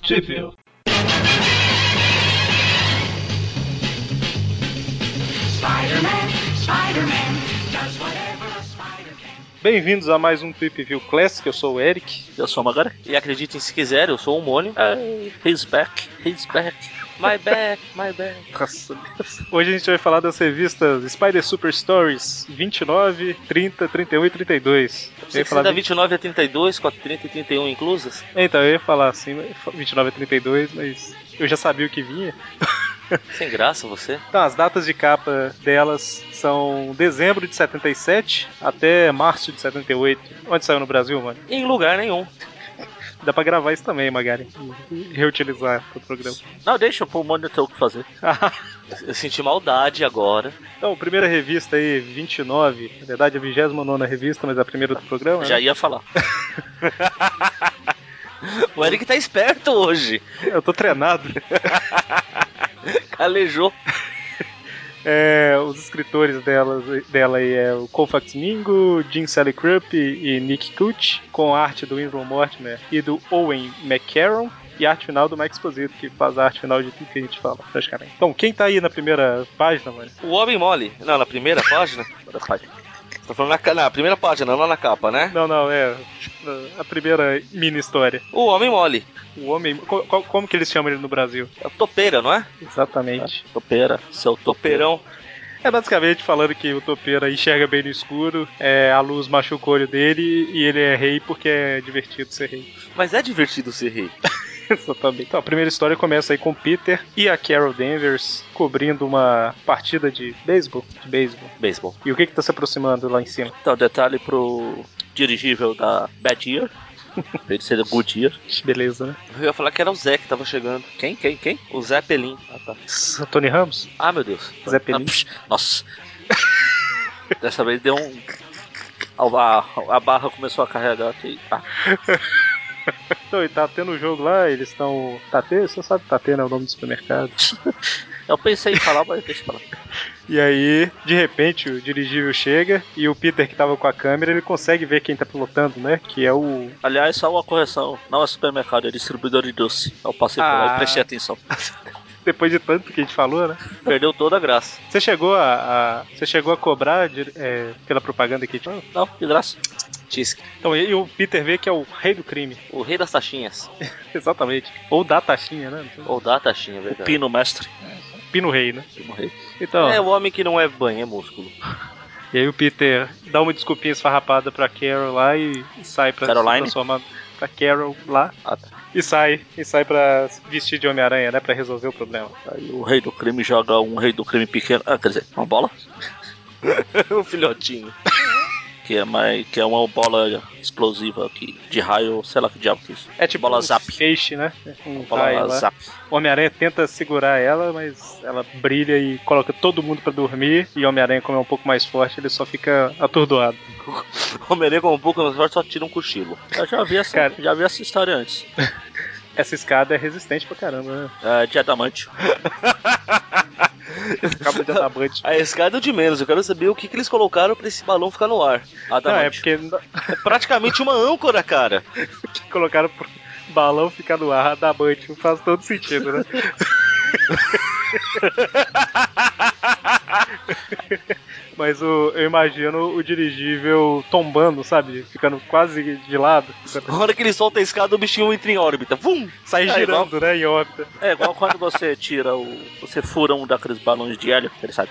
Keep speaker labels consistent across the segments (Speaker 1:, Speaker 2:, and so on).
Speaker 1: Possível.
Speaker 2: Spider-Man, Spider-Man does whatever a spider can.
Speaker 1: Bem-vindos a mais um Trip View Classic, eu sou o Eric.
Speaker 3: Eu sou o Magara. E acreditem se quiser, eu sou o Mônio. Ai, He's back, he's back. My back, my back.
Speaker 1: Hoje a gente vai falar das revistas Spider Super Stories 29, 30, 31 e 32. Eu
Speaker 3: Você
Speaker 1: ia
Speaker 3: que você
Speaker 1: falar
Speaker 3: dá
Speaker 1: vi-
Speaker 3: 29 a 32, com a 30 e 31 inclusas?
Speaker 1: Então, eu ia falar assim, mas 29 a 32, mas eu já sabia o que vinha.
Speaker 3: Sem graça você.
Speaker 1: Então, as datas de capa delas são dezembro de 77 até março de 78. Onde saiu no Brasil, mano?
Speaker 3: Em lugar nenhum.
Speaker 1: Dá pra gravar isso também, Magari. E Reutilizar pro programa.
Speaker 3: Não, deixa pro Mônio ter o que fazer. Eu senti maldade agora.
Speaker 1: então, primeira revista aí, 29. Na verdade, é a 29 revista, mas é a primeira do programa.
Speaker 3: Já
Speaker 1: né?
Speaker 3: ia falar. o Eric tá esperto hoje.
Speaker 1: Eu tô treinado.
Speaker 3: Calejou.
Speaker 1: É, os escritores delas, dela aí é o Colfax Mingo, Jim Sally Krupp e Nick Cooch, com a arte do Winslow Mortimer e do Owen McCarron. E a arte final do Mike Exposito, que faz a arte final de tudo que a gente fala, praticamente. Então, quem tá aí na primeira página, mano?
Speaker 3: O homem mole. Não, na primeira página. Na página. Você tá falando na, ca- na primeira página, não na capa, né?
Speaker 1: Não, não, é a primeira mini história.
Speaker 3: O homem mole.
Speaker 1: O homem. co- co- como que eles chamam ele no Brasil?
Speaker 3: É o topeira, não é?
Speaker 1: Exatamente.
Speaker 3: Topeira, seu topeirão.
Speaker 1: É basicamente falando que o topeira enxerga bem no escuro, é, a luz machuca o olho dele e ele é rei porque é divertido ser rei.
Speaker 3: Mas é divertido ser rei.
Speaker 1: Exatamente. Então, a primeira história começa aí com o Peter e a Carol Danvers cobrindo uma partida de beisebol. De beisebol.
Speaker 3: Beisebol.
Speaker 1: E o que que tá se aproximando lá em cima?
Speaker 3: Então, detalhe pro dirigível da Bad Year. Pra ele ser da Good Year.
Speaker 1: Beleza, né?
Speaker 3: Eu ia falar que era o Zé que tava chegando. Quem, quem, quem? O Zé Pelim. Ah, tá.
Speaker 1: Tony Ramos?
Speaker 3: Ah, meu Deus.
Speaker 1: Zé Pelim.
Speaker 3: Ah, psh, nossa. Dessa vez deu um. A, a- a barra começou a carregar aqui. Ah,
Speaker 1: Então, e tá tendo um jogo lá, eles estão. Tatê? Você sabe Tatê, né? O nome do supermercado.
Speaker 3: eu pensei em falar, mas deixa pra lá.
Speaker 1: E aí, de repente, o dirigível chega e o Peter, que tava com a câmera, ele consegue ver quem tá pilotando, né? Que é o.
Speaker 3: Aliás, só uma correção. Não é supermercado, é distribuidor de doce. Eu passei por lá
Speaker 1: Ah.
Speaker 3: e prestei atenção.
Speaker 1: Depois de tanto que a gente falou, né?
Speaker 3: Perdeu toda a graça.
Speaker 1: Você chegou a. a- você chegou a cobrar de- é, pela propaganda que a gente falou?
Speaker 3: Não, que graça. Tisca.
Speaker 1: Então, e, e o Peter vê que é o rei do crime.
Speaker 3: O rei das taxinhas.
Speaker 1: Exatamente. Ou da taxinha, né?
Speaker 3: Ou da taxinha, é verdade. Pino mestre.
Speaker 1: Pino rei, né?
Speaker 3: Pino rei.
Speaker 1: Então,
Speaker 3: É o homem que não é banho, é músculo.
Speaker 1: e aí o Peter dá uma desculpinha esfarrapada pra Carol lá e, e sai pra
Speaker 3: Caroline?
Speaker 1: se transformar pra Carol lá.
Speaker 3: Ah, tá.
Speaker 1: E sai, e sai pra se vestir de Homem-Aranha, né? Pra resolver o problema.
Speaker 3: Aí o rei do crime joga um rei do crime pequeno. Ah, quer dizer, uma bola? um filhotinho. Que é, mais, que é uma bola explosiva aqui, de raio, sei lá que diabo que é isso.
Speaker 1: É tipo
Speaker 3: Bola
Speaker 1: um
Speaker 3: zap.
Speaker 1: peixe, né? Um
Speaker 3: Bola
Speaker 1: raio lá.
Speaker 3: zap.
Speaker 1: O Homem-Aranha tenta segurar ela, mas ela brilha e coloca todo mundo pra dormir. E o Homem-Aranha, como é um pouco mais forte, ele só fica atordoado.
Speaker 3: O Merê com um pouco mais forte só tira um cochilo. Eu já vi essa,
Speaker 1: Cara.
Speaker 3: já vi essa história antes.
Speaker 1: Essa escada é resistente pra caramba, né?
Speaker 3: É, de adamante.
Speaker 1: Cabo de adamante.
Speaker 3: A escada é o de menos, eu quero saber o que, que eles colocaram pra esse balão ficar no ar.
Speaker 1: Não, é
Speaker 3: Adamante.
Speaker 1: porque n-
Speaker 3: é praticamente uma âncora, cara.
Speaker 1: colocaram pro balão ficar no ar adamante, não faz todo sentido, né? Mas o- eu imagino o dirigível tombando, sabe? Ficando quase de lado.
Speaker 3: Na hora que ele solta a escada, o bichinho entra em órbita. Vum!
Speaker 1: Sai
Speaker 3: É, igual-
Speaker 1: girando, né? Em órbita.
Speaker 3: É igual quando você tira o. Você fura um daqueles balões de hélio, ele sai.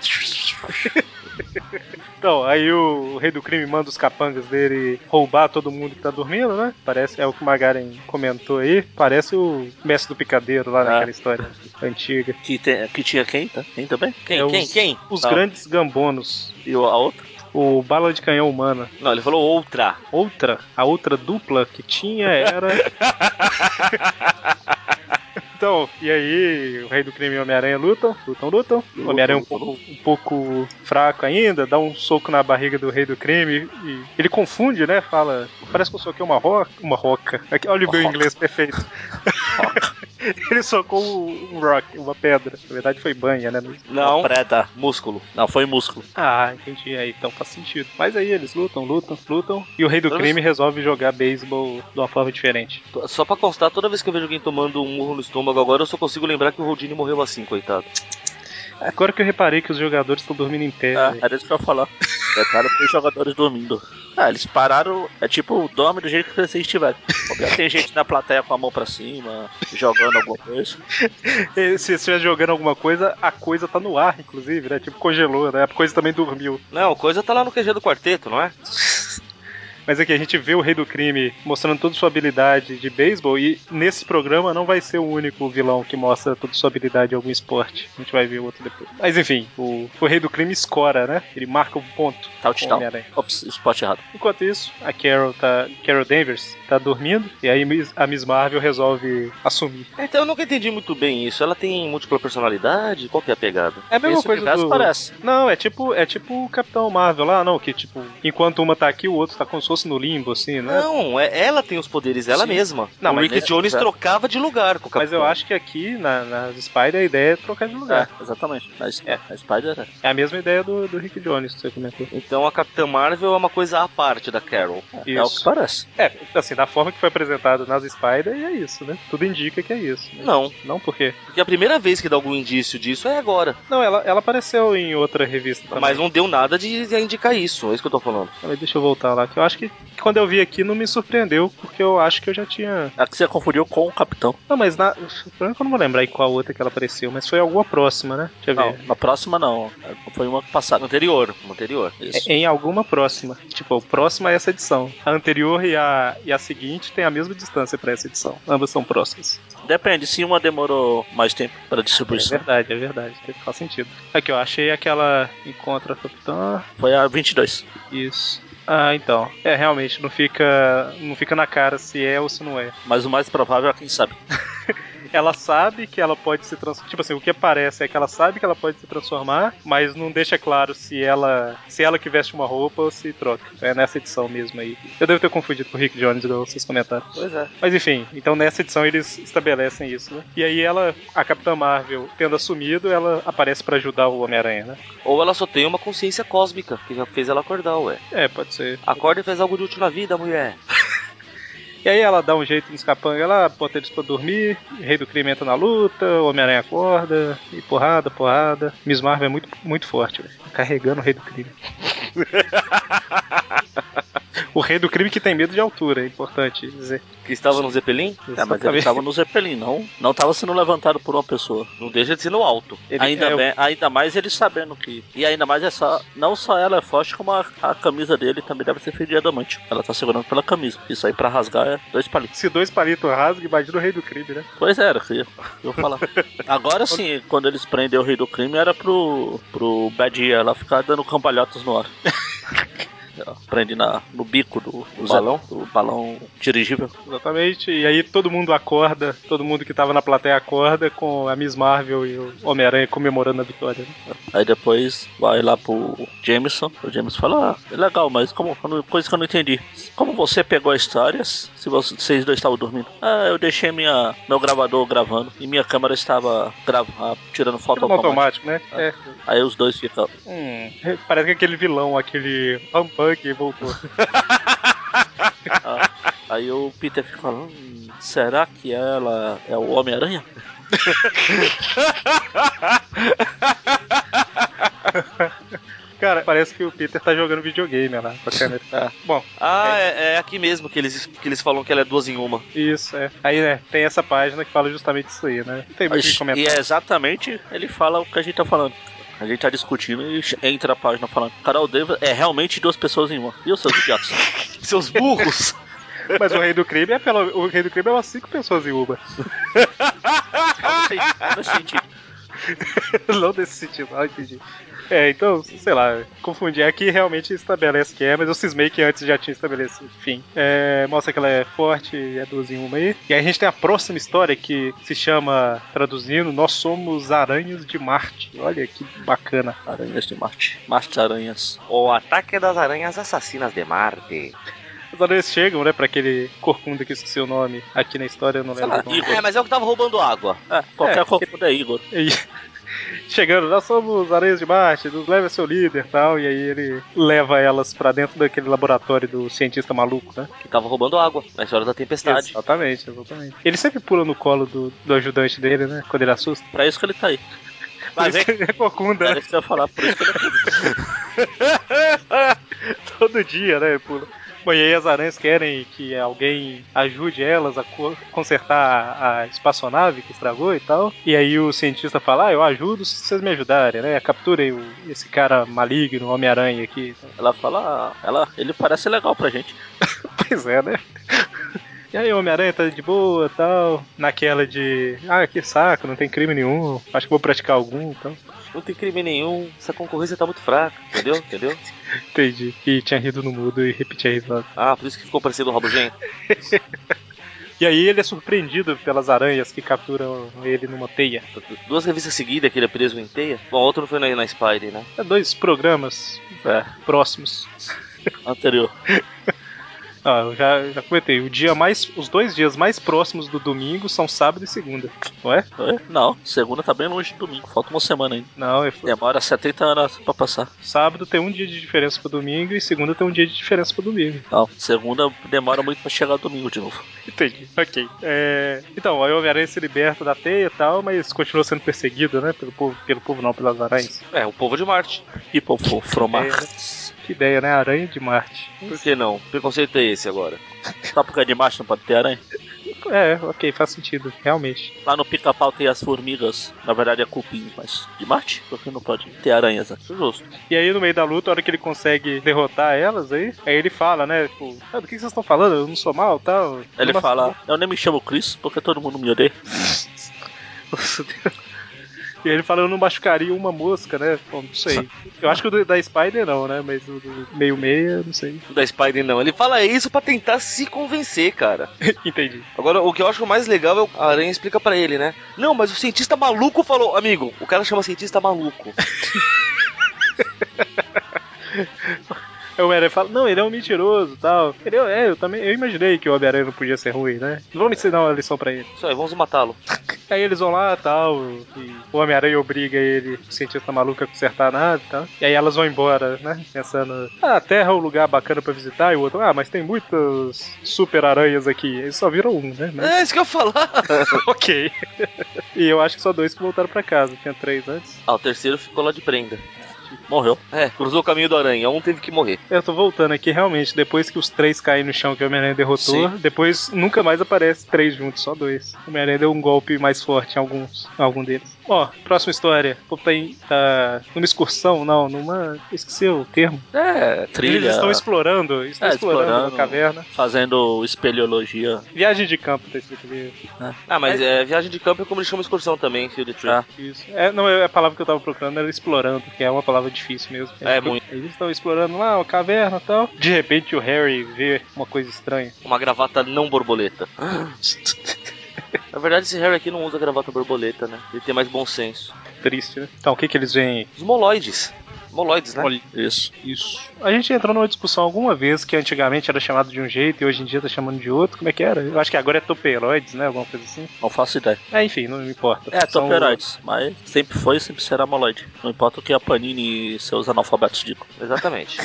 Speaker 1: Então, aí o, o rei do crime manda os capangas dele roubar todo mundo que tá dormindo, né? Parece, é o que o Magaren comentou aí. Parece o mestre do picadeiro lá naquela história antiga.
Speaker 3: Que, tem, que tinha quem? Tá? Quem também? Quem?
Speaker 1: É
Speaker 3: quem?
Speaker 1: os-
Speaker 3: Quem?
Speaker 1: Os
Speaker 3: Não.
Speaker 1: grandes gambonos.
Speaker 3: E o- a outra?
Speaker 1: O bala de canhão humana.
Speaker 3: Não, ele falou outra.
Speaker 1: Outra, a outra dupla que tinha era. então, e aí, o Rei do Crime e o Homem-Aranha lutam, lutam, lutam. O Homem-Aranha é um pouco, um pouco fraco ainda, dá um soco na barriga do Rei do Crime e ele confunde, né? Fala, parece que eu soquei uma roca. Uma roca. Aqui, olha o meu
Speaker 3: Roca.
Speaker 1: inglês perfeito.
Speaker 3: Rock.
Speaker 1: Ele socou um rock, uma pedra. Na verdade foi banha, né?
Speaker 3: Não. Preda, músculo. Não, foi músculo.
Speaker 1: Ah, entendi. Aí então faz sentido. Mas aí eles lutam, lutam, lutam. E o rei do
Speaker 4: Toda
Speaker 1: crime resolve jogar beisebol de uma forma diferente.
Speaker 4: Só pra constar, toda vez que eu vejo alguém tomando um murro no estômago agora, eu só consigo lembrar que o Rodine morreu assim, coitado.
Speaker 1: Agora que eu reparei que os jogadores estão dormindo em pé.
Speaker 3: Ah,
Speaker 1: né?
Speaker 3: era isso que eu ia falar. Detalhe foi os É, jogadores dormindo. Ah, eles pararam. É tipo, dorme do jeito que vocês estiverem. Porque tem gente na plateia com a mão pra cima, jogando alguma coisa.
Speaker 1: E Se estiver jogando alguma coisa, a coisa tá no ar, inclusive, né? Tipo, congelou, né? A coisa também dormiu.
Speaker 4: Não, coisa tá lá no QG do quarteto, não é?
Speaker 1: Mas aqui a gente vê o Rei do Crime mostrando toda sua habilidade de beisebol e nesse programa não vai ser o único vilão que mostra toda sua habilidade em algum esporte. A gente vai ver outro depois. Mas enfim, o, o Rei do Crime escora, né? Ele marca um ponto. com o
Speaker 3: Touchdown.
Speaker 1: Homem-Aranha.
Speaker 3: É. Ops, spot errado.
Speaker 1: Enquanto isso, a Carol tá, Carol Danvers tá dormindo e aí Miss- a Miss Marvel resolve assumir.
Speaker 4: Então eu nunca entendi muito bem isso. Ela tem múltipla personalidade? Qual que é a pegada?
Speaker 1: É a mesma
Speaker 3: Esse
Speaker 1: coisa
Speaker 3: universo
Speaker 1: do-
Speaker 3: parece. né?
Speaker 1: Não, é tipo, é tipo o Capitão Marvel lá, não, que tipo, enquanto uma tá aqui, o outro tá como se fosse no limbo assim, né?
Speaker 4: Não, é- ela tem os poderes, ela
Speaker 3: Sim. é-
Speaker 4: mesma.
Speaker 1: Não,
Speaker 4: o
Speaker 1: mas
Speaker 4: Rick
Speaker 1: nesse
Speaker 4: Jones
Speaker 3: universo-
Speaker 4: trocava de lugar com o
Speaker 1: Mas eu
Speaker 4: Capitão.
Speaker 1: acho que aqui na, nas Spider a ideia é trocar de lugar.
Speaker 3: É, exatamente. Mas é, a Spider é.
Speaker 1: É a mesma ideia do, do Rick Jones que você comentou.
Speaker 4: Então a Capitã Marvel é uma coisa à parte da Carol.
Speaker 3: É o que
Speaker 1: Isso.
Speaker 3: parece.
Speaker 1: É, assim, da forma que foi apresentado nas Spider, é isso, né? Tudo indica que é isso. né?
Speaker 4: Não,
Speaker 1: Não por quê?
Speaker 4: porque a primeira vez que dá algum indício disso é agora.
Speaker 1: Não, ela, ela apareceu em outra revista também.
Speaker 4: Mas não deu nada de indicar isso, é isso que eu tô falando.
Speaker 1: Peraí, deixa eu voltar lá, que eu acho que quando eu vi aqui não me surpreendeu, porque eu acho que eu já tinha.
Speaker 3: É que você confundiu com o Capitão.
Speaker 1: Não, mas na. O problema é que eu não vou lembrar em qual outra que ela apareceu, mas foi alguma próxima, né? Deixa eu
Speaker 3: Não,
Speaker 1: ver.
Speaker 3: na próxima não. Foi uma passada.
Speaker 4: Anterior, anterior.
Speaker 3: Isso.
Speaker 1: É- Em alguma próxima. Tipo, próxima é essa edição. A anterior e a, e a seguinte tem a mesma distância pra essa edição. Ambas são próximas.
Speaker 3: Depende, se uma demorou mais tempo para
Speaker 1: é
Speaker 3: distribuição,
Speaker 1: verdade, é verdade. Faz sentido. Aqui, eu achei aquela encontra a capitã.
Speaker 3: foi a 22.
Speaker 1: Isso. Ah, então. É, realmente, não fica. Não fica na cara se é ou se não é.
Speaker 3: Mas o mais provável é quem sabe.
Speaker 1: ela sabe que ela pode se transformar. Tipo assim, o que parece é que ela sabe que ela pode se transformar, mas não deixa claro se ela se ela que veste uma roupa ou se troca. É nessa edição mesmo aí. Eu devo ter confundido com o Rick Jones, igual vocês comentaram.
Speaker 4: Pois é.
Speaker 1: Mas enfim, então nessa edição eles estabelecem isso, né? E aí ela, a Capitã Marvel, tendo assumido, ela aparece pra ajudar o Homem-Aranha, né?
Speaker 4: Ou ela só tem uma consciência cósmica, que já fez ela acordar, ué.
Speaker 1: É, pode ser.
Speaker 4: Acorda e faz algo de útil na vida, mulher.
Speaker 1: E aí ela dá um jeito nos capangas lá, bota eles pra dormir, Rei do Crime entra na luta, o Homem-Aranha acorda, e porrada, porrada. Miss Marvel é muito, muito forte, velho. Carregando o Rei do Crime. o Rei do Crime que tem medo de altura, é importante dizer.
Speaker 4: Que estava no Zeppelin?
Speaker 3: É, mas
Speaker 1: Tá,
Speaker 3: ele tava no Zeppelin, não. Não tava sendo levantado por uma pessoa.
Speaker 4: Não deixa de ser no alto.
Speaker 1: Ele-
Speaker 3: ainda,
Speaker 1: é,
Speaker 3: bem- ainda mais ele sabendo que. E ainda mais é só. Não só ela é forte, como a, a camisa dele também deve ser feita de diamante. Ela tá segurando pela camisa. Isso aí pra rasgar é dois palitos.
Speaker 1: Se dois palitos rasgam, imagina o Rei do Crime, né?
Speaker 3: Pois é, era, o que eu ia- eu ia falar. Agora sim, quando eles prenderam o rei do crime, era pro, pro Bad Year lá ficar dando cambalhotas no ar. Ó, Prende na, no bico do, do
Speaker 4: balão?
Speaker 3: Zé- do balão dirigível.
Speaker 1: Exatamente. E aí todo mundo acorda, todo mundo que tava na plateia acorda com a Miss Marvel e o Homem-Aranha comemorando a vitória. né?
Speaker 3: Aí depois vai lá pro Jameson. O Jameson fala: Ah, é legal, mas como, quando- coisa que eu não entendi. Como você pegou as histórias se você- vocês dois estavam dormindo? Ah, eu deixei minha, meu gravador gravando e minha câmera estava grava, ah, tirando foto
Speaker 1: Tudo automático,
Speaker 3: automática.
Speaker 1: né? É.
Speaker 3: Aí os dois ficam.
Speaker 1: Hum, parece que aquele vilão, aquele Humpug voltou.
Speaker 3: ah. Aí o Peter fica falando: "Hum, será que ela é o Homem-Aranha?
Speaker 1: Cara, parece que o Peter tá jogando videogame olha lá com a câmera. Bom,
Speaker 4: Ah, é, é aqui mesmo que eles, que eles falam que ela é duas em uma.
Speaker 1: isso, é. Aí, né, tem essa página que fala justamente isso aí, né? Não tem muito o que
Speaker 3: E
Speaker 1: comentar.
Speaker 3: é exatamente, ele fala o que a gente tá falando. A gente tá discutindo e entra a página falando: Carol Davis é realmente duas pessoas em uma. E os seus idiotas?
Speaker 4: Seus burros!
Speaker 1: Mas o Rei do Crime é pelo... O Rei do Crime é umas cinco pessoas em uma.
Speaker 3: Não sei, não senti.
Speaker 1: Não nesse sentido, ah, entendi. É, então, sei lá, confundi. Aqui realmente estabelece que é, mas eu cismei que antes já tinha estabelecido. Enfim, é, mostra que ela é forte, é duas em uma aí. E aí a gente tem a próxima história que se chama, traduzindo, Nós Somos Aranhas de Marte. Olha que bacana.
Speaker 3: Aranhas de Marte. Marte Aranhas.
Speaker 4: o ataque das aranhas assassinas de Marte.
Speaker 1: Os anões chegam, né, pra aquele corcunda que eu esqueci o nome aqui na história, eu não
Speaker 3: Sei
Speaker 1: lembro
Speaker 3: lá,
Speaker 1: o nome.
Speaker 3: Igor.
Speaker 4: É, mas é o que tava roubando água.
Speaker 3: É, qualquer
Speaker 1: É.
Speaker 3: corcunda é Igor.
Speaker 1: E- Chegando, nós somos areias de Marte, nos leva seu líder e tal. E aí ele leva elas pra dentro daquele laboratório do cientista maluco, né?
Speaker 4: Que tava roubando água na história da tempestade.
Speaker 1: Exatamente, exatamente. Ele sempre pula no colo do, do ajudante dele, né? Quando ele assusta.
Speaker 3: Pra isso que ele tá aí.
Speaker 1: Por
Speaker 3: Vai
Speaker 1: isso
Speaker 3: ver
Speaker 1: que
Speaker 3: que
Speaker 1: ele é corcunda,
Speaker 3: era
Speaker 1: né?
Speaker 3: isso que eu ia falar, por isso que ele
Speaker 1: Todo dia, né? Ele pula. Bom, e aí as aranhas querem que alguém ajude elas a co- consertar a espaçonave que estragou e tal. E aí o cientista fala, ah, eu ajudo se vocês me ajudarem, né? Capturem o, esse cara maligno, Homem-Aranha aqui.
Speaker 3: Ela fala, ah, ela, ele parece legal pra gente.
Speaker 1: Pois é, né? E aí, Homem-Aranha tá de boa tal. Naquela de. Ah, que saco, não tem crime nenhum. Acho que vou praticar algum, então.
Speaker 4: Não tem crime nenhum, essa concorrência tá muito fraca, entendeu? Entendeu?
Speaker 1: Entendi. E tinha rido no mudo e repetia a risada.
Speaker 4: Ah, por isso que ficou parecendo o rabugento.
Speaker 1: E aí ele é surpreendido pelas aranhas que capturam ele numa teia.
Speaker 4: Duas revistas seguidas que ele é preso em teia. Bom, a outra não foi na, na Spider, né?
Speaker 1: É dois programas
Speaker 3: É,
Speaker 1: próximos.
Speaker 3: anterior.
Speaker 1: Ah, eu já, já comentei. O dia mais. Os dois dias mais próximos do domingo são sábado e segunda. Não é?
Speaker 3: Oi? Não, segunda tá bem longe do domingo, falta uma semana ainda.
Speaker 1: Não, é
Speaker 3: Demora 70 anos pra passar.
Speaker 1: sábado tem um dia de diferença pro domingo e segunda tem um dia de diferença pro domingo.
Speaker 3: Não, segunda demora muito pra chegar domingo de novo.
Speaker 1: Entendi, ok. É, então, aí o Homem-Aranha se liberta da teia e tal, mas continua sendo perseguido, né? Pelo povo, pelo povo não, pelas aranhas.
Speaker 4: É, o povo de Marte.
Speaker 3: People from
Speaker 1: É, né?
Speaker 3: Mars.
Speaker 1: Que ideia, né? Aranha de Marte.
Speaker 4: Por que não? Que preconceito é esse agora?
Speaker 3: Só porque é de Marte não pode ter aranha.
Speaker 1: É, ok, faz sentido, realmente.
Speaker 3: Lá no pica-pau tem as formigas, na verdade é cupim, mas de Marte? Porque não pode ter aranhas, né? Isso é justo.
Speaker 1: E aí, no meio da luta, a hora que ele consegue derrotar elas, aí, aí ele fala, né? Tipo, ah, do que que vocês estão falando? Eu não sou mal tal.
Speaker 3: Ele
Speaker 1: Uma-
Speaker 3: fala, eu nem me chamo Chris, porque todo mundo me odeia.
Speaker 1: Nossa, Deus. E aí ele fala, eu não machucaria uma mosca, né? Bom, não sei. Eu acho que o do- da Spider não, né? Mas o do meio-meia, não sei.
Speaker 4: Da Spider não. Ele fala isso pra tentar se convencer, cara.
Speaker 1: Entendi.
Speaker 4: Agora, o que eu acho mais legal é o a Aranha explica pra ele, né? Não, mas o cientista maluco falou, amigo, o cara chama cientista maluco.
Speaker 1: Aí o Homem-Aranha fala, não, ele é um mentiroso tal. Ele, é, eu também, eu imaginei que o Homem-Aranha não podia ser ruim, né? Vamos ensinar uma lição pra ele.
Speaker 4: Isso aí, vamos matá-lo.
Speaker 1: Aí eles vão lá tal, e o Homem-Aranha obriga ele, o cientista maluco, a consertar a nave e tal. E aí elas vão embora, né? Pensando, ah, a Terra é um lugar bacana pra visitar, e o outro, ah, mas tem muitas super-aranhas aqui. Eles só viram um, né? Mas,
Speaker 4: É, isso que eu ia falar.
Speaker 1: ok. e eu acho que só dois que voltaram pra casa, tinha três antes.
Speaker 4: Ah, o terceiro ficou lá de prenda.
Speaker 3: Morreu.
Speaker 4: É, cruzou o caminho do Aranha, um teve que morrer.
Speaker 1: Eu tô voltando aqui, realmente, depois que os três caem no chão que o Homem-Aranha derrotou, depois nunca mais aparece três juntos, só dois. O Homem-Aranha deu um golpe mais forte em alguns, em algum deles. Ó, próxima história. O povo tá, em, tá numa excursão, não, numa... esqueci o termo.
Speaker 3: É,
Speaker 1: Eles
Speaker 3: trilha,
Speaker 1: estão explorando, estão
Speaker 3: É,
Speaker 1: explorando,
Speaker 3: explorando.
Speaker 1: uma caverna.
Speaker 3: fazendo espeleologia.
Speaker 1: Viagem de campo, tá escrito ali.
Speaker 4: Ah, mas é, viagem de campo é como eles chamam excursão também, Field Trip.
Speaker 3: Ah.
Speaker 1: Isso. É, não, é a palavra que eu tava procurando era explorando, que é uma palavra difícil mesmo.
Speaker 4: É,
Speaker 1: Eles-
Speaker 4: muito.
Speaker 1: Eles estão explorando lá uma caverna e tal. De repente o Harry vê uma coisa estranha.
Speaker 4: Uma gravata não borboleta. Na verdade, esse Harry aqui não usa gravata borboleta, né? Ele tem mais bom senso.
Speaker 1: Triste, né? Então, o que que eles veem?
Speaker 4: Os moloides. Moloides, né?
Speaker 3: Isso.
Speaker 1: Ah, Isso. A gente entrou numa discussão alguma vez que antigamente era chamado de um jeito e hoje em dia tá chamando de outro. Como é que era? Eu acho que agora é toperoides, né? Alguma coisa assim.
Speaker 3: Não faço ideia.
Speaker 1: É, enfim, não me importa.
Speaker 3: É,
Speaker 1: São-
Speaker 3: toperoides, mas sempre foi e sempre será moloide. Não importa o que a Panini e seus analfabetos digam.
Speaker 4: Exatamente.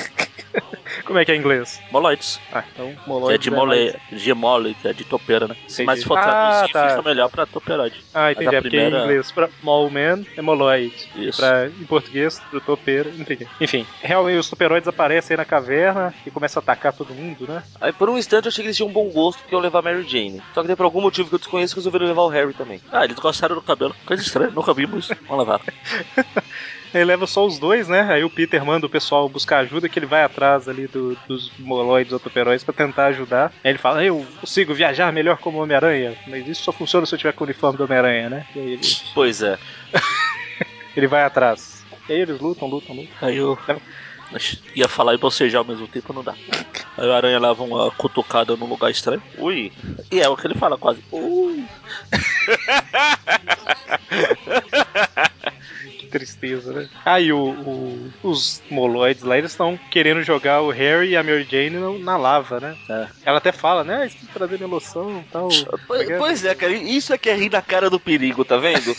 Speaker 1: Como é que é em inglês?
Speaker 3: Moloides.
Speaker 1: Ah, então,
Speaker 3: Que
Speaker 1: moloides.
Speaker 3: é de
Speaker 1: né?
Speaker 3: mole, de mole, que é de topeira, né?
Speaker 1: Entendi.
Speaker 3: Mas se for
Speaker 1: Ah,
Speaker 3: traduzir,
Speaker 1: tá.
Speaker 3: fica melhor pra toperoide.
Speaker 1: Ah, entendi.
Speaker 3: Mas a
Speaker 1: É porque
Speaker 3: primeira-
Speaker 1: em inglês, pra Mole Man é moloide.
Speaker 3: Isso.
Speaker 1: Pra, em português, pro topeiro, entendi. Enfim, realmente os toperoides aparecem aí na caverna e começam a atacar todo mundo, né?
Speaker 4: Aí por um instante eu achei que eles tinham um bom gosto porque eu levar a Mary Jane. Só que daí, por algum motivo que eu desconheço, resolveram levar o Harry também.
Speaker 3: Ah, eles gostaram do cabelo. Coisa estranha, nunca vimos isso. Vamos levar.
Speaker 1: Ele leva só os dois, né? Aí o Peter manda o pessoal buscar ajuda, que ele vai atrás ali do- dos moloides ou toperóis pra tentar ajudar. Aí ele fala, eu consigo viajar melhor como Homem-Aranha, mas isso só funciona se eu tiver com o uniforme do Homem-Aranha, né? E aí ele,
Speaker 4: Pois é.
Speaker 1: ele vai atrás. E aí eles lutam, lutam, lutam.
Speaker 3: Aí eu
Speaker 1: Tá
Speaker 3: Ixi, ia falar e bocejar ao mesmo tempo, não dá. Aí o aranha leva uma cutucada num lugar estranho.
Speaker 4: Ui.
Speaker 3: E é o que ele fala quase. Uh, Ui.
Speaker 1: Que tristeza, né? Aí o, o- os moloides lá, eles estão querendo jogar o Harry e a Mary Jane no- na lava, né?
Speaker 3: É.
Speaker 1: Ela até fala, né? "Ah, Isso tem que trazer minha loção e tal.
Speaker 4: Pois, pois é, cara, isso é que é rir na cara do perigo, tá vendo?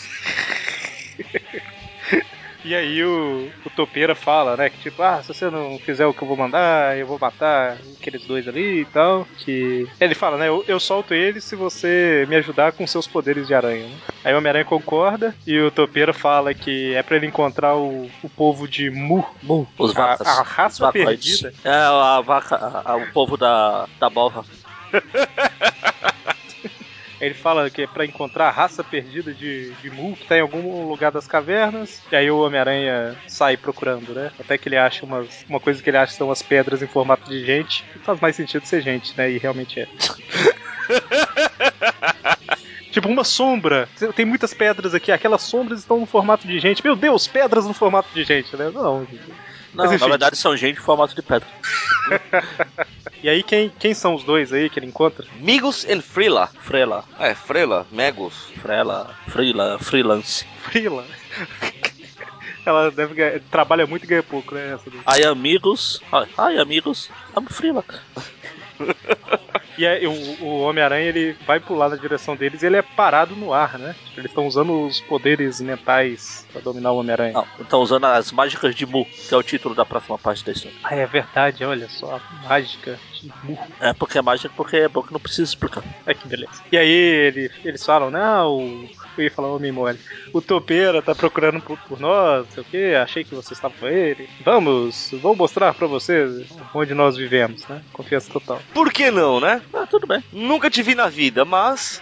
Speaker 1: E aí o, o Topeira fala, né? Que tipo, ah, se você não fizer o que eu vou mandar, eu vou matar aqueles dois ali e tal. Que. Ele fala, né? Eu, eu solto ele se você me ajudar com seus poderes de aranha, né? Aí o Homem-Aranha concorda e o Topeira fala que é pra ele encontrar o, o povo de Mu. Mu.
Speaker 3: Os vacas.
Speaker 1: A, a
Speaker 3: Os
Speaker 1: raça
Speaker 3: vacoides.
Speaker 1: perdida.
Speaker 3: É, a vaca, a- a- o povo da, da balva.
Speaker 1: Ele fala que é pra encontrar a raça perdida de, de Mu, que tá em algum lugar das cavernas. E aí o Homem-Aranha sai procurando, né? Até que ele acha umas, uma coisa que ele acha são as pedras em formato de gente. E faz mais sentido ser gente, né? E realmente é. Tipo, uma sombra. Tem muitas pedras aqui. Aquelas sombras estão no formato de gente. Meu Deus, pedras no formato de gente, né? Não, gente.
Speaker 3: Não,
Speaker 1: Mas enfim.
Speaker 3: na verdade são gente em formato de pedra.
Speaker 1: E aí, quem, quem são os dois aí que ele encontra?
Speaker 4: Migos and Freela.
Speaker 3: Frela,
Speaker 4: É, Freela, Megos.
Speaker 3: frela, frila, freelance.
Speaker 1: Frila. Ela deve ganhar- trabalha muito e ganha pouco, né? Essa do-
Speaker 3: Ai, amigos. Ai, ai, amigos. Amo frila.
Speaker 1: E aí, o, o Homem-Aranha ele vai pular na direção deles e ele é parado no ar, né? Tipo, Eles estão usando os poderes mentais pra dominar o Homem-Aranha.
Speaker 3: Não, estão usando as mágicas de Mu, que é o título da próxima parte da história.
Speaker 1: Ah, é verdade, olha só, a mágica de burro.
Speaker 3: É porque é mágica, porque é bom que não precisa explicar.
Speaker 1: Ai, É, que beleza. E aí ele- eles falam, não, eu ia falar homem mole. O Topeira tá procurando por, por nós, não sei o que, achei que você estava com ele. Vamos, vou mostrar pra vocês onde nós vivemos, né? Confiança total.
Speaker 4: Por que não, né?
Speaker 3: Ah, tudo bem.
Speaker 4: Nunca te vi na vida, mas.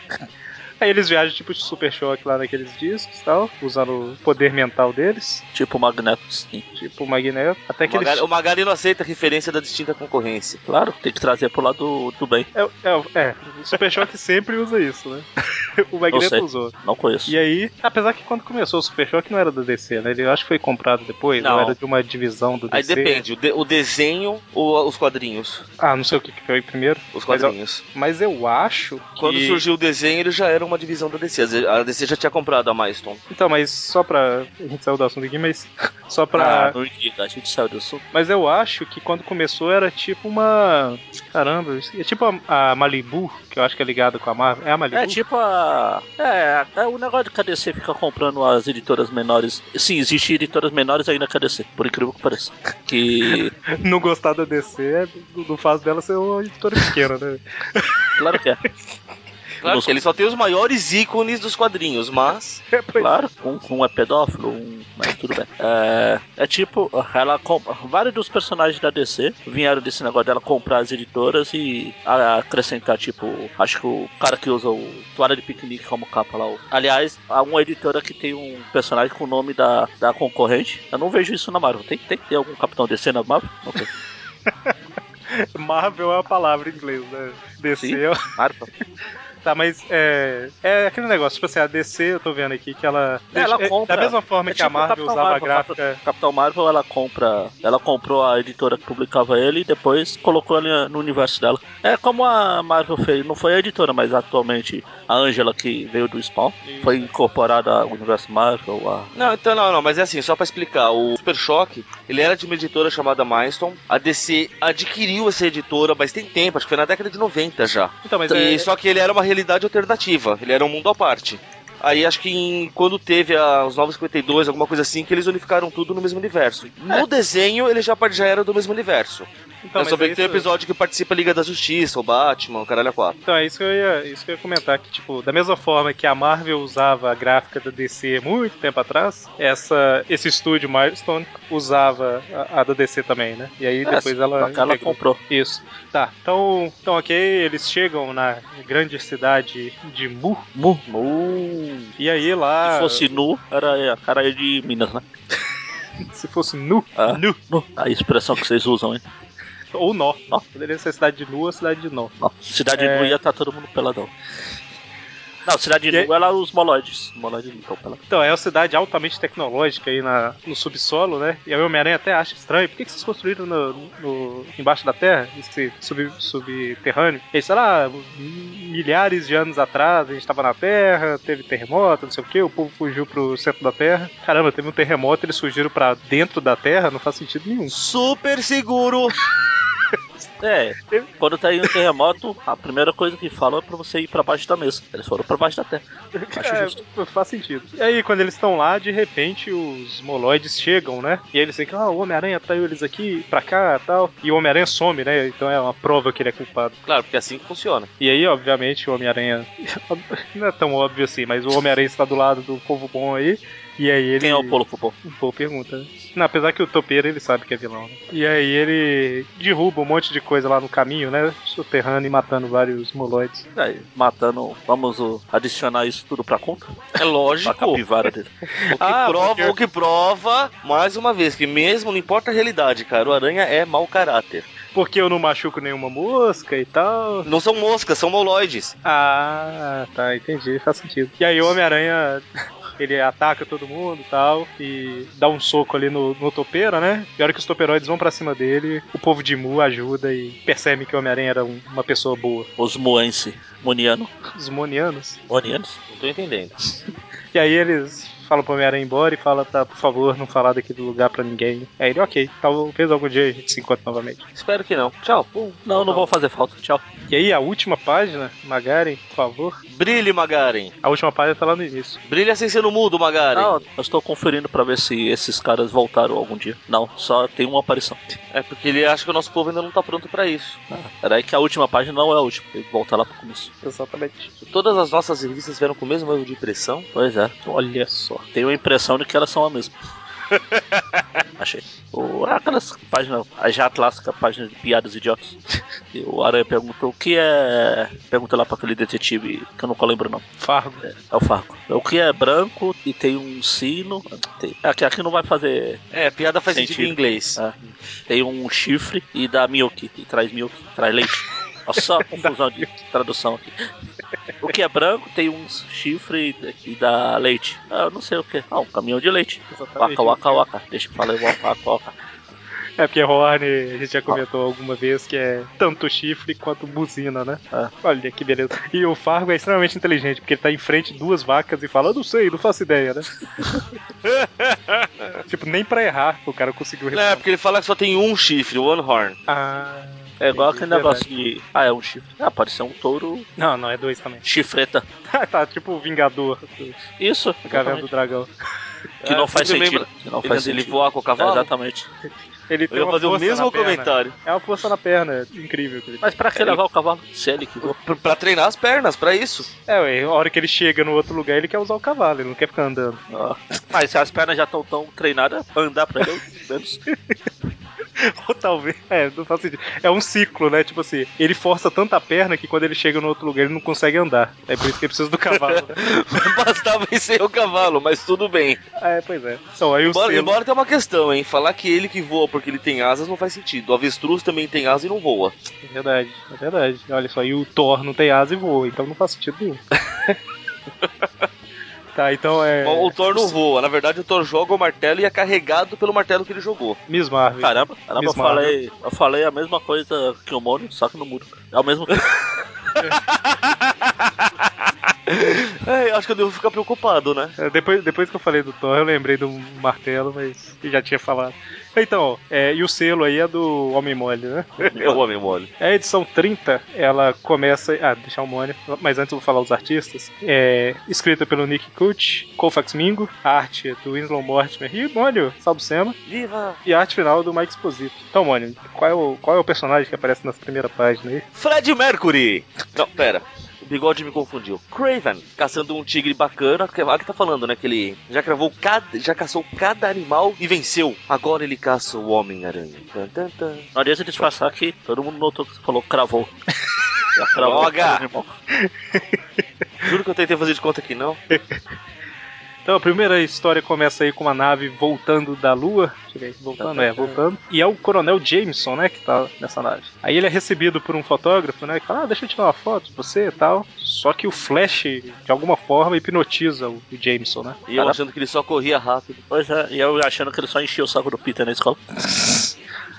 Speaker 1: Aí eles viajam tipo de super choque lá naqueles discos e tal, usando o poder mental deles.
Speaker 3: Tipo Magneto, sim.
Speaker 1: Tipo o Magneto. Até que
Speaker 4: O Magali,
Speaker 1: eles.
Speaker 4: o Magali não aceita a referência da distinta concorrência.
Speaker 3: Claro, tem que trazer pro lado do bem.
Speaker 1: É, é, é, o Super Choque sempre usa isso, né? O
Speaker 3: Eu sei.
Speaker 1: Magneto usou.
Speaker 3: Não conheço.
Speaker 1: E aí, apesar que quando começou o Super Choque não era da DC, né? Ele eu acho que foi comprado depois,
Speaker 4: Não.
Speaker 1: ou era de uma divisão do
Speaker 4: Aí
Speaker 1: DC.
Speaker 4: depende, o, de- o desenho ou os quadrinhos?
Speaker 1: Ah, não sei o que que foi primeiro.
Speaker 4: Os
Speaker 1: Mas eu-
Speaker 4: quadrinhos.
Speaker 1: Mas eu acho que.
Speaker 4: Quando surgiu o desenho, ele já era uma divisão da DC. A DC já tinha comprado a Milestone.
Speaker 1: Então, mas só pra. A gente saiu do assunto aqui, mas. Só pra.
Speaker 3: Ah, não diga, a gente saiu do sul.
Speaker 1: Mas eu acho que quando começou era tipo uma. Caramba, eu esque- é tipo a, a Malibu, que eu acho que é ligada com a Marvel. É a Malibu?
Speaker 3: É tipo a. É, é o negócio de KDC fica comprando as editoras menores. Sim, existe editoras menores ainda KDC, por incrível que pareça. Que.
Speaker 1: Não gostar da DC é do, do fato dela ser uma editora pequena, né?
Speaker 3: Claro que é.
Speaker 4: Claro
Speaker 3: Nos-
Speaker 4: que ele só tem os maiores ícones dos quadrinhos, mas.
Speaker 1: É, pois
Speaker 3: Claro, um, um é pedófilo, um. Mas tudo bem. É, é tipo, ela compra. Vários dos personagens da DC vieram desse negócio dela comprar as editoras e a- acrescentar, tipo, acho que o cara que usa o toalha de piquenique como capa lá. o- Aliás, há uma editora que tem um personagem com o nome da, da concorrente. Eu não vejo isso na Marvel. Tem, tem que ter algum Capitão DC na Marvel? Não tem.
Speaker 1: Marvel é uma palavra em inglês, né? DC
Speaker 3: Sim.
Speaker 1: é uma-
Speaker 3: Marvel.
Speaker 1: Tá, mas é, é aquele negócio, tipo assim, a DC, eu tô vendo aqui que ela.
Speaker 3: É, ela
Speaker 1: é-
Speaker 3: compra.
Speaker 1: Da mesma forma
Speaker 3: É
Speaker 1: que a
Speaker 3: tipo o
Speaker 1: Marvel
Speaker 3: Capitão
Speaker 1: usava
Speaker 3: Marvel,
Speaker 1: a gráfica.
Speaker 3: Capitão Marvel, ela compra. Ela comprou a editora que publicava ele e depois colocou ele no universo dela. É como a Marvel fez, não foi a editora, mas atualmente a Angela que veio do Spawn
Speaker 1: Isso.
Speaker 3: foi incorporada ao universo Marvel. A...
Speaker 4: Não, então não, não, mas é assim, só pra explicar, o Super Choque, ele era de uma editora chamada Milestone, a DC adquiriu essa editora, mas tem tempo, acho que foi na década de 90 já.
Speaker 1: Então, mas
Speaker 4: E-
Speaker 1: é,
Speaker 4: Só que ele era uma realidade alternativa, ele era um mundo à parte. Aí acho que em- quando teve a- os 952, alguma coisa assim, que eles unificaram tudo no mesmo universo. No desenho, ele já, par- já era do mesmo universo.
Speaker 1: então,
Speaker 4: é só
Speaker 1: mas
Speaker 4: ver
Speaker 1: é
Speaker 4: que tem um
Speaker 1: isso-
Speaker 4: episódio que participa a Liga da Justiça, o Batman, o Caralho 4.
Speaker 1: Então é isso que eu ia, isso que eu ia comentar, que tipo, da mesma forma que a Marvel usava a gráfica da DC muito tempo atrás, essa, esse estúdio Milestone usava a, a da DC também, né? E aí depois ela,
Speaker 3: só que É, tá, ela
Speaker 1: integrou.
Speaker 3: comprou.
Speaker 1: Isso. Tá, então, então ok, eles chegam na grande cidade de Mu,
Speaker 3: Mu.
Speaker 1: e aí
Speaker 3: Se
Speaker 1: lá,
Speaker 3: fosse nu, era a cara de Minas, né?
Speaker 1: se fosse Nu,
Speaker 3: Ah.
Speaker 1: Nu,
Speaker 3: Nu. A expressão que vocês usam, hein?
Speaker 1: ou Nó,
Speaker 3: Nó.
Speaker 1: poderia ser cidade de Nu ou cidade de Nó.
Speaker 3: Não. Cidade
Speaker 1: É.
Speaker 3: nu ia tá todo mundo peladão. Não, Cidade
Speaker 1: E aí-
Speaker 3: Lua, ela os moloides. Moloides limpam pra ela.
Speaker 1: Então, é uma cidade altamente tecnológica aí na, no subsolo, né? E aí o Homem-Aranha até acha estranho. Por que, que vocês construíram no, no- embaixo da terra, esse sub, subterrâneo? E aí, sei lá, milhares de anos atrás a gente tava na terra, teve terremoto, não sei o quê, o povo fugiu pro centro da terra. Caramba, teve um terremoto, eles fugiram pra dentro da terra, não faz sentido nenhum.
Speaker 4: Super seguro!
Speaker 3: É, quando tá aí um terremoto, a primeira coisa que falam é pra você ir pra baixo da mesa. Eles foram pra baixo da terra. Acho
Speaker 1: É,
Speaker 3: justo.
Speaker 1: faz sentido. E aí, quando eles estão lá, de repente os moloides chegam, né? E aí eles ficam, ah, o Homem-Aranha traiu eles aqui, pra cá tal. E o Homem-Aranha some, né? Então é uma prova que ele é culpado.
Speaker 4: Claro, porque é assim que funciona.
Speaker 1: E aí, obviamente, o Homem-Aranha. Não é tão óbvio assim, mas o Homem-Aranha está do lado do povo bom aí. E aí ele.
Speaker 3: Quem é o Polo Cupom?
Speaker 1: Boa pergunta. né? Não, apesar que o topeiro ele sabe que é vilão. Né? E aí ele derruba um monte de coisa lá no caminho, né? Soterrando e matando vários moloides.
Speaker 3: Aí, matando, vamos ó, adicionar isso tudo pra conta?
Speaker 4: É
Speaker 3: Pra
Speaker 4: lógico.
Speaker 3: capivara dele.
Speaker 4: O que,
Speaker 1: Ah,
Speaker 4: prova,
Speaker 1: porque-
Speaker 4: o que prova, mais uma vez, que mesmo não importa a realidade, cara, o aranha é mau caráter.
Speaker 1: Porque eu não machuco nenhuma mosca e tal.
Speaker 4: Não são moscas, são moloides.
Speaker 1: Ah, tá, entendi, faz sentido. E aí o Homem-Aranha, ele ataca todo mundo e tal, e dá um soco ali no, no topeira, né? E a hora que os toperoides vão pra cima dele, o povo de Mu ajuda e percebe que o Homem-Aranha era um- uma pessoa boa.
Speaker 3: Os Moense. Moniano.
Speaker 1: Os monianos.
Speaker 3: Monianos?
Speaker 4: Não tô entendendo.
Speaker 1: E aí eles falam pro Homem-Aranha ir embora e falam, tá, por favor, não falar daquele lugar pra ninguém. Aí ele, ok, talvez algum dia a gente se encontre novamente.
Speaker 4: Espero que não. Tchau. Pum.
Speaker 3: Não, não vou fazer falta. Tchau.
Speaker 1: E aí a última página, Magari, por favor.
Speaker 4: Brilhe, Magaren.
Speaker 1: A última página tá lá no início.
Speaker 4: Brilha sem ser no mudo, Magaren.
Speaker 3: Não, eu estou conferindo pra ver se esses caras voltaram algum dia. Não, só tem uma aparição.
Speaker 4: É porque ele acha que o nosso povo ainda não tá pronto pra isso.
Speaker 3: Era Ah, aí que a última página não é a última. Tem que voltar lá pro começo.
Speaker 1: Exatamente.
Speaker 4: Todas as nossas revistas vieram com o mesmo erro de impressão.
Speaker 3: Pois é.
Speaker 1: Olha só.
Speaker 3: Tenho a impressão de que elas são a mesma. Achei. O, aquelas páginas, a já clássica página de piadas idiotas. E o Aranha perguntou o que é. Pergunta lá pra aquele detetive, que eu não lembro o nome.
Speaker 1: Fargo.
Speaker 3: É o Farco. O que é branco e tem um sino. Tem, aqui, aqui não vai fazer.
Speaker 4: É, piada faz sentido,
Speaker 3: Sentido.
Speaker 4: em inglês.
Speaker 3: é. tem um chifre e dá milk. E traz milk, traz leite. Olha só a confusão de tradução aqui. O que é branco tem um chifre e e dá leite. Ah, eu não sei o que. Ah, um caminhão de leite.
Speaker 1: Exatamente.
Speaker 3: Waka, waka, waka. Deixa eu falar igual waka, waka.
Speaker 1: É porque Horn, a
Speaker 4: Ah.
Speaker 1: gente já comentou alguma vez que é tanto chifre quanto buzina, né?
Speaker 3: Ah.
Speaker 4: É.
Speaker 1: Olha que beleza. E o Fargo é extremamente inteligente, porque ele tá em frente de duas vacas e fala, eu não sei, não faço ideia, né? tipo, nem pra errar o cara conseguiu
Speaker 4: É,
Speaker 1: responder.
Speaker 4: porque ele fala que só tem um chifre, one horn.
Speaker 1: Ah,
Speaker 3: É igual
Speaker 1: entendi,
Speaker 3: aquele negócio de. Ah, é um chifre. Ah, pode ser um touro
Speaker 1: verdade. Não, não, é dois também.
Speaker 3: chifreta.
Speaker 1: tá tipo o Vingador,
Speaker 3: Isso.
Speaker 1: a caverna do
Speaker 3: exatamente.
Speaker 1: dragão.
Speaker 3: Que não faz
Speaker 4: sempre
Speaker 3: sentido.
Speaker 4: lembra-
Speaker 3: Que não
Speaker 4: ele-
Speaker 3: faz
Speaker 4: Ele
Speaker 3: sentido.
Speaker 4: voa com o
Speaker 3: É,
Speaker 4: cavalo?
Speaker 3: exatamente.
Speaker 1: Ele
Speaker 4: Eu
Speaker 1: tem
Speaker 4: ia
Speaker 1: uma
Speaker 4: fazer o
Speaker 1: força
Speaker 4: mesmo
Speaker 1: na perna.
Speaker 4: comentário.
Speaker 1: É uma força na perna, incrível. Que ele
Speaker 3: Mas pra que
Speaker 4: É,
Speaker 3: levar o cavalo? Se ele que voa.
Speaker 4: Pra, pra treinar as pernas, pra isso.
Speaker 1: É, ué, a hora que ele chega no outro lugar, ele quer usar o cavalo, ele não quer ficar andando.
Speaker 3: Ah, Mas se as pernas já estão tão treinadas, andar pra ele, menos.
Speaker 1: Ou talvez. É, não faz sentido. É um ciclo, né? Tipo assim, ele força tanta perna que quando ele chega no outro lugar ele não consegue andar. É por isso que ele precisa do cavalo. né?
Speaker 4: Bastava vencer o cavalo, mas tudo bem.
Speaker 1: é, pois é. Então, aí o
Speaker 4: Embora,
Speaker 1: selo-
Speaker 4: embora tenha uma questão, hein? Falar que ele que voa porque ele tem asas não faz sentido. O avestruz também tem asa e não voa.
Speaker 1: É verdade, é verdade. Olha só, e o Thor não tem asa e voa, então não faz sentido nenhum. tá, então é.
Speaker 4: O, o Thor não voa. Na verdade, o Thor joga o martelo e é carregado pelo martelo que ele jogou.
Speaker 1: Miss Marvel.
Speaker 3: Caramba, caramba eu,
Speaker 1: Miss Marvel.
Speaker 3: falei, eu falei a mesma coisa que o Mônio, só que no muro. É o mesmo tempo.
Speaker 4: É, eu acho que eu devo ficar preocupado, né?
Speaker 1: É, Depois, depois que eu falei do Thor, eu lembrei do martelo, mas eu já tinha falado. Então, é, e o selo aí é do Homem Mole, né?
Speaker 4: É o homem mole.
Speaker 1: A edição 30, ela começa. Ah, deixar o Mônio, mas antes eu vou falar os artistas. É escrita pelo Nick Cooch, Colfax Mingo, a arte é do Winslow Mortimer e Mônio, Salbucema,
Speaker 4: Viva!
Speaker 1: e a arte final é do Mike Exposito. Então, Mônio, qual é o, qual é o personagem que aparece nas primeiras páginas aí?
Speaker 4: Fred Mercury! Não, pera. O bigode me confundiu. Craven, caçando um tigre bacana. que é lá que tá falando, né? Que ele já cravou cada. já caçou cada animal e venceu. Agora ele caça o Homem-Aranha. Tan, tan, tan.
Speaker 3: Não adianta disfarçar que todo mundo notou que você falou cravou. Já cravou
Speaker 4: Droga!
Speaker 3: aquele animal.
Speaker 4: Juro que eu tentei fazer de conta que não.
Speaker 1: Então a primeira história começa aí com uma nave voltando da Lua. Deixa eu ver, voltando, é, voltando. E é o Coronel Jameson, né, que tá nessa nave. Aí ele é recebido por um fotógrafo, né, que fala, ah, deixa eu tirar uma foto de você e tal. Só que o Flash, de alguma forma, hipnotiza o, o Jameson, né?
Speaker 4: E eu achando que ele só corria rápido.
Speaker 3: Pois é, e eu achando que ele só enchia o saco do Peter na escola.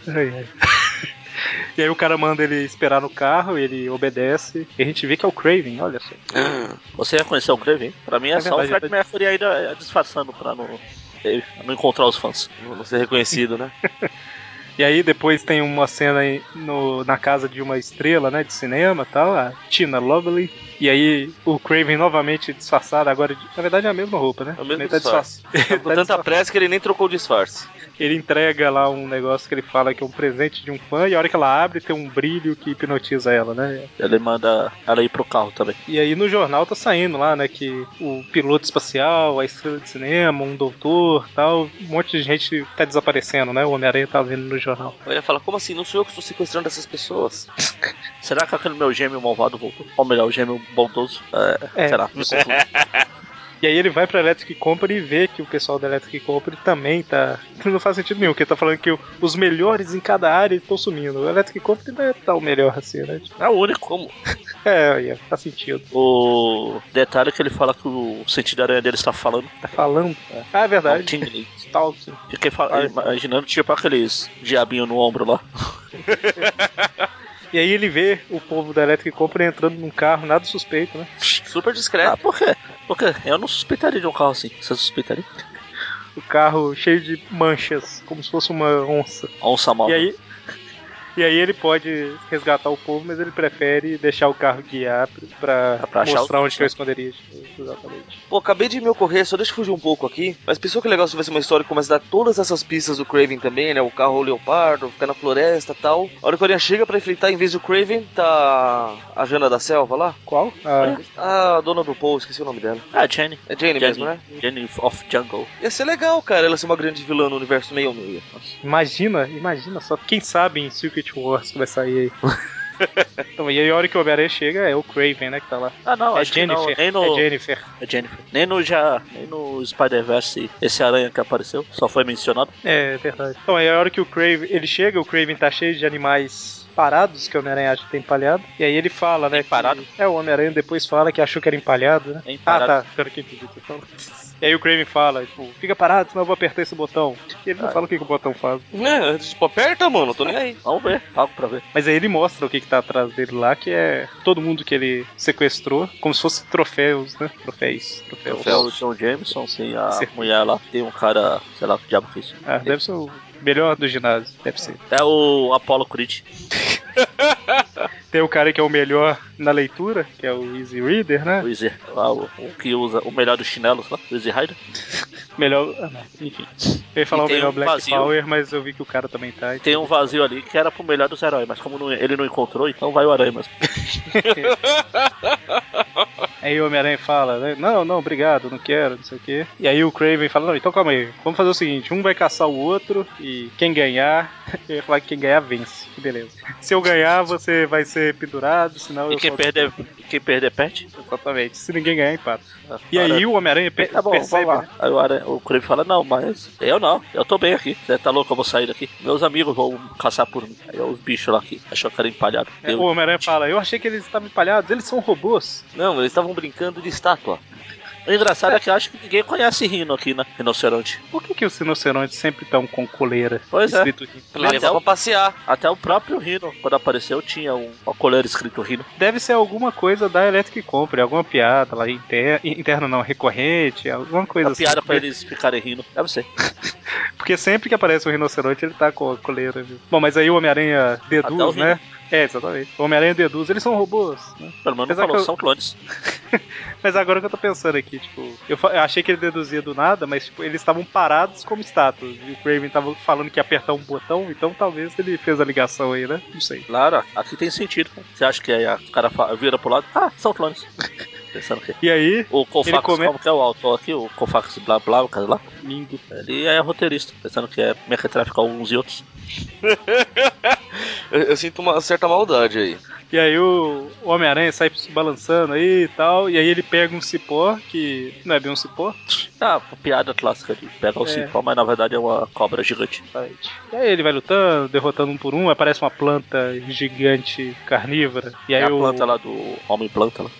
Speaker 1: Ai, ai. E aí o cara manda ele esperar no carro, ele obedece, e a gente vê que é o Craven, olha só.
Speaker 3: Você reconheceu o Craven? Pra mim é,
Speaker 1: É
Speaker 3: só
Speaker 1: verdade,
Speaker 3: o Fred
Speaker 1: eu tô-
Speaker 3: Mercury ainda é, disfarçando pra não, ele não encontrar os fãs.
Speaker 4: Não ser reconhecido, né?
Speaker 1: E aí depois tem uma cena aí no, na casa de uma estrela, né, de cinema e tal, a Tina Lovely. E aí o Craven novamente disfarçado, agora de- na verdade é a mesma roupa, né?
Speaker 4: É o mesmo
Speaker 1: Ele tá
Speaker 4: disfarce. Tá com
Speaker 1: Tá
Speaker 4: tanta pressa que ele nem trocou o disfarce.
Speaker 1: Ele entrega lá um negócio que ele fala que é um presente de um fã e a hora que ela abre tem um brilho que hipnotiza ela, né?
Speaker 3: Ele manda ela ir pro carro também.
Speaker 1: E aí no jornal tá saindo lá, né, que o piloto espacial, a estrela de cinema, um doutor, tal, um monte de gente tá desaparecendo, né? O Homem-Aranha tá vendo no jornal.
Speaker 4: Eu ia falar, como assim? Não sou eu que estou sequestrando essas pessoas.
Speaker 3: Será que aquele meu gêmeo malvado voltou? Ou melhor, o gêmeo bondoso? É,
Speaker 1: É.
Speaker 3: Será? Me confundo.
Speaker 1: E aí ele vai pra Electric Company e vê que o pessoal da Electric Company também tá. Não faz sentido nenhum, porque tá falando que o- os melhores em cada área estão sumindo. O Electric Company não é tal melhor assim, né? Tipo,
Speaker 3: é o único. Como?
Speaker 1: É, aí, ó, faz sentido.
Speaker 3: O detalhe é que ele fala que o sentido da aranha dele está falando. um
Speaker 1: Tá falando. cara. Ah, é
Speaker 3: É um
Speaker 1: verdade.
Speaker 3: tingling.
Speaker 1: Talking.
Speaker 3: Fiquei fa- imaginando tipo aqueles diabinho no ombro lá.
Speaker 1: E aí ele vê o povo da Electric Company entrando num carro, nada suspeito, né?
Speaker 4: Super
Speaker 3: Ah,
Speaker 4: discreto.
Speaker 3: por quê? Por quê? Eu não suspeitaria de um carro assim. Você suspeitaria?
Speaker 1: O carro cheio de manchas, como se fosse uma onça.
Speaker 3: Onça mal.
Speaker 1: E aí. E aí ele pode resgatar o povo, mas ele prefere deixar o carro guiar pra,
Speaker 3: Pra achar
Speaker 1: mostrar
Speaker 3: o-
Speaker 1: onde que é o esconderijo. Exatamente.
Speaker 4: Pô, acabei de me ocorrer, só deixa eu fugir um pouco aqui. Mas pensou que legal se tivesse uma história que começa a dar todas essas pistas do Craven também, né? O carro leopardo, ficar na floresta e tal. A hora que a Aranha chega pra enfrentar, em vez do Craven, tá a Jana da Selva lá.
Speaker 1: Qual? Ah,
Speaker 4: A dona do Paul, esqueci o nome dela.
Speaker 3: Ah, Jenny.
Speaker 4: É
Speaker 3: Jenny,
Speaker 4: Jane mesmo, né?
Speaker 3: Jenny of Jungle.
Speaker 4: Ia ser legal, cara, ela ser uma grande vilã no universo meio meia.
Speaker 1: É. imagina, imagina só. Quem sabe em Secret Wars que vai sair aí. então, e aí a hora que o Homem-Aranha chega é o Craven, né, que tá lá.
Speaker 3: Ah, não,
Speaker 1: é
Speaker 3: acho
Speaker 1: Jennifer.
Speaker 3: que não. Nem no,
Speaker 1: É Jennifer.
Speaker 3: é Jennifer. Nem no já. Nem no Spider-Verse esse aranha que apareceu. Só foi mencionado.
Speaker 1: É, verdade. Então, aí a hora que o Craven, ele chega, o Craven tá cheio de animais parados, que o Homem-Aranha acha que tem empalhado. E aí ele fala, né? que-
Speaker 3: Empalhado?
Speaker 1: é, o Homem-Aranha depois fala que achou que era empalhado, né?
Speaker 3: É empalhado.
Speaker 1: Ah, tá. Agora que eu entendi o que você falou. E aí o Craven fala, tipo, fica parado, senão eu vou apertar esse botão. E
Speaker 3: Ah.
Speaker 1: ele não fala o que, que o botão faz.
Speaker 4: É, tipo, aperta, mano, tô nem aí.
Speaker 3: Vamos ver. Pago pra ver.
Speaker 1: Mas aí ele mostra o que, que tá atrás dele lá, que é todo mundo que ele sequestrou, como se fosse troféus, né? Troféis. Troféus.
Speaker 3: Tem o John Jameson, tem a
Speaker 1: Sim.
Speaker 3: mulher lá. Tem um cara, sei lá, que diabo que é isso.
Speaker 1: Ah, deve ser o melhor do ginásio, deve ser.
Speaker 3: É o Apollo Creed.
Speaker 1: Tem o cara que é o melhor na leitura, que é o Easy Reader, né?
Speaker 3: O, Easy, lá, o, o que usa o melhor dos chinelos lá. O Easy Rider.
Speaker 1: Melhor. ah, não. Enfim. Eu ia falar
Speaker 3: E
Speaker 1: o
Speaker 3: tem
Speaker 1: melhor
Speaker 3: um
Speaker 1: Black
Speaker 3: vazio.
Speaker 1: Power, mas eu vi que o cara também tá. então-
Speaker 3: Tem um vazio ali que era pro melhor dos heróis. Mas como não- ele não encontrou, então vai o aranha mesmo.
Speaker 1: Aí o Homem-Aranha fala, né? Não, não, obrigado, não quero, não sei o quê. E aí o Craven fala, não, então calma aí, vamos fazer o seguinte, um vai caçar o outro e quem ganhar, eu ia falar que quem ganhar vence. Que beleza. Se eu ganhar, você vai ser pendurado, senão
Speaker 3: E
Speaker 1: eu
Speaker 3: quem
Speaker 1: só-
Speaker 3: perder, e quem perder perde. é
Speaker 1: Exatamente. Se ninguém ganhar, empata.
Speaker 3: Ah,
Speaker 1: E
Speaker 3: aranha.
Speaker 1: aí o Homem-Aranha pe-
Speaker 3: Tá bom,
Speaker 1: percebe,
Speaker 3: vamos
Speaker 1: né?
Speaker 3: lá. Aí o, Aranha- o Craven fala, não, mas eu não, eu tô bem aqui. Você tá louco, eu vou sair daqui. Meus amigos vão caçar por mim. Aí os bichos lá que achou que era empalhado.
Speaker 1: É,
Speaker 3: Eu-
Speaker 1: O Homem-Aranha fala, eu achei que eles estavam empalhados, eles são robôs.
Speaker 4: Não, eles estavam brincando de estátua.
Speaker 3: O engraçado é que eu acho que ninguém conhece rino aqui, né? Rinoceronte.
Speaker 1: Por que, que os rinocerontes sempre estão com coleira?
Speaker 3: Pois é.
Speaker 1: escrito aqui?
Speaker 4: Pra levar
Speaker 3: Até o-
Speaker 4: pra passear.
Speaker 3: Até o próprio rino, quando apareceu, tinha um, uma coleira escrito rino.
Speaker 1: Deve ser alguma coisa da Electric Company, alguma piada lá interna, interna não, recorrente, alguma coisa
Speaker 3: Uma
Speaker 1: assim.
Speaker 3: piada pra
Speaker 1: porque,
Speaker 3: eles ficarem rindo. É Deve ser.
Speaker 1: porque sempre que aparece um rinoceronte, ele tá com a coleira. Viu? Bom, mas aí o Homem-Aranha
Speaker 3: Até o
Speaker 1: deduz, né? É, exatamente. O Homem-Aranha deduz, eles são robôs. né?
Speaker 3: Pelo menos
Speaker 1: Apesar
Speaker 3: não falou,
Speaker 1: que eu-
Speaker 3: são clones.
Speaker 1: Mas agora que eu tô pensando aqui, tipo, eu, fa- eu achei que ele deduzia do nada, mas tipo, eles estavam parados como estátuas. E o Craven tava falando que ia apertar um botão, então talvez ele fez a ligação aí, né? Não sei.
Speaker 3: Claro, aqui tem sentido. Você acha que aí a- o cara fa- vira pro lado? Ah, são clones. pensando que.
Speaker 1: E aí,
Speaker 3: O Kofax,
Speaker 1: Ele come-
Speaker 3: como que é o autor aqui? O Kofax blá blá, o cara lá.
Speaker 1: Mingo.
Speaker 3: Ele é roteirista, pensando que é mequetráfico alguns e outros.
Speaker 4: Eu, eu sinto uma certa maldade aí.
Speaker 1: E aí o o Homem-Aranha sai se balançando aí e tal. E aí ele pega um cipó, que não é bem um cipó.
Speaker 3: Ah, piada clássica de pegar o
Speaker 1: É.
Speaker 3: cipó, mas na verdade é uma cobra gigante.
Speaker 1: Exatamente. E aí ele vai lutando, derrotando um por um, aparece uma planta gigante carnívora. E aí
Speaker 3: é a
Speaker 1: o,
Speaker 3: planta lá do Homem Planta lá.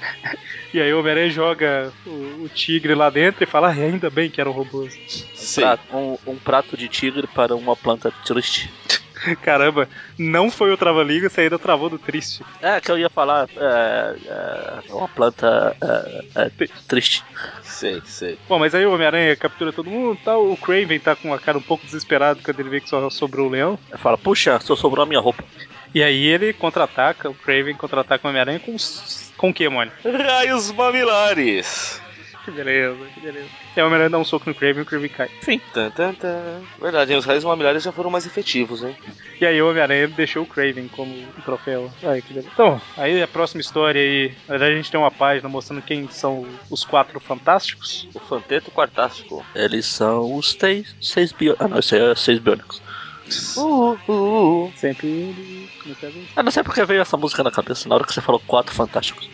Speaker 1: E aí o Homem-Aranha joga o, o tigre lá dentro e fala, ah, ainda bem que eram robôs.
Speaker 4: Sei.
Speaker 3: Prato- um, um prato de tigre para uma planta triste.
Speaker 1: Caramba, não foi o Trava-Liga, você ainda travou do triste.
Speaker 3: É, que eu ia falar, é, é, uma planta é, é, triste.
Speaker 4: Sei, sei.
Speaker 1: Bom, mas aí o Homem-Aranha captura todo mundo e tal. O Craven tá com a cara um pouco desesperado quando ele vê que só sobrou o leão.
Speaker 3: Fala, puxa, só sobrou a minha roupa.
Speaker 1: E aí ele contra-ataca, o Craven contra-ataca o Homem-Aranha com... s- Com o que, Mônica?
Speaker 4: Raios mamilares.
Speaker 1: Que beleza, que beleza. E aí o Homem-Aranha dá um soco no Craven e o Craven cai.
Speaker 4: Tan, tan, tan. Verdade, hein? Os raios mamilares já foram mais efetivos, hein?
Speaker 1: E aí o Homem-Aranha deixou o Craven como um troféu. Ai, que beleza. Então, aí a próxima história aí. Na verdade, a gente tem uma página mostrando quem são os quatro fantásticos.
Speaker 4: O Fanteto Quartástico.
Speaker 3: Eles são os seis, seis biônicos. Ah, não, isso aí é seis biônicos.
Speaker 4: Uh, uh, uh, uh.
Speaker 1: Sempre ele. como é que é?
Speaker 3: Ah, não sei porque veio essa música na cabeça na hora que você falou quatro fantásticos.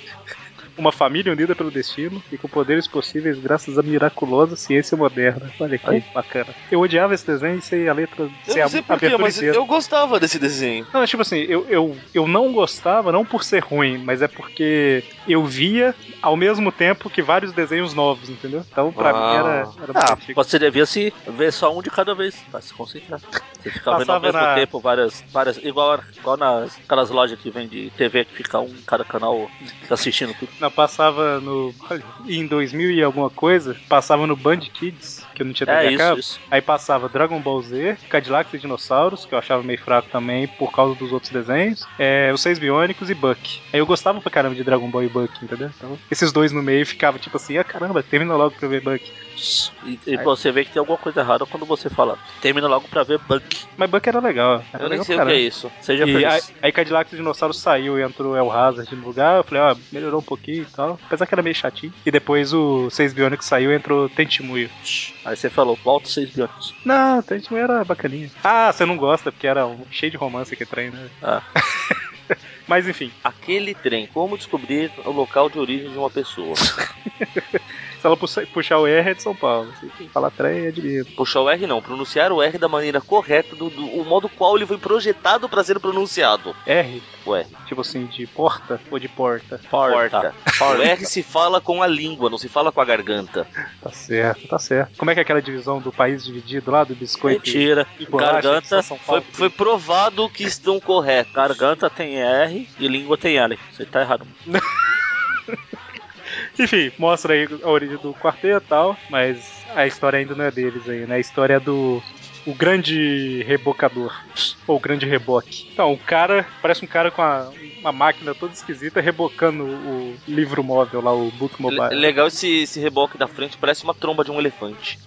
Speaker 1: Uma família unida pelo destino e com poderes possíveis graças à miraculosa ciência moderna. Olha que
Speaker 3: Ai.
Speaker 1: bacana. Eu odiava esse desenho sem a letra,
Speaker 4: Eu
Speaker 1: sem a
Speaker 4: não sei porquê,
Speaker 1: abertura
Speaker 4: mas
Speaker 1: inteira.
Speaker 4: eu gostava desse desenho.
Speaker 1: Não, é tipo assim, eu, eu, eu não gostava, não por ser ruim, mas é porque eu via ao mesmo tempo que vários desenhos novos, entendeu? Então pra
Speaker 4: Ah.
Speaker 1: mim era, era muito
Speaker 3: Ah,
Speaker 1: antigo.
Speaker 3: você devia se ver só um de cada vez, pra se concentrar. Você ficava vendo ao
Speaker 1: Passava
Speaker 3: mesmo
Speaker 1: na-
Speaker 3: tempo várias, várias. Igual, igual nas aquelas lojas que vende TV que fica um em cada canal assistindo tudo.
Speaker 1: Não, passava no. olha, Em 2000 e alguma coisa, passava no Band Kids, que eu não tinha TV
Speaker 3: É
Speaker 1: a cabo.
Speaker 3: isso, isso.
Speaker 1: Aí passava Dragon Ball Z, Cadillacs e Dinossauros, que eu achava meio fraco também por causa dos outros desenhos, é, os Seis Biônicos e Buck. Aí eu gostava pra caramba de Dragon Ball e Buck, entendeu? Então, esses dois no meio ficava tipo assim, ah caramba, termina logo pra eu ver Buck.
Speaker 3: E, e você vê que tem alguma coisa errada quando você fala. Termina logo pra ver Buck.
Speaker 1: Mas Buck era legal, era
Speaker 4: Eu nem
Speaker 1: legal
Speaker 4: sei
Speaker 1: pra
Speaker 4: o que é
Speaker 1: caramba.
Speaker 4: isso.
Speaker 3: Seja
Speaker 1: E aí,
Speaker 3: feliz.
Speaker 1: aí Cadillacs e Dinossauros saiu e entrou El Hazard no lugar. Eu falei, ó, melhorou um pouquinho e tal. Apesar que era meio chatinho. E depois o Seis Biônicos saiu e entrou Tentimuyo.
Speaker 3: Aí você falou, volta seis biônicos.
Speaker 1: Não, Tentman era bacaninha. Ah, você não gosta, porque era um- cheio de romance que trem, né?
Speaker 3: Ah.
Speaker 1: Mas enfim,
Speaker 4: Aquele trem, como descobrir o local de origem de uma pessoa?
Speaker 1: se ela puxa- puxar o R é de São Paulo. Se falar trem é de Minas.
Speaker 4: Puxar o R não, pronunciar o R da maneira correta, do, do- o modo qual ele foi projetado pra ser pronunciado.
Speaker 1: R,
Speaker 4: O R.
Speaker 1: tipo assim, de porta ou de porta?
Speaker 4: Porta. O R se fala com a língua, não se fala com a garganta.
Speaker 1: Tá certo, tá certo. Como é que é aquela divisão do país dividido lá, do biscoito? e-
Speaker 3: Mentira.
Speaker 1: e bolacha, que
Speaker 3: Garganta
Speaker 1: só São
Speaker 4: Foi,
Speaker 1: Paulo
Speaker 4: foi provado que estão corretos.
Speaker 3: Garganta tem R e língua tem L. Você tá errado.
Speaker 1: Enfim, mostra aí a origem do quarteto e tal, mas a história ainda não é deles aí, né? A história é do. O grande rebocador. Ou o grande reboque. Então, o cara. Parece um cara com a- uma máquina toda esquisita rebocando o livro móvel lá, o book
Speaker 4: Le- é
Speaker 1: mobile.
Speaker 4: legal esse, esse reboque da frente, parece uma tromba de um elefante.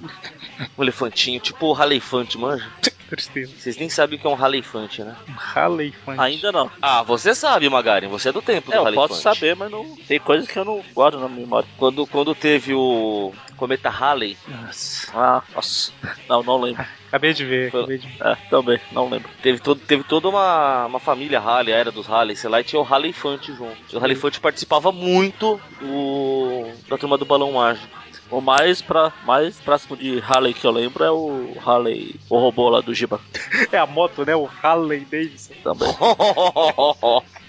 Speaker 4: Um elefantinho, tipo o raleifante, manja.
Speaker 1: Tristeza.
Speaker 4: Vocês nem sabem o que é um raleifante, né?
Speaker 1: Um raleifante.
Speaker 3: Ainda não.
Speaker 4: Ah, você sabe, Magaren, você é do tempo
Speaker 3: É,
Speaker 4: do
Speaker 3: eu
Speaker 4: raleifante.
Speaker 3: posso saber, mas não. Tem coisas que eu não guardo na memória.
Speaker 4: Quando, quando teve o cometa Halley,
Speaker 1: Nossa.
Speaker 3: Ah, nossa. Não, não lembro.
Speaker 1: Acabei de ver,
Speaker 4: Foi-
Speaker 1: acabei de ver.
Speaker 3: É, também, não lembro.
Speaker 4: Teve, todo, teve toda uma, uma família Halley, a era dos Halley, sei lá, e tinha o Halleyfante junto. O Halleyfante participava muito do, da turma do Balão Mágico.
Speaker 3: O mais, pra, mais próximo de Harley que eu lembro é o Harley, o robô lá do Giba.
Speaker 1: É a moto, né? O Harley Davidson.
Speaker 3: Também.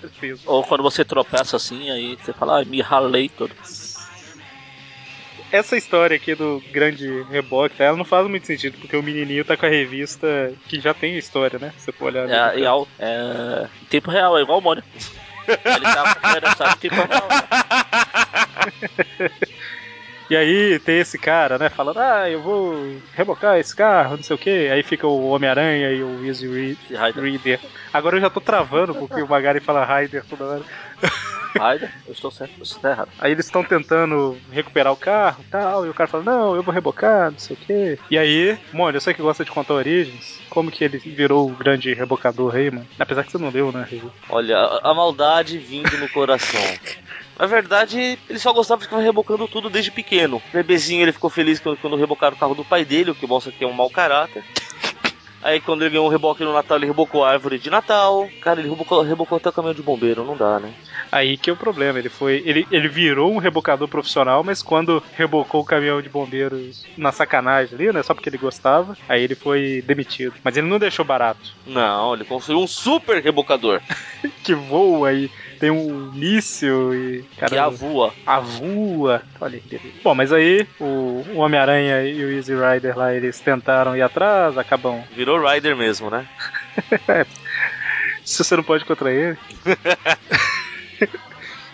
Speaker 1: Tristeza.
Speaker 3: Ou quando você tropeça assim, aí você fala, ah, me ralei todo.
Speaker 1: Essa história aqui do grande reboque, tá? ela não faz muito sentido, porque o menininho tá com a revista que já tem a história, né? Se você for olhar. ali no
Speaker 3: É, em al- é, em tempo real, é igual o Mônio. Ele tá conversando em tempo real.
Speaker 1: E aí tem esse cara, né, falando, ah, eu vou rebocar esse carro, não sei o quê. Aí fica o Homem-Aranha e o Easy Read-
Speaker 3: Esse Rider.
Speaker 1: Reader. Agora eu já tô travando porque o Magari fala Rider toda hora.
Speaker 3: Raida, eu estou certo, você está errado.
Speaker 1: Aí eles estão tentando recuperar o carro e tal, e o cara fala, não, eu vou rebocar, não sei o quê. E aí, mano, eu sei que gosta de contar origens, como que ele virou o grande rebocador aí, mano? Apesar que você não leu, né, Regi?
Speaker 4: Olha, a, a maldade vindo no coração. Na verdade, ele só gostava de ficar rebocando tudo desde pequeno. Bebezinho, ele ficou feliz quando, quando rebocaram o carro do pai dele, o que mostra que é um mau caráter. Aí quando ele ganhou um reboque no Natal, ele rebocou a árvore de Natal. Cara, ele rebocou, rebocou até o caminhão de bombeiro, não dá, né?
Speaker 1: Aí que é o problema, ele foi. Ele, ele virou um rebocador profissional, mas quando rebocou o caminhão de bombeiros na sacanagem ali, né? Só porque ele gostava, aí ele foi demitido. Mas ele não deixou barato.
Speaker 4: Não, ele construiu um super rebocador.
Speaker 1: Que voa aí, tem um míssil e.
Speaker 4: que é a voa.
Speaker 1: a voa. Olha que delícia. Bom, mas aí o, o Homem-Aranha e o Easy Rider lá, eles tentaram ir atrás, acabam.
Speaker 4: Virou Rider mesmo, né?
Speaker 1: Se você não pode contra ele.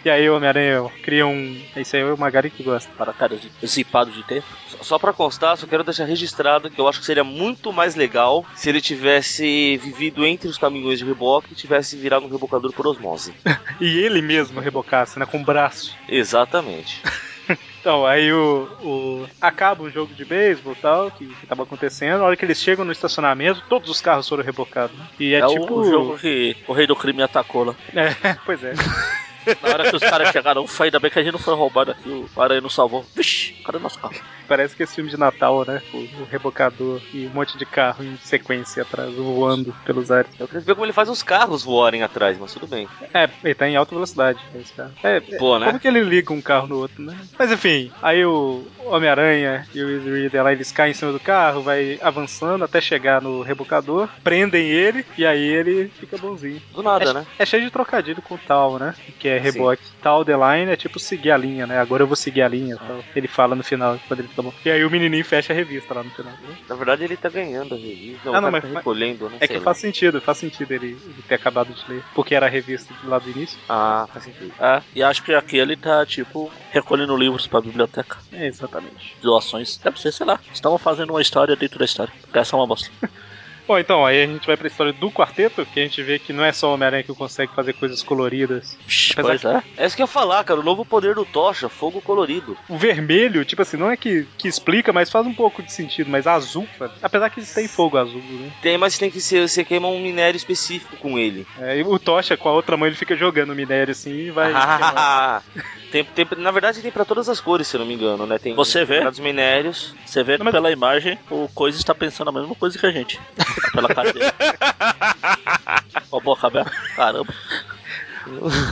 Speaker 1: E aí o Homem-Aranha cria um. Isso aí é o Magari que gosta.
Speaker 3: Para cara de, zipado de tempo.
Speaker 4: Só- Só pra constar, só quero deixar registrado que eu acho que seria muito mais legal se ele tivesse vivido entre os caminhões de reboque e tivesse virado um rebocador por osmose.
Speaker 1: E ele mesmo rebocasse, né? Com o braço.
Speaker 4: Exatamente.
Speaker 1: Então, aí o, o- acaba o jogo de beisebol e tal, que, que tava acontecendo. Na hora que eles chegam no estacionamento, todos os carros foram rebocados. né? E é,
Speaker 3: É,
Speaker 1: tipo.
Speaker 3: o jogo que o rei do crime atacou lá.
Speaker 1: É, pois é.
Speaker 3: Na hora que os caras chegaram, ufa, ainda bem que a gente não foi roubado aqui, o aranha não salvou. Vixe, cadê nosso carro?
Speaker 1: Parece que esse filme de Natal, né? O, o rebocador e um monte de carro em sequência atrás, voando pelos ares.
Speaker 4: Eu queria ver como ele faz os carros voarem atrás, mas tudo bem.
Speaker 1: É, ele tá em alta velocidade, esse carro. É, é,
Speaker 4: Pô, né?
Speaker 1: Como que ele liga um carro no outro, né? Mas enfim, aí o Homem-Aranha e o Easy Reader lá, eles caem em cima do carro, vai avançando até chegar no rebocador, prendem ele e aí ele fica bonzinho.
Speaker 4: Do
Speaker 1: É,
Speaker 4: nada, né?
Speaker 1: é cheio de trocadilho com tal, né? Que é reboque. Tal the line é tipo seguir a linha, né? Agora eu vou seguir a linha. Tal. Ele fala no final quando ele toma. E aí o menininho fecha a revista lá no final.
Speaker 4: Na verdade, ele tá ganhando a revista. Não,
Speaker 1: Ah,
Speaker 4: o
Speaker 1: não,
Speaker 4: cara
Speaker 1: mas-
Speaker 4: tá
Speaker 1: mas-
Speaker 4: recolhendo, né?
Speaker 1: É
Speaker 4: Sei
Speaker 1: que
Speaker 4: lá.
Speaker 1: faz sentido, faz sentido ele, ele ter acabado de ler, porque era a revista lá do início.
Speaker 4: Ah, faz sentido.
Speaker 3: É, e acho que aqui ele tá, tipo, recolhendo livros pra biblioteca,
Speaker 1: É, exatamente.
Speaker 3: doações. Deve ser, sei lá, estavam fazendo uma história dentro da história. Porque Essa é uma bosta.
Speaker 1: Bom, então, aí a gente vai pra história do quarteto, que a gente vê que não é só o Homem-Aranha que consegue fazer coisas coloridas.
Speaker 3: Vixe,
Speaker 1: Apesar
Speaker 3: pois é.
Speaker 4: É isso que eu ia falar, cara. O novo poder do Tocha, fogo colorido.
Speaker 1: O vermelho, tipo assim, não é que, que explica, mas faz um pouco de sentido, mas azul, cara, apesar que tem fogo azul, né?
Speaker 4: Tem, mas tem que ser. Você queima um minério específico com ele.
Speaker 1: É, e o Tocha, com a outra mão, ele fica jogando minério assim e vai. queimando.
Speaker 4: tem, tem, na verdade, tem pra todas as cores, se eu não me engano, né? Tem
Speaker 3: Você vê?
Speaker 4: Dos minérios.
Speaker 3: Você vê
Speaker 1: Não, mas-
Speaker 3: pela imagem, o Coisa está pensando a mesma coisa que a gente. Pela cara dele. Com a boca aberta. Caramba.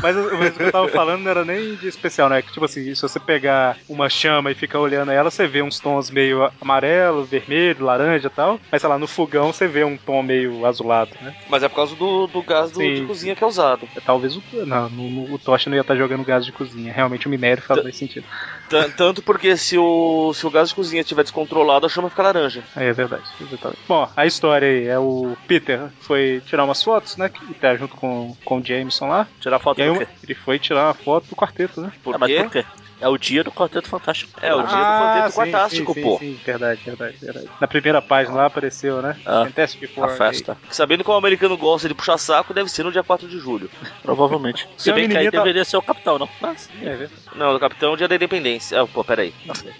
Speaker 1: mas, o- mas o que eu tava falando não era nem de especial, né? Que, tipo assim, se você pegar uma chama e ficar olhando ela, você vê uns tons meio amarelo, vermelho, laranja e tal. Mas sei lá, no fogão você vê um tom meio azulado, né?
Speaker 4: Mas é por causa do, do gás do,
Speaker 1: Sim.
Speaker 4: de cozinha que é usado.
Speaker 1: Talvez o. Não, no- no- o Tocha não ia estar jogando gás de cozinha. Realmente o minério faz
Speaker 4: Tá.
Speaker 1: mais sentido.
Speaker 4: Tan- tanto porque se o, se o gás de cozinha estiver descontrolado, a chama fica laranja.
Speaker 1: É, é verdade, exatamente. Bom, a história aí é o Peter foi tirar umas fotos, né? Que tá junto com, com o Jameson lá.
Speaker 3: Tirar foto
Speaker 1: E aí um-
Speaker 3: do
Speaker 1: uma-
Speaker 3: quê?
Speaker 1: ele foi tirar uma foto do quarteto, né?
Speaker 4: Por
Speaker 3: é, mas
Speaker 4: quê?
Speaker 3: por quê? É o dia do Quarteto Fantástico. Ah,
Speaker 4: É, o dia do quarteto fantástico,
Speaker 1: Ah, sim,
Speaker 4: pô.
Speaker 1: Sim, verdade, verdade, verdade. Na primeira página lá apareceu, né?
Speaker 3: Ah,
Speaker 1: Fantastic
Speaker 3: A
Speaker 1: Four.
Speaker 3: festa.
Speaker 4: Sabendo que o americano gosta de puxar saco, deve ser no dia 4 de julho.
Speaker 3: Provavelmente. Se
Speaker 1: Tem uma
Speaker 3: bem que aí
Speaker 1: menininha tá-
Speaker 3: deveria ser o capitão, não? Mas,
Speaker 1: aí. É, verdade.
Speaker 4: Não, do capitão, dia da independência. Ah, pô, peraí.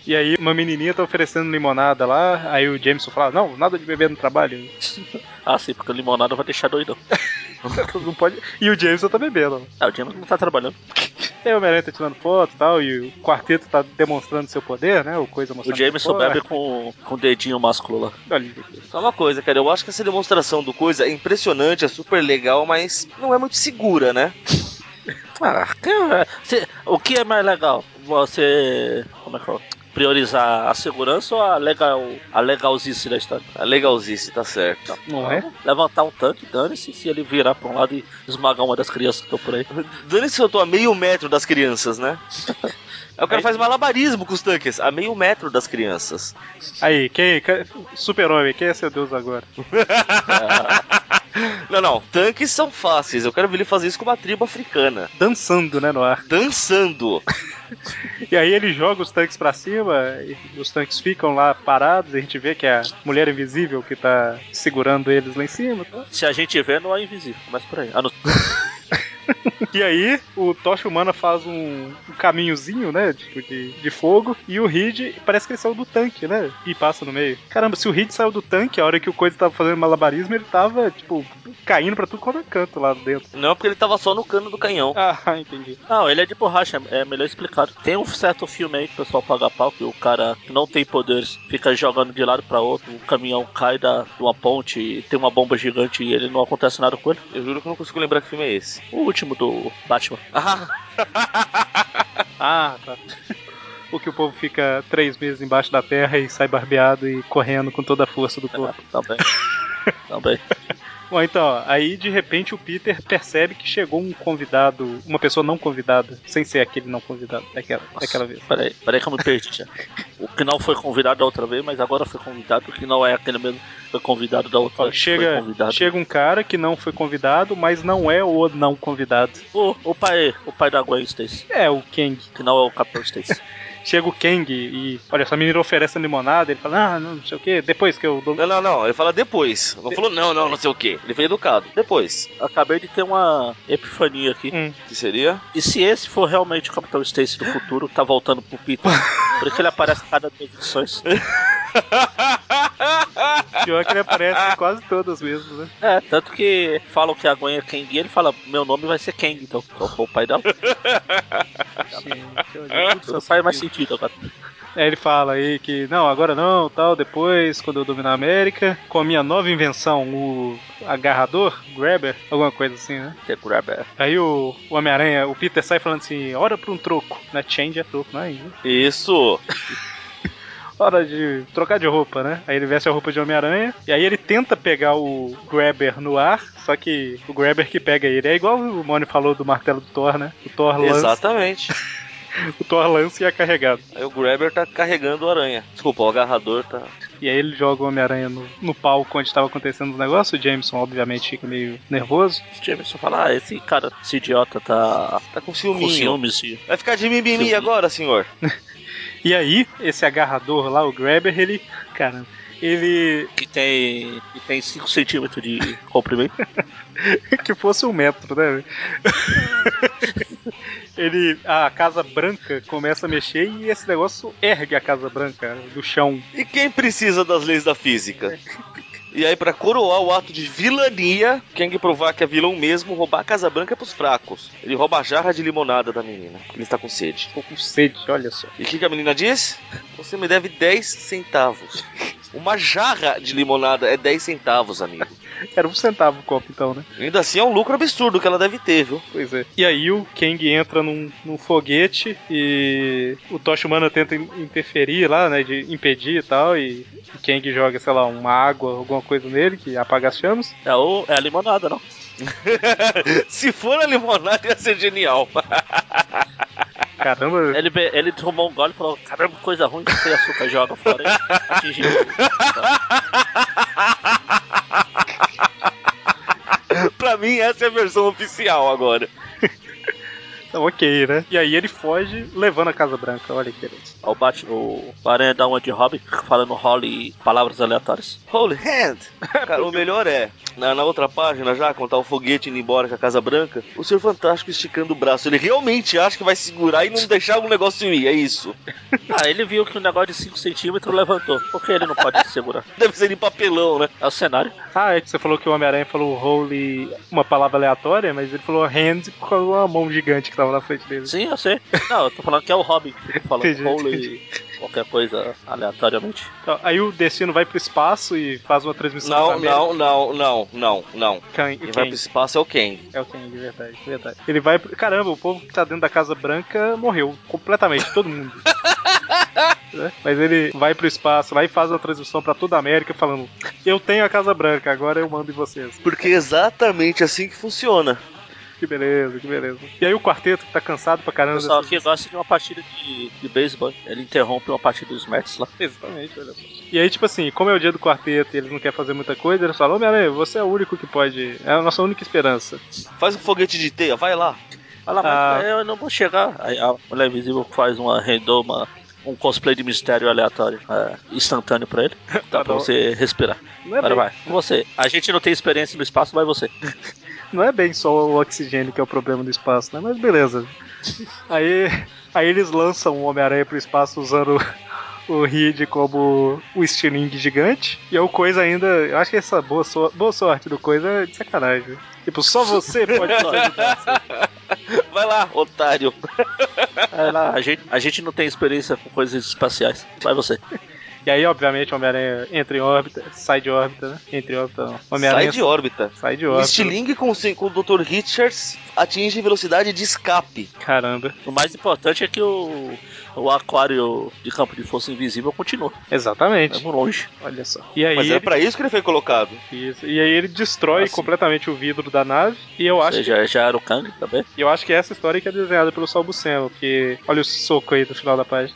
Speaker 1: e aí uma menininha tá oferecendo limonada lá, aí o Jameson fala, não, nada de beber no trabalho.
Speaker 3: ah, sim, porque o limonada vai deixar doidão.
Speaker 1: não pode... E o Jameson tá bebendo.
Speaker 3: Ah, o James não tá trabalhando.
Speaker 1: E aí o Homem-Aranha tá tirando foto e tal, e o quarteto tá demonstrando seu poder, né? O coisa
Speaker 3: O
Speaker 1: mostrando.
Speaker 3: Jameson
Speaker 1: seu poder.
Speaker 3: bebe com, com o dedinho másculo lá.
Speaker 1: Olha,
Speaker 4: Só uma coisa, cara. Eu acho que essa demonstração do coisa é impressionante, é super legal, mas não é muito segura, né?
Speaker 3: Ah, que- se- o que é mais legal? Você. Como é que fala? Priorizar a segurança ou a, legal, a legalzice da história?
Speaker 4: É legalzice, tá certo.
Speaker 1: Não é?
Speaker 3: Levantar um tanque, dane-se se ele virar pra um lado e esmagar uma das crianças que estão por aí.
Speaker 4: Dane-se se eu tô a meio metro das crianças, né? Aí o cara
Speaker 1: Aí-
Speaker 4: faz malabarismo com os tanques, a meio metro das crianças.
Speaker 1: Aí, quem. ca- Super-Homem, quem é seu deus agora?
Speaker 4: Não, não, tanques são fáceis. Eu quero ver ele fazer isso com uma tribo africana.
Speaker 1: Dançando, né, no ar.
Speaker 4: Dançando.
Speaker 1: E aí ele joga os tanques pra cima, e os tanques ficam lá parados, e a gente vê que é a mulher invisível que tá segurando eles lá em cima. tá?
Speaker 3: Se a gente vê, não é invisível. Começa por aí. Ah, não-
Speaker 1: E aí, o Tocha Humana faz um, um caminhozinho, né? Tipo, de, de fogo. E o Reed parece que ele saiu do tanque, né? E passa no meio. Caramba, se o Reed saiu do tanque, a hora que o Coisa tava fazendo malabarismo, ele tava, tipo, caindo pra tudo quanto é canto lá dentro.
Speaker 4: Não, porque ele tava só no cano do canhão.
Speaker 1: Ah, entendi.
Speaker 3: Não, ele é de borracha, é melhor explicado. Tem um certo filme aí que o pessoal paga pau, que o cara que não tem poderes fica jogando de lado pra outro, o caminhão cai da, de uma ponte e tem uma bomba gigante e ele não acontece nada com ele.
Speaker 4: Eu juro que eu não consigo lembrar que filme é esse.
Speaker 3: O último do Batman. né?
Speaker 4: Ah,
Speaker 1: Ah, tá. O que o povo fica três meses embaixo da terra e sai barbeado e correndo com toda a força do corpo.
Speaker 3: Também. Também.
Speaker 1: Bom, então, ó, aí de repente o Peter percebe que chegou um convidado, uma pessoa não convidada, sem ser aquele não convidado daquela, daquela vez.
Speaker 3: Peraí, peraí que eu me perdi já. O que não foi convidado da outra vez, mas agora foi convidado, o que não é aquele mesmo que foi convidado da outra
Speaker 1: Ó,
Speaker 3: vez. foi
Speaker 1: chega,
Speaker 3: convidado.
Speaker 1: chega um cara que não foi convidado, mas não é o não convidado.
Speaker 3: O, o pai, o pai da Gwen Stacy,
Speaker 1: É o Kang.
Speaker 3: que não é o Capitão Stacy.
Speaker 1: Chega o Kang e, olha, essa menina oferece limonada, ele fala, ah, não, não sei o quê, depois que eu dou.
Speaker 4: não, não, não. Ele fala depois. Não falou não, não, não sei o que. Ele foi educado. Depois.
Speaker 3: Acabei de ter uma epifania aqui.
Speaker 1: Hum.
Speaker 4: Que seria?
Speaker 3: E se esse for realmente o Capitão Stacy do futuro, tá voltando pro Peter. Por isso ele aparece a cada duas edições.
Speaker 1: Pior é que ele aparece em quase todas mesmo, né?
Speaker 3: É, tanto que falam que a Gwen é Kang e ele fala, meu nome vai ser Kang, então. Então foi o pai dela.
Speaker 1: Gente, olha, tudo
Speaker 3: Não
Speaker 1: faz
Speaker 3: faz mais
Speaker 1: sentido.
Speaker 3: sentido agora.
Speaker 1: Aí ele fala aí que não, agora não, tal, depois, quando eu dominar a América, com a minha nova invenção, o agarrador, grabber, alguma coisa assim, né?
Speaker 3: The Grabber.
Speaker 1: Aí o, o Homem-Aranha, o Peter sai falando assim, hora pra um troco, né? Change é troco, não é inglês.
Speaker 4: Isso.
Speaker 1: Hora de trocar de roupa, né? Aí ele veste a roupa de Homem-Aranha, e aí ele tenta pegar o grabber no ar, só que o grabber que pega ele é igual o Mone falou do martelo do Thor, né? O Thor lança,
Speaker 4: Exatamente.
Speaker 1: o Thor lança e é carregado.
Speaker 4: Aí o Grabber tá carregando o aranha. Desculpa, o agarrador tá.
Speaker 1: E aí ele joga o Homem-Aranha no, no palco onde estava acontecendo os negócios. O Jameson, obviamente, fica meio nervoso.
Speaker 3: O Jameson fala, ah, esse cara, esse idiota tá
Speaker 4: Tá com
Speaker 3: com
Speaker 4: ciúminho.
Speaker 3: ciúmes e
Speaker 4: Vai ficar de mimimi
Speaker 3: Ciúminho.
Speaker 4: agora, senhor.
Speaker 1: E aí, esse agarrador lá, o Grabber, ele. Caramba. Ele.
Speaker 3: que tem, que tem 5 centímetros de comprimento.
Speaker 1: que fosse um metro, né? ele. A Casa Branca começa a mexer e esse negócio ergue a Casa Branca do chão.
Speaker 4: E quem precisa das leis da física? E aí, pra coroar o ato de vilania, Kang provar que é vilão mesmo, roubar a Casa Branca é pros fracos. Ele rouba a jarra de limonada da menina. Ele está com sede.
Speaker 1: Tô com sede, olha só.
Speaker 4: E o que, que a menina diz? Você me deve 10 centavos. Uma jarra de limonada é 10 centavos, amigo.
Speaker 1: Era um centavo o copo, então, né?
Speaker 4: Ainda assim é um lucro absurdo que ela deve ter, viu?
Speaker 1: Pois é. E aí o Kang entra num, num foguete e o Tocha Humana tenta in- interferir lá, né? De impedir e tal. E o Kang joga, sei lá, uma água, alguma coisa nele que apaga as chamas.
Speaker 3: É, o, é a limonada, não.
Speaker 4: Se for a limonada, ia ser genial.
Speaker 1: Caramba,
Speaker 3: Ele, be- ele tomou um gole e falou, caramba, coisa ruim, sem açúcar, joga fora. e Atingiu.
Speaker 4: pra mim, essa é a versão oficial agora.
Speaker 1: então, ok, né? E aí ele foge levando a Casa Branca. Olha que beleza.
Speaker 3: Aí O, Bat, o Aranha dá uma de hobby, falando Holly palavras aleatórias.
Speaker 4: Holy hand! Cara, o melhor é, na, na outra página já, quando tá o foguete indo embora com a Casa Branca, o Senhor Fantástico esticando o braço. Ele realmente acha que vai segurar e não deixar o negócio ir, é isso.
Speaker 3: Ah, ele viu que o negócio de 5 centímetros levantou. Por que ele não pode se segurar?
Speaker 4: Deve ser de papelão, né?
Speaker 3: É o cenário.
Speaker 1: Ah, é que você falou que o Homem-Aranha falou holy, uma palavra aleatória, mas ele falou hand por causa de uma mão gigante que tava na frente dele.
Speaker 3: Sim, eu sei. Não, eu tô falando que é o Robin que fica falando
Speaker 1: Entendi,
Speaker 3: Holy qualquer coisa aleatoriamente.
Speaker 1: Então, aí o Destino vai pro espaço e faz uma transmissão pra
Speaker 4: Não,
Speaker 1: América.
Speaker 4: não, não, não, não, não.
Speaker 1: Kang-
Speaker 4: Quem vai
Speaker 1: Kang.
Speaker 4: pro espaço é o Kang.
Speaker 1: É o Kang, verdade, verdade. Ele vai. pro- Caramba, o povo que tá dentro da Casa Branca morreu completamente, todo mundo. Né? Mas ele vai pro espaço lá e faz uma transmissão pra toda a América falando: Eu tenho a Casa Branca, agora eu mando em vocês.
Speaker 4: Porque é exatamente assim que funciona.
Speaker 1: Que beleza, que beleza. E aí o quarteto que tá cansado pra
Speaker 3: O
Speaker 1: caramba.
Speaker 3: pessoal
Speaker 1: dessas-
Speaker 3: aqui gosta de uma partida de, de beisebol. Ele interrompe uma partida dos Mets lá.
Speaker 1: Exatamente, olha só. E aí, tipo assim, como é o dia do quarteto e eles não querem fazer muita coisa, eles falam: Homem-Aranha, você é o único que pode. É a nossa única esperança.
Speaker 4: Faz um foguete de teia, vai lá.
Speaker 3: Fala, mas é,
Speaker 1: Ah.
Speaker 3: eu não vou chegar. Aí a Mulher Invisível faz uma redoma, um cosplay de mistério aleatório, é, instantâneo pra ele. Tá pra
Speaker 1: bom.
Speaker 3: você respirar.
Speaker 1: Não é
Speaker 3: Agora
Speaker 1: bem-
Speaker 3: vai. Com você. A gente não tem experiência no espaço, vai você.
Speaker 1: não é bem só o oxigênio que é o problema do espaço, né? Mas beleza. Aí, aí eles lançam o Homem-Aranha pro espaço usando o Reed como o estilingue gigante. E é o Coisa ainda. Eu acho que essa boa, so- boa sorte do Coisa é de sacanagem. viu? Tipo, só você pode nos ajudar.
Speaker 4: Vai lá, otário.
Speaker 1: É,
Speaker 3: Vai lá, Ah, a gente, a gente não tem experiência com coisas espaciais. Vai você.
Speaker 1: E aí, obviamente, o Homem-Aranha entra em órbita, sai de órbita, né? Entra em órbita, não. O
Speaker 4: Sai
Speaker 1: Homem-Aranha
Speaker 4: de órbita.
Speaker 1: sai de
Speaker 4: O
Speaker 1: órbita.
Speaker 4: Stiling com, com o Dr. Richards atinge velocidade de escape.
Speaker 1: Caramba.
Speaker 3: O mais importante é que o, o aquário de campo de força invisível continua.
Speaker 1: Exatamente.
Speaker 3: Vamos longe.
Speaker 1: Olha só. E aí,
Speaker 4: Mas era
Speaker 1: ele,
Speaker 4: pra isso que ele foi colocado.
Speaker 1: isso. E aí ele destrói
Speaker 3: Assim.
Speaker 1: completamente o vidro da nave. E eu
Speaker 3: Ou
Speaker 1: acho,
Speaker 3: seja, já era o Kang também.
Speaker 1: eu acho que é essa história que é desenhada pelo Sal Buscema, porque olha o soco aí no final da página.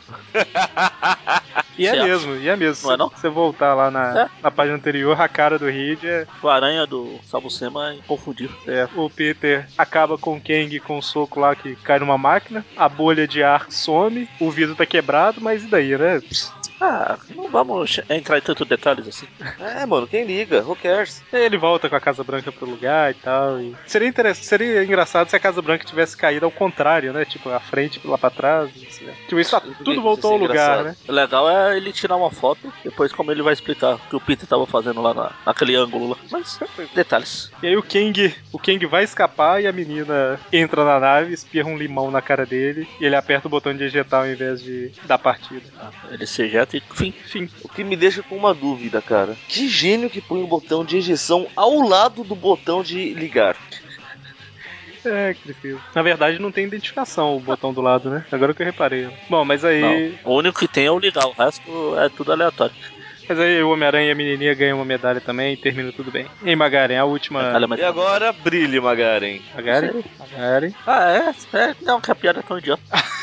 Speaker 1: E é
Speaker 3: Certo.
Speaker 1: mesmo, e é mesmo.
Speaker 3: Não é não?
Speaker 1: Se você voltar lá na,
Speaker 3: É.
Speaker 1: na página anterior, a cara do Reed é,
Speaker 3: O aranha do Sabucema é inconfundível.
Speaker 1: é, O Peter acaba com o Kang com um soco lá que cai numa máquina, a bolha de ar some, o vidro tá quebrado, mas e daí, né?
Speaker 3: Ah, não vamos che- entrar em tantos detalhes assim.
Speaker 4: É, mano, quem liga? Who cares?
Speaker 1: Ele volta com a Casa Branca pro lugar e tal. e- Seria, interessante, seria engraçado se a Casa Branca tivesse caído ao contrário, né? Tipo, à frente, lá pra trás. Assim, né? Tipo, isso, tá-
Speaker 4: Isso
Speaker 1: tudo
Speaker 4: ia
Speaker 1: voltou ao
Speaker 3: é
Speaker 4: ser
Speaker 1: lugar, né?
Speaker 4: engraçado.
Speaker 3: O legal é ele tirar uma foto, depois como ele vai explicar o que o Peter tava fazendo lá na- naquele ângulo lá. Mas, detalhes.
Speaker 1: E aí o Kang, o Kang vai escapar e a menina entra na nave, espirra um limão na cara dele e ele aperta o botão de ejetar ao invés de dar partida.
Speaker 3: Ah, Ele se ejeta e fim.
Speaker 1: Enfim,
Speaker 4: O que me deixa com uma dúvida, cara. Que gênio que põe o botão de ejeção ao lado do botão de ligar?
Speaker 1: é que tristeza. Na verdade não tem identificação o botão do lado, né? Agora que eu reparei. Bom, mas aí,
Speaker 3: Não, o único que tem é o legal, o resto é tudo aleatório.
Speaker 1: mas aí o Homem-Aranha e a menininha ganham uma medalha também e termina tudo bem. Ei, Magaren, a última.
Speaker 3: Detalhe, mas-
Speaker 4: E agora brilhe, Magaren.
Speaker 1: Magaren? Magaren.
Speaker 3: Ah, é? é? Não, que a piada é tão idiota.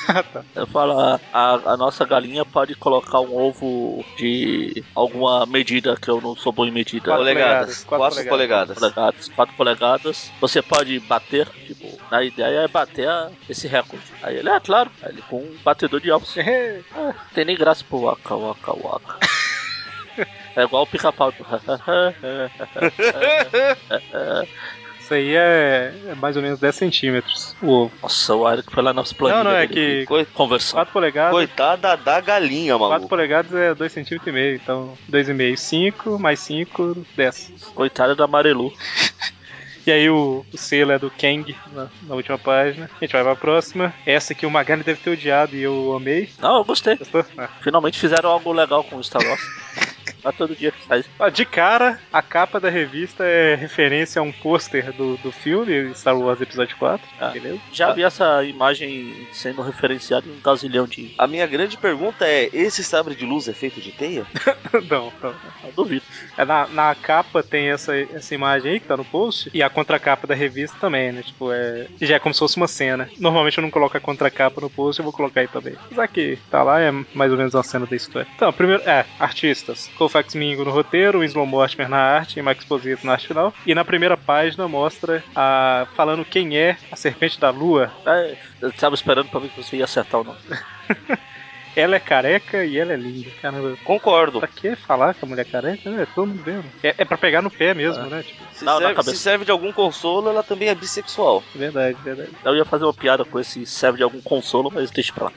Speaker 1: Ah, tá.
Speaker 3: Eu falo, a, a- a nossa galinha pode colocar um ovo de alguma medida que eu não sou bom em medida.
Speaker 4: é?
Speaker 1: Quatro polegadas,
Speaker 4: Polegadas.
Speaker 1: quatro
Speaker 4: Quatro polegadas.
Speaker 3: polegadas, 4 polegadas. Você pode bater, tipo, na ideia é bater a- esse recorde. Aí ele, é claro, Aí ele com um batedor de ovos. Ah, tem nem graça pro waka waka waka. É igual o pica-pau.
Speaker 1: Isso aí é, é mais ou menos 10 centímetros o ovo.
Speaker 3: Nossa, o Eric foi lá nas planilhas.
Speaker 1: Não, não, é
Speaker 3: dele,
Speaker 1: que
Speaker 4: Coi-
Speaker 3: Conversar.
Speaker 1: 4 polegadas.
Speaker 4: Coitada da galinha,
Speaker 1: 4
Speaker 4: maluco.
Speaker 1: polegadas é 2,5 centímetros, e meio, então 2,5, 5 mais 5, 10.
Speaker 3: Coitada da Marelu.
Speaker 1: E aí o, o selo é do Kang na, na última página. A gente vai pra próxima. Essa que o Magani deve ter odiado e eu amei.
Speaker 3: Não, eu gostei.
Speaker 1: Gostou? Ah.
Speaker 3: Finalmente fizeram algo legal com o Star Wars. Não é todo dia que sai.
Speaker 1: Ah, De cara, a capa da revista é referência a um pôster do, do filme Star Wars Episódio 4.
Speaker 3: Ah.
Speaker 1: Beleza?
Speaker 3: Já vi essa imagem sendo referenciada em um gazilhão de.
Speaker 4: A minha grande pergunta é: esse sabre de luz é feito de teia?
Speaker 1: não, não.
Speaker 3: Eu duvido.
Speaker 1: É, Na, na capa tem essa, essa imagem aí que tá no post e a contracapa da revista também, né? Tipo, é. Já é como se fosse uma cena. Normalmente eu não coloco a contracapa no post, eu vou colocar aí também. Mas aqui, tá lá, é mais ou menos uma cena da história. Então, primeiro, é, artistas. Colfax Mingo no roteiro, Winslow Mortimer na arte e Max Posito na arte final. E na primeira página mostra a. falando quem é a Serpente da Lua.
Speaker 3: É, eu tava esperando pra ver se você ia acertar ou não.
Speaker 1: Ela é careca e ela é linda. Caramba.
Speaker 4: Concordo.
Speaker 1: Pra que falar que a mulher é careca, né? Todo mundo vendo. É, é pra pegar no pé mesmo, né? Tipo,
Speaker 4: Se,
Speaker 3: Não, na
Speaker 4: serve,
Speaker 3: cabeça.
Speaker 4: se serve de algum consolo, ela também é bissexual.
Speaker 1: verdade, verdade.
Speaker 3: Eu ia fazer uma piada com esse serve de algum consolo, mas deixa pra lá.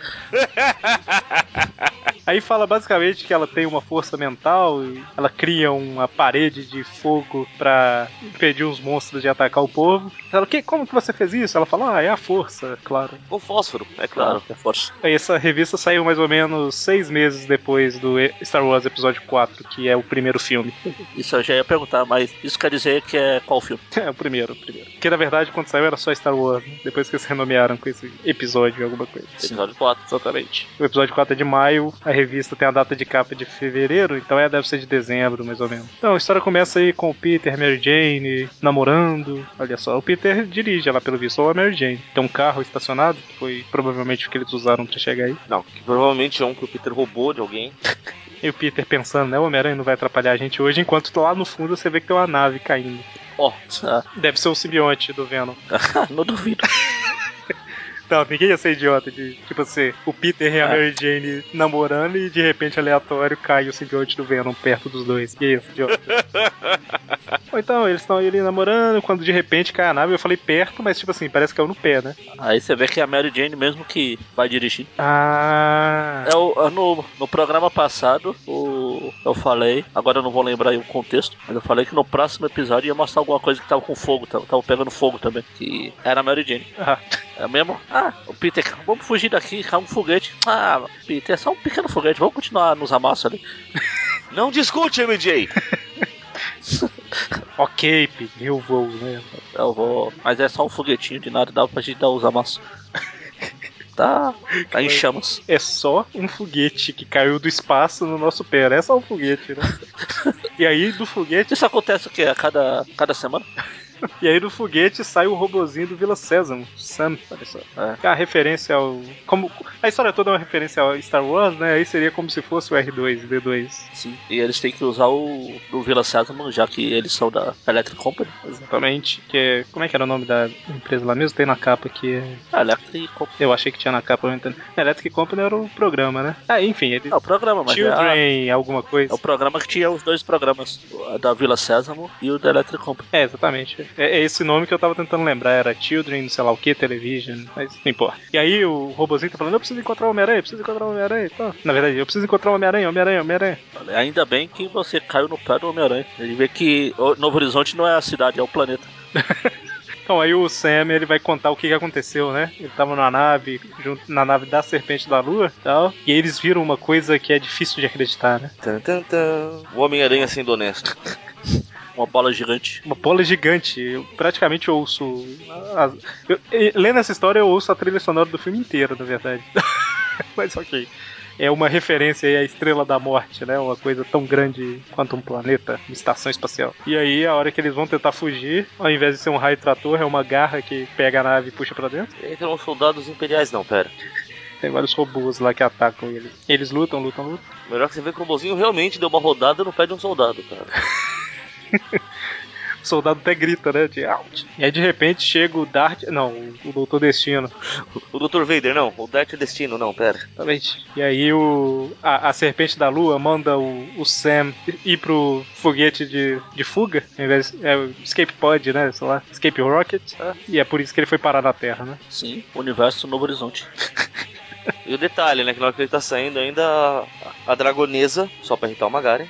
Speaker 1: Aí fala basicamente que ela tem uma força mental e ela cria uma parede de fogo pra impedir os monstros de atacar o povo. Ela, que, como que você fez isso? Ela fala, ah, é a força, claro.
Speaker 4: Com fósforo, é claro.
Speaker 3: Claro, é forte.
Speaker 1: Aí essa revista saiu mais ou menos seis meses depois do E- Star Wars Episódio 4, que é o primeiro filme.
Speaker 3: Isso eu já ia perguntar, mas isso quer dizer que é qual filme?
Speaker 1: É, o primeiro, o primeiro. Porque na verdade quando saiu era só Star Wars, né? depois que eles renomearam com esse episódio alguma coisa.
Speaker 3: Episódio 4.
Speaker 1: Exatamente. O episódio 4 é de maio, a revista tem a data de capa de fevereiro, então é, deve ser de dezembro, mais ou menos. Então a história começa aí com o Peter, Mary Jane, namorando. Olha só, o Peter dirige lá pelo visto, ou a Mary Jane. Tem um carro estacionado, que foi provavelmente o que eles usaram pra chegar aí.
Speaker 4: Não, que provavelmente é um que o Peter roubou de alguém.
Speaker 1: E o Peter pensando, né, o Homem-Aranha não vai atrapalhar a gente hoje, enquanto lá no fundo você vê que tem uma nave caindo.
Speaker 3: Ó, ah,
Speaker 1: Deve ser o simbionte do Venom.
Speaker 3: não duvido.
Speaker 1: Então, Não, ninguém ia ser idiota de, tipo assim, o Peter e a
Speaker 3: É.
Speaker 1: Mary Jane namorando e de repente, aleatório, cai o simbionte do Venom perto dos dois. Que isso, idiota. Ou então, eles estão ali namorando, quando de repente cai a nave, eu falei perto, mas tipo assim, parece que caiu no pé, né?
Speaker 3: Aí você vê que é a Mary Jane mesmo que vai dirigindo.
Speaker 1: Ah.
Speaker 3: É o- é no, no programa passado, o- eu falei, agora eu não vou lembrar aí o contexto, mas eu falei que no próximo episódio ia mostrar alguma coisa que tava com fogo, tava, tava pegando fogo também, que era a Mary Jane.
Speaker 1: Ah,
Speaker 3: É mesmo? Ah, o Peter, vamos fugir daqui, caiu um foguete. Ah, Peter, é só um pequeno foguete, vamos continuar nos amassos ali.
Speaker 4: Não discute, MJ!
Speaker 1: ok, Peter, eu vou, né?
Speaker 3: Eu vou. Mas é só um foguetinho de nada, dá pra gente dar os amassos. Tá, tá em chamas.
Speaker 1: É só um foguete que caiu do espaço no nosso pé, né? é só um foguete, né? e aí do foguete,
Speaker 3: Isso acontece o quê? A cada, cada semana?
Speaker 1: e aí do foguete sai o robozinho do Vila Sésamo, Sam, olha só.
Speaker 3: É.
Speaker 1: É a referência ao. Como, a história toda é uma referência ao Star Wars, né? Aí seria como se fosse o R2, D2.
Speaker 3: Sim. E eles têm que usar o do Vila Sésamo, já que eles são da Electric Company.
Speaker 1: Exatamente. Que é, como é que era o nome da empresa lá mesmo? Tem na capa aqui. é-
Speaker 3: A Ah, Electric Company.
Speaker 1: Eu achei que tinha na capa, mas não tem. Electric Company era o programa, né? Ah, enfim, ele.
Speaker 3: É o programa, mas é, a-
Speaker 1: Children, alguma coisa.
Speaker 3: é o programa que tinha os dois programas, o da Vila Sésamo e o da Electric Company.
Speaker 1: É, exatamente. É, é esse nome que eu tava tentando lembrar. Era Children, não sei lá o que, Television, mas não importa. E aí o robozinho tá falando: eu preciso encontrar o Homem-Aranha, eu preciso encontrar o Homem-Aranha. Tá. Na verdade, eu preciso encontrar o Homem-Aranha, Homem-Aranha, Homem-Aranha.
Speaker 3: Olha, Ainda bem que você caiu no pé do Homem-Aranha. Ele vê que o- Novo Horizonte não é a cidade, é o planeta.
Speaker 1: Então aí o Sam ele vai contar o que, que aconteceu, né? Ele tava na nave, junto, na nave da Serpente da Lua e tal. E aí eles viram uma coisa que é difícil de acreditar, né?
Speaker 4: Tan, tan, tan. O Homem-Aranha sendo honesto.
Speaker 3: Uma bola gigante.
Speaker 1: Uma bola gigante. Eu praticamente ouço. as- eu- e- lendo essa história, eu ouço a trilha sonora do filme inteiro, na verdade. Mas ok. É uma referência aí à Estrela da Morte, né? Uma coisa tão grande quanto um planeta, uma estação espacial. E aí, a hora que eles vão tentar fugir, ao invés de ser um raio trator, é uma garra que pega a nave e puxa pra dentro.
Speaker 4: Entram os soldados imperiais, não, pera.
Speaker 1: Tem vários robôs lá que atacam eles. Eles lutam, lutam, lutam.
Speaker 4: Melhor que você vê que o Bozinho realmente deu uma rodada no pé de um soldado, cara.
Speaker 1: O soldado até grita, né? De out. E aí de repente chega o Dart. Não, o Doutor Destino.
Speaker 4: O Dr. Vader, não. O Darth Destino, não, pera.
Speaker 1: Exatamente. E aí o. A, a Serpente da Lua manda o, o Sam ir pro foguete de, de fuga. Ao invés, é o Escape Pod, né? Sei lá. Escape Rocket. E é por isso que ele foi parar na Terra, né?
Speaker 3: Sim, universo Novo Horizonte.
Speaker 4: E o detalhe, né, que na hora que ele tá saindo ainda, a- a dragonesa, só pra irritar o Magaren,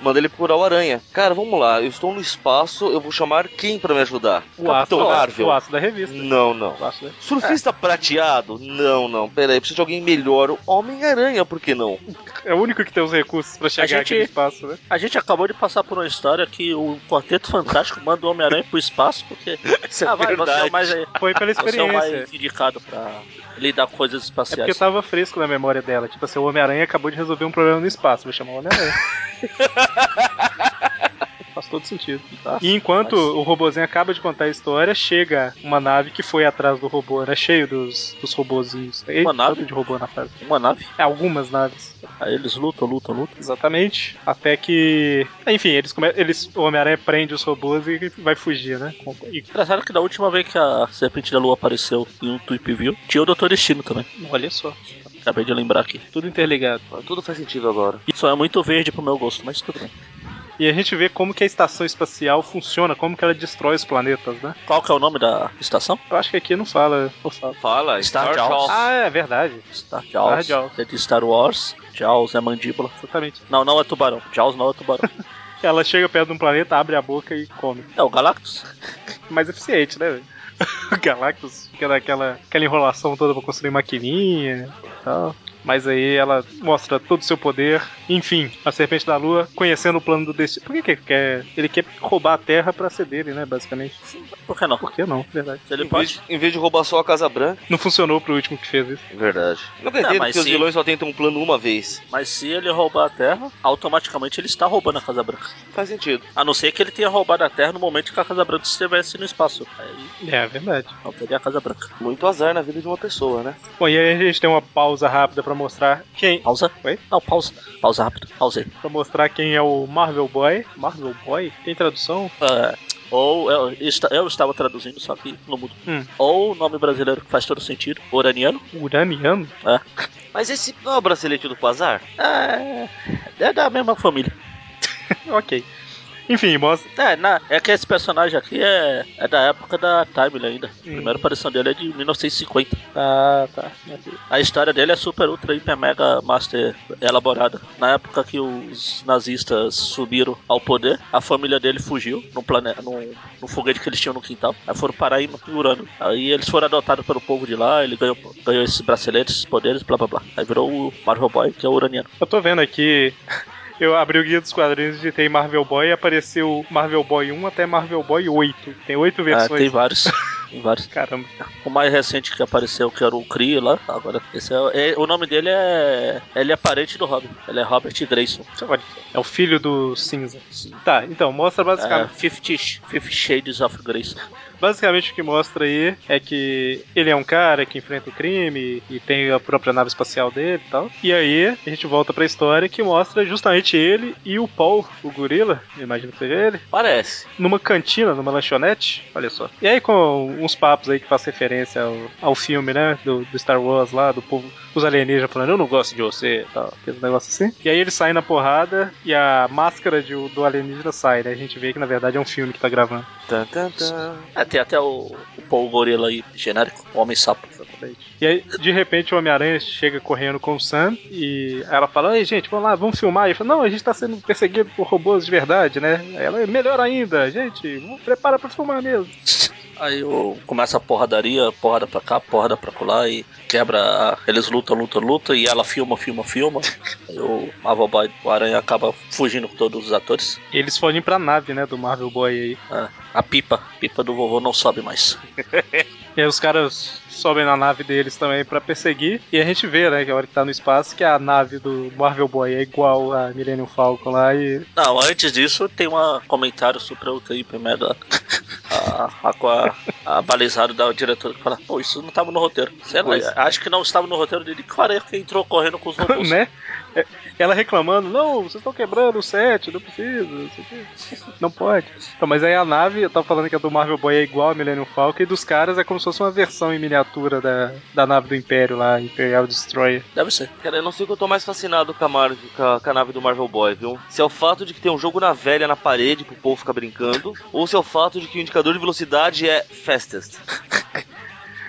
Speaker 4: manda ele procurar o Aranha. Cara, vamos lá, eu estou no espaço, eu vou chamar quem pra me ajudar?
Speaker 1: O aço,
Speaker 4: Capitão
Speaker 1: da,
Speaker 4: Marvel?
Speaker 1: o aço da revista.
Speaker 3: Hum.
Speaker 4: Não, não.
Speaker 1: O aço da...
Speaker 3: É.
Speaker 4: Surfista prateado? Não, não. Pera aí, preciso de alguém melhor. O Homem-Aranha, por que não?
Speaker 1: É o único que tem os recursos pra chegar
Speaker 3: gente-
Speaker 1: aqui no espaço, né?
Speaker 3: A gente acabou de passar por uma história que o Quarteto Fantástico manda o Homem-Aranha pro espaço porque.
Speaker 4: Isso é
Speaker 3: ah, vai, você é
Speaker 4: verdade.
Speaker 3: o mais,
Speaker 1: Foi pela
Speaker 3: você é o
Speaker 1: experiência.
Speaker 3: mais indicado pra lidar com coisas
Speaker 1: É porque
Speaker 3: espaciais.
Speaker 1: tava fresco na memória dela. Tipo assim, o Homem-Aranha acabou de resolver um problema no espaço. Vou chamar o Homem-Aranha. Faz todo sentido.
Speaker 3: Tá?
Speaker 1: E enquanto
Speaker 3: Mas-
Speaker 1: o robozinho acaba de contar a história, chega uma nave que foi atrás do robô. Era cheio dos, dos robozinhos. Ei,
Speaker 3: Uma nave?
Speaker 1: tanto de robô na fase.
Speaker 3: Uma nave.
Speaker 1: É, Algumas naves.
Speaker 3: Aí eles lutam, lutam, lutam.
Speaker 1: Exatamente. Até que. Enfim, eles, come... eles o Homem-Aranha prende os robôs e vai fugir, né? E
Speaker 3: Engraçado que da última vez que a Serpente da Lua apareceu em um Tweep View, tinha o Doutor Destino também.
Speaker 1: olha só.
Speaker 3: Acabei de lembrar aqui.
Speaker 1: Tudo interligado.
Speaker 4: Tudo faz sentido agora.
Speaker 3: Isso é muito verde pro meu gosto, mas tudo bem.
Speaker 1: E a gente vê como que a estação espacial funciona, como que ela destrói os planetas, né?
Speaker 3: Qual que é o nome da estação?
Speaker 1: Eu acho que aqui não fala. Não fala.
Speaker 4: Fala,
Speaker 3: Star
Speaker 4: Star
Speaker 3: Jaws.
Speaker 4: Jaws.
Speaker 1: Ah, é verdade.
Speaker 3: Star
Speaker 4: Ah,
Speaker 3: Jaws.
Speaker 1: Star Jaws.
Speaker 3: É de Star Wars. Jaws é mandíbula.
Speaker 1: Exatamente.
Speaker 3: Não, não é tubarão. Jaws não é tubarão.
Speaker 1: Ela chega perto de um planeta, abre a boca e come.
Speaker 3: é o Galactus.
Speaker 1: mais eficiente, né? velho? O Galactus fica naquela aquela enrolação toda pra construir maquininha e
Speaker 4: Tá.
Speaker 1: tal. Mas aí ela mostra todo o seu poder. Enfim, a Serpente da Lua conhecendo o plano do destino. Por que, que ele quer? Ele quer roubar a Terra pra ser dele, né? Basicamente.
Speaker 3: Por que não?
Speaker 1: Por que não? Verdade.
Speaker 3: Se ele
Speaker 4: Em vez,
Speaker 3: pode.
Speaker 4: em vez de roubar só a Casa Branca.
Speaker 1: Não funcionou pro último que fez isso.
Speaker 4: Verdade. Não
Speaker 3: Ah,
Speaker 4: entendo
Speaker 3: mas
Speaker 4: que os
Speaker 3: sim.
Speaker 4: vilões só tentam um plano uma vez.
Speaker 3: Mas se ele roubar a Terra, automaticamente ele está roubando a Casa Branca.
Speaker 4: Faz sentido.
Speaker 3: A não ser que ele tenha roubado a Terra no momento que a Casa Branca estivesse no espaço. Aí
Speaker 1: É, verdade.
Speaker 3: não teria a Casa Branca.
Speaker 4: Muito azar na vida de uma pessoa, né?
Speaker 1: Bom, e aí a gente tem uma pausa rápida pra mostrar quem.
Speaker 3: Pausa.
Speaker 1: Oi?
Speaker 3: Não, pausa. Pausa rápido. Pausei.
Speaker 1: Pra mostrar quem é o Marvel Boy. Marvel Boy? Tem tradução?
Speaker 3: Ah, Ou eu, esta- eu estava traduzindo, só que no mundo.
Speaker 1: Hum.
Speaker 3: Ou o nome brasileiro que faz todo sentido, Oraniano.
Speaker 1: Uraniano?
Speaker 3: É.
Speaker 4: Mas esse não é o bracelete do Quasar?
Speaker 3: É, é da mesma família.
Speaker 1: ok. Enfim, mostra.
Speaker 3: É, na- é que esse personagem aqui é, é da época da Time
Speaker 1: Hum.
Speaker 3: ainda. A primeira aparição dele é de 1950.
Speaker 1: Ah, tá.
Speaker 3: A história dele é super, ultra, hiper, mega, master elaborada. Na época que os nazistas subiram ao poder, a família dele fugiu num, plane... num, num foguete que eles tinham no quintal. Aí foram parar em Urano. Aí eles foram adotados pelo povo de lá, ele ganhou, ganhou esses braceletes, esses poderes, blá blá blá. Aí virou o Marvel Boy, que é o uraniano.
Speaker 1: Eu tô vendo aqui. Eu abri o guia dos quadrinhos, digitei Marvel Boy e apareceu Marvel Boy 1 até Marvel Boy 8. Tem oito
Speaker 3: Ah,
Speaker 1: versões.
Speaker 3: tem vários. Tem vários.
Speaker 1: Caramba.
Speaker 3: O mais recente que apareceu, que era o Cree lá, agora. Esse é, é- o nome dele é. Ele é parente do Robin. Ele é Robert Grayson.
Speaker 1: Olha, é o filho do cinza. Tá, então, mostra
Speaker 3: É,
Speaker 1: basicamente.
Speaker 3: Fifty, Fifty Shades of Grayson.
Speaker 1: Basicamente o que mostra aí é que ele é um cara que enfrenta o crime e tem a própria nave espacial dele e tal. E aí a gente volta pra história que mostra justamente ele e o Paul, o gorila, eu imagino que seja ele,
Speaker 4: Parece.
Speaker 1: numa cantina, numa lanchonete, olha só. E aí com uns papos aí que faz referência ao, ao filme, né, do, do Star Wars lá, do povo, os alienígenas falando, eu não gosto de você, e tal, aqueles negócios assim. E aí ele sai na porrada e a máscara de- do alienígena sai, né, a gente vê que na verdade é um filme que tá gravando.
Speaker 4: Tan, tan, tan.
Speaker 3: É, tem até o, o Paul Gorila aí, genérico, o Homem Sapo.
Speaker 1: E aí, de repente, o Homem-Aranha chega correndo com o Sam e ela fala: Ei, gente, vamos lá, vamos filmar. E ele fala: Não, a gente tá sendo perseguido por robôs de verdade, né? Aí ela: Melhor ainda, gente, prepara pra filmar mesmo.
Speaker 3: Aí o- começa a porradaria, porrada pra cá, porrada pra colar e quebra. a- Eles lutam, lutam, lutam e ela filma, filma, filma. Aí o Marvel Boy, o Aranha, acaba fugindo com todos os atores.
Speaker 1: Eles fogem pra nave, né, do Marvel Boy aí.
Speaker 3: Ah, a pipa, pipa do vovô não sobe mais.
Speaker 1: E aí os caras sobem na nave deles também pra perseguir. E a gente vê, né, que a hora que tá no espaço, que a nave do Marvel Boy é igual a Millennium Falcon lá e.
Speaker 3: Não, antes disso tem um comentário super ultra hiper mega a, a, com a, a balizado da diretora que fala, pô, isso não estava no roteiro. Sei lá,
Speaker 4: Pois.
Speaker 3: acho que não estava no roteiro dele, que o Aranha que entrou correndo com os robôs.
Speaker 1: né? É, Ela reclamando, não, vocês estão quebrando o set, não precisa, não sei o quê. Não pode. Então, mas aí a nave, eu tava falando que a do Marvel Boy é igual a Millennium Falcon, e dos caras é como se fosse uma versão em miniatura da, da nave do Império lá, Imperial Destroyer.
Speaker 3: Deve ser.
Speaker 4: Cara, eu não sei o que eu tô mais fascinado com a, Marvel, com, a, com a nave do Marvel Boy, viu? Se é o fato de que tem um jogo na velha na parede pro povo ficar brincando, ou se é o fato de que o indicador de velocidade é fastest.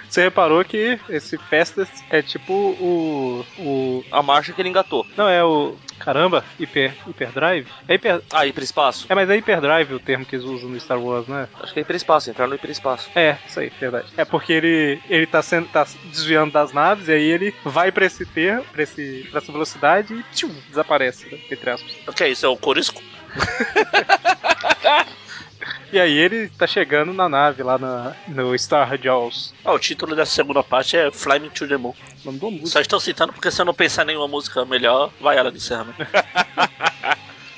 Speaker 1: Você reparou que esse Festas é tipo o. o.
Speaker 4: A marcha que ele engatou.
Speaker 1: Não, é o. Caramba, hiper, hiperdrive? É, hiper,
Speaker 4: Ah, hiperespaço.
Speaker 1: é, mas é hiperdrive o termo que eles usam no Star Wars, né?
Speaker 4: Acho que é hiperespaço, entrar no hiperespaço.
Speaker 1: É, isso aí, verdade. É porque ele, ele tá, sendo, tá desviando das naves, e aí ele vai pra esse ter, pra, esse, pra essa velocidade e tchum, desaparece, né? entre aspas.
Speaker 3: O que é isso? É o Corisco?
Speaker 1: E aí ele tá chegando na nave lá na, no Star Jaws.
Speaker 3: Ah, o título dessa segunda parte é Fly Me to the Moon.
Speaker 1: Nome do música.
Speaker 3: Só estou citando porque se eu não pensar em nenhuma música melhor, vai ela de né? encerramento.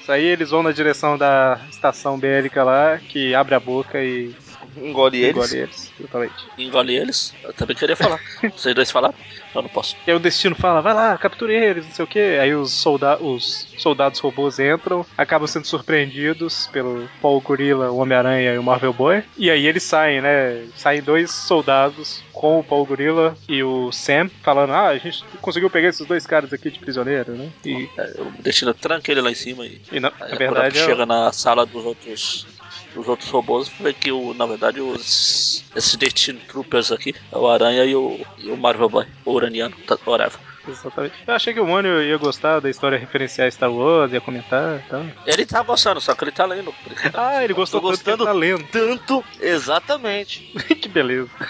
Speaker 1: Isso aí eles vão na direção da estação bélica lá, que abre a boca e
Speaker 4: Engole eles.
Speaker 1: engole eles. Exatamente.
Speaker 3: Engole eles. Eu também queria falar. Vocês dois falaram? Eu não posso.
Speaker 1: E aí o destino fala, vai lá, capture eles, não sei o quê. Aí os, solda os soldados robôs entram, acabam sendo surpreendidos pelo Paul Gorilla, o Homem-Aranha e o Marvel Boy. E aí eles saem, né? Saem dois soldados com o Paul Gorilla e o Sam, falando, ah, a gente conseguiu pegar esses dois caras aqui de prisioneiro, né? E,
Speaker 3: É, Eu deixei eu tranquei ele lá em cima e
Speaker 1: e na, na
Speaker 3: Aí,
Speaker 1: verdade
Speaker 3: quando
Speaker 1: é...
Speaker 3: chega na sala dos outros dos outros robôs, vê que o, na verdade os esses Destiny Troopers aqui é o Aranha e o, e o Marvel Boy, o Uraniano, tá- whatever.
Speaker 1: é Exatamente. Eu achei que o Mônio ia gostar da história referenciar Star Wars, ia comentar e tal.
Speaker 3: Ele tá gostando, só que ele tá lendo.
Speaker 1: Ah, ele gostou
Speaker 4: Tô
Speaker 1: tanto que ele
Speaker 4: gostando
Speaker 1: tá lendo.
Speaker 4: Tanto, exatamente.
Speaker 1: que beleza.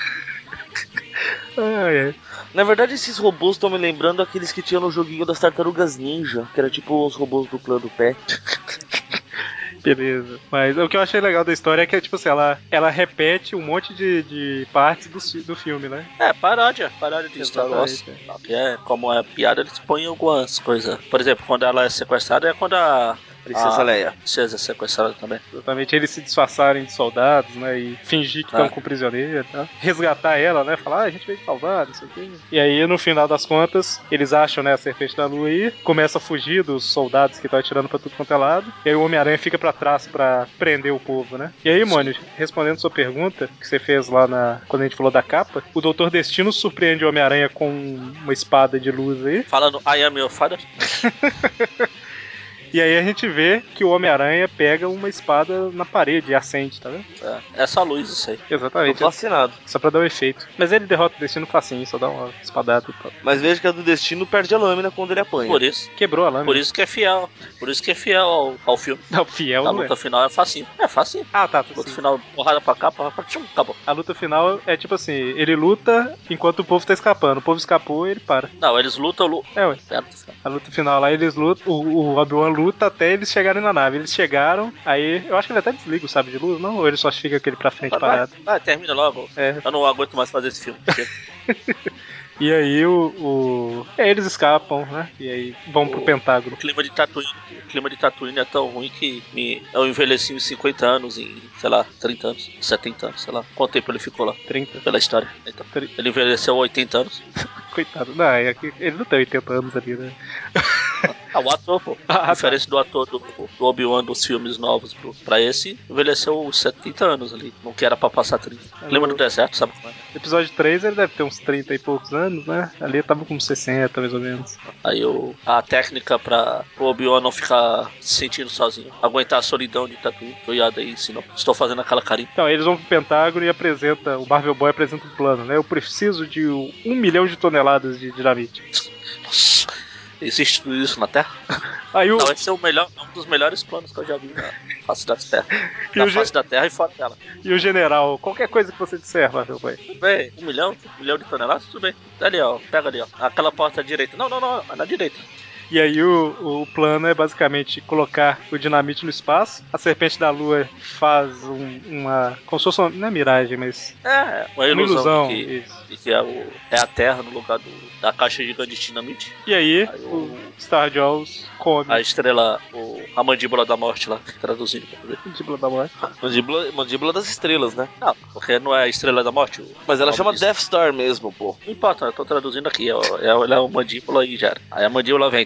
Speaker 1: Ai, ai.
Speaker 4: Na verdade, esses robôs estão me lembrando aqueles que tinha no joguinho das tartarugas ninja, que era tipo os robôs do clã do pé.
Speaker 1: Beleza. Mas o que eu achei legal da história é que, tipo assim, ela, ela repete um monte de, de partes do, fi- do filme, né?
Speaker 3: É, paródia, paródia de Star Wars.
Speaker 1: Exatamente,
Speaker 3: Só que é, como é piada, eles põem algumas coisas. Por exemplo, quando ela é sequestrada é quando a,
Speaker 4: Princesa
Speaker 3: Ah.
Speaker 4: Leia.
Speaker 3: Princesa sequestrada também.
Speaker 1: Exatamente, eles se disfarçarem de soldados, né? E fingir que
Speaker 3: Ah.
Speaker 1: estão com prisioneiro, né? Resgatar ela, né? Falar, ah, a gente veio te salvar, não sei o quê. E aí, no final das contas, eles acham, né, a serpente da lua aí, começa a fugir dos soldados que estão atirando pra tudo quanto é lado. E aí o Homem-Aranha fica pra trás pra prender o povo, né? E aí, Mônio, respondendo sua pergunta que você fez lá na. quando a gente falou da capa, o Doutor Destino surpreende o Homem-Aranha com uma espada de luz aí.
Speaker 3: Falando I am your father.
Speaker 1: E aí a gente vê que o Homem-Aranha pega uma espada na parede e acende, tá vendo?
Speaker 3: É, é só luz isso aí.
Speaker 4: Tô
Speaker 1: Exatamente.
Speaker 4: fascinado.
Speaker 1: Só pra dar o efeito. Mas ele derrota o destino facinho, só dá uma espadada e tal.
Speaker 4: Mas veja que a do destino perde a lâmina quando ele apanha.
Speaker 3: Por isso.
Speaker 1: Quebrou a lâmina.
Speaker 3: Por isso que é fiel. Por isso que é fiel ao, ao filme.
Speaker 1: Não, fiel
Speaker 3: a
Speaker 1: não é.
Speaker 3: luta final é facinho. É facinho.
Speaker 1: Ah, tá. tá,
Speaker 3: Luta
Speaker 1: sim.
Speaker 3: final, porrada pra cá, porrada pra tchum, acabou.
Speaker 1: A luta final é tipo assim, ele luta enquanto o povo tá escapando. O povo escapou ele para.
Speaker 3: Não, eles lutam, lutam.
Speaker 1: É, ué. A luta final lá, eles lutam, o, o Obi-Wan luta até eles chegarem na nave. Eles chegaram, aí eu acho que ele até desliga o sabre de luz, não? Ou ele só fica aquele pra frente
Speaker 3: Vai,
Speaker 1: parado?
Speaker 3: vai, termina logo.
Speaker 1: É,
Speaker 3: Eu não aguento mais fazer esse filme. Chega.
Speaker 1: e aí o. o... É, eles escapam, né? E aí vão pro
Speaker 3: O-
Speaker 1: Pentágono.
Speaker 3: O clima de Tatooine, o clima de Tatooine é tão ruim que me, eu envelheci uns 50 anos, em, sei lá, 30 anos, 70 anos, sei lá. Quanto tempo ele ficou lá
Speaker 1: 30.
Speaker 3: pela história? Então,
Speaker 1: Tri-
Speaker 3: ele envelheceu 80 anos.
Speaker 1: Coitado. Não, é que ele não tem 80 anos ali, né?
Speaker 3: Ah, o ator, pô.
Speaker 1: Ah,
Speaker 3: A diferença do ator do, do Obi-Wan dos filmes novos pro, pra esse, envelheceu uns 70 anos ali. Não que era pra passar 30. Clima do deserto, sabe como é?
Speaker 1: Episódio 3 ele deve ter uns 30 e poucos anos, né? Ali eu tava com uns 60, mais ou menos.
Speaker 3: Aí eu, a técnica pra o Obi-Wan não ficar se sentindo sozinho, aguentar a solidão de Tatooine, eu ia daí, senão estou fazendo aquela carinha.
Speaker 1: Então, eles vão pro Pentágono e apresenta, o Marvel Boy apresenta um plano, né? Eu preciso de um um milhão de toneladas de dinamite.
Speaker 3: Nossa, existe tudo isso na Terra?
Speaker 1: Aí o,
Speaker 3: Não, esse é o melhor, um dos melhores planos que eu já vi na face da Terra.
Speaker 1: E
Speaker 3: Na
Speaker 1: o ge-
Speaker 3: face da Terra e fora dela.
Speaker 1: e o general, qualquer coisa que você disser, Marvel Boy.
Speaker 3: Tudo bem, um milhão, um milhão de toneladas, tudo bem. Tá Ali, ó, pega ali, ó. Aquela porta à direita. Não, não, não, é na direita.
Speaker 1: E aí o, o plano é basicamente colocar o dinamite no espaço. A serpente da lua faz um- uma. como se fosse uma. não é miragem, mas.
Speaker 3: É, uma
Speaker 1: uma
Speaker 3: ilusão.
Speaker 1: ilusão.
Speaker 3: de que,
Speaker 1: isso.
Speaker 3: de que é, o- é a Terra no lugar do- da caixa gigante de dinamite.
Speaker 1: E aí,
Speaker 3: Aí
Speaker 1: o
Speaker 3: o-
Speaker 1: Star Jaws come
Speaker 3: A estrela, o, a mandíbula da morte lá, traduzindo pra poder.
Speaker 1: o título da morte.
Speaker 4: Mandíbula, mandíbula das estrelas, né?
Speaker 3: Não, porque não é a estrela da morte. o-
Speaker 4: Mas ela
Speaker 3: o nome
Speaker 4: chama
Speaker 3: disso.
Speaker 4: Death Star mesmo, pô.
Speaker 3: Não importa, eu tô traduzindo aqui. ó, é- Ela é uma mandíbula e já. era. Aí a mandíbula vem.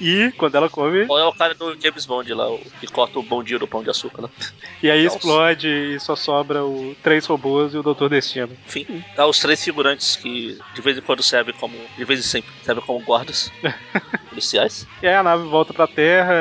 Speaker 1: E quando ela come,
Speaker 3: Ou é o cara do James Bond lá, o, que corta o bondinho do pão de açúcar lá.
Speaker 1: E aí
Speaker 3: Nossa.
Speaker 1: explode e só sobra o três robôs e o Doutor Destino.
Speaker 3: Enfim, dá os três figurantes que de vez em quando servem como. De vez em sempre servem como guardas policiais.
Speaker 1: E aí a nave volta pra Terra,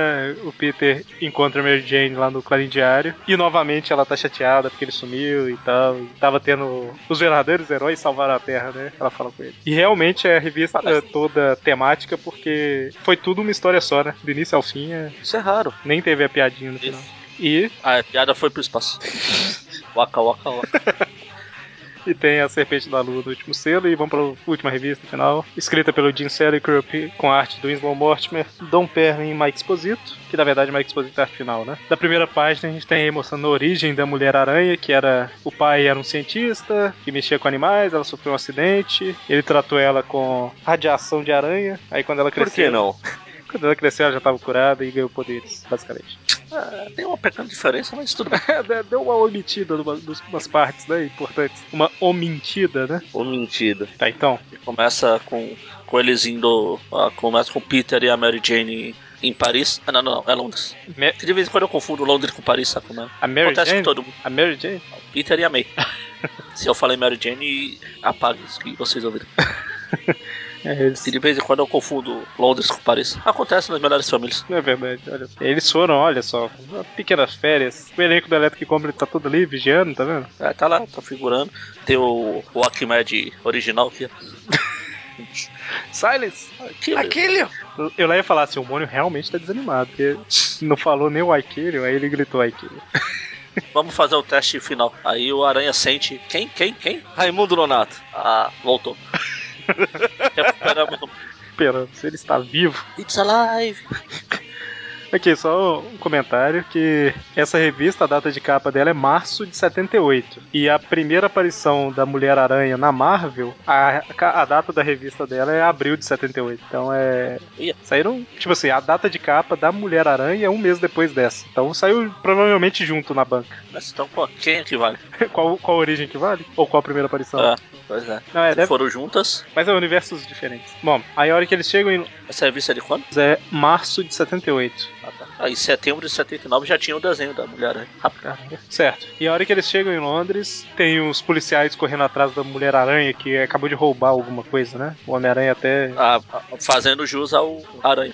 Speaker 1: o Peter encontra a Mary Jane lá no Clarim Diário. E novamente ela tá chateada porque ele sumiu e tal. E tava tendo. Os verdadeiros heróis salvaram a Terra, né? Ela fala com ele. E realmente é a revista
Speaker 3: Parece.
Speaker 1: é, toda temática porque foi tudo uma história só, né? Do início ao fim, é,
Speaker 4: Isso é raro.
Speaker 1: nem teve a piadinha no final. E,
Speaker 3: Ah, A piada foi pro espaço. Waka, waka, waka.
Speaker 1: e tem a Serpente da Lua no último selo. E vamos pra última revista final. Escrita pelo Jim Selicrup, com a arte do Winslow Mortimer, Dom Perlin e Mike Exposito. Que na verdade Mike Exposito é a arte final, né? Da primeira página a gente tem aí mostrando a origem da Mulher-Aranha, que era. O pai era um cientista que mexia com animais, ela sofreu um acidente. Ele tratou ela com radiação de aranha. Aí quando ela
Speaker 4: Por
Speaker 1: cresceu.
Speaker 4: que não?
Speaker 1: Quando ela cresceu, ela já tava curada e ganhou poderes, basicamente.
Speaker 3: Ah, tem uma pequena diferença, mas tudo bem.
Speaker 1: É, Deu uma omitida numa, umas partes, né? Importantes. Uma omintida, né?
Speaker 4: Ou mentira.
Speaker 1: Tá, então.
Speaker 3: Começa com, com eles indo. ah, começa com Peter e a Mary Jane em Paris. Ah, não, não, não, é Londres.
Speaker 1: Me-
Speaker 3: De vez em quando eu confundo Londres com Paris, sabe como é?
Speaker 1: A Mary
Speaker 3: Acontece
Speaker 1: Jane?
Speaker 3: com todo mundo.
Speaker 1: A Mary Jane?
Speaker 3: Peter e a May. Se eu falei Mary Jane, apague isso que vocês ouviram.
Speaker 1: É,
Speaker 3: E
Speaker 1: eles...
Speaker 3: de vez em quando eu confundo Londres com Paris. Acontece nas melhores famílias.
Speaker 1: Não é verdade, olha só. Eles foram, olha só, pequenas férias. O elenco da Electric Company tá todo ali, vigiando, tá vendo?
Speaker 3: É, tá lá, tá figurando. Tem o, o Arquimedes original que.
Speaker 1: Silence!
Speaker 3: que
Speaker 4: Aquele!
Speaker 1: Eu lá ia falar assim, o Mônio realmente tá desanimado, porque não falou nem o Aikilho, aí ele gritou Aikilho.
Speaker 3: Vamos fazer o teste final. Aí o Aranha sente. Quem? Quem? Quem?
Speaker 4: Raimundo Nonato.
Speaker 3: Ah, voltou. Recuperamos o.
Speaker 1: Esperando, se ele está vivo.
Speaker 3: It's alive!
Speaker 1: Aqui, só um comentário que essa revista, a data de capa dela é março de 78. E a primeira aparição da Mulher-Aranha na Marvel, a, a data da revista dela é abril de 78. Então é...
Speaker 3: Ih.
Speaker 1: Saíram, tipo assim, a data de capa da Mulher-Aranha é um mês depois dessa. Então saiu provavelmente junto na banca.
Speaker 3: Mas então pô, quem é que vale?
Speaker 1: qual, qual a origem que vale? Ou qual a primeira aparição?
Speaker 3: Ah, pois é.
Speaker 1: Não, é,
Speaker 3: Se
Speaker 1: deve-
Speaker 3: foram juntas,
Speaker 1: Mas é universos diferentes. Bom, aí a hora que eles chegam em
Speaker 3: essa revista é de quando?
Speaker 1: Londres é março de 78.
Speaker 3: Ah, tá. Ah, em setembro de 79 já tinha o desenho da mulher. né? Rápido.
Speaker 1: Certo. E a hora que eles chegam em Londres, tem os policiais correndo atrás da Mulher-Aranha que acabou de roubar alguma coisa, né? O Homem-Aranha até.
Speaker 3: Ah, ah, fazendo jus ao Aranha.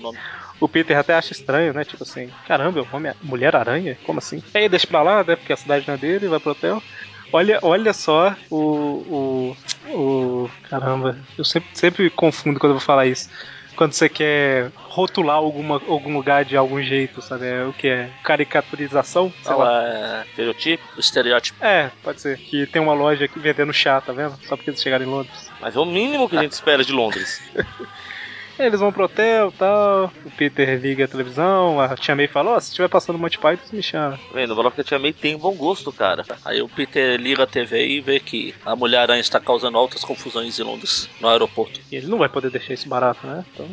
Speaker 3: nome.
Speaker 1: O Peter até acha estranho, né? Tipo assim, caramba, Homem- Mulher-Aranha? Como assim? Aí deixa pra lá, né? Porque a cidade não é dele, vai pro hotel. Olha, olha só o, o. o. Caramba, eu sempre, sempre confundo quando eu vou falar isso. Quando você quer rotular alguma, algum lugar de algum jeito, sabe? É o que é? Caricaturização? Sei
Speaker 3: Ah,
Speaker 1: lá.
Speaker 3: lá, é,
Speaker 4: Estereotipo.
Speaker 3: o estereótipo.
Speaker 1: É, pode ser. Que tem uma loja aqui vendendo chá, tá vendo? Só porque eles chegaram em Londres.
Speaker 4: Mas é o mínimo que a gente espera de Londres.
Speaker 1: Aí Eles vão pro hotel e tal. O Peter liga a televisão. A Tia May fala: Ó, se estiver passando Monty Python, você me chama.
Speaker 4: Tá vendo? O Valofka Tia May tem bom gosto, cara.
Speaker 3: Aí o Peter liga a TV e vê que a mulher aranha está causando altas confusões em Londres, no aeroporto.
Speaker 1: E ele não vai poder deixar isso barato, né? Então,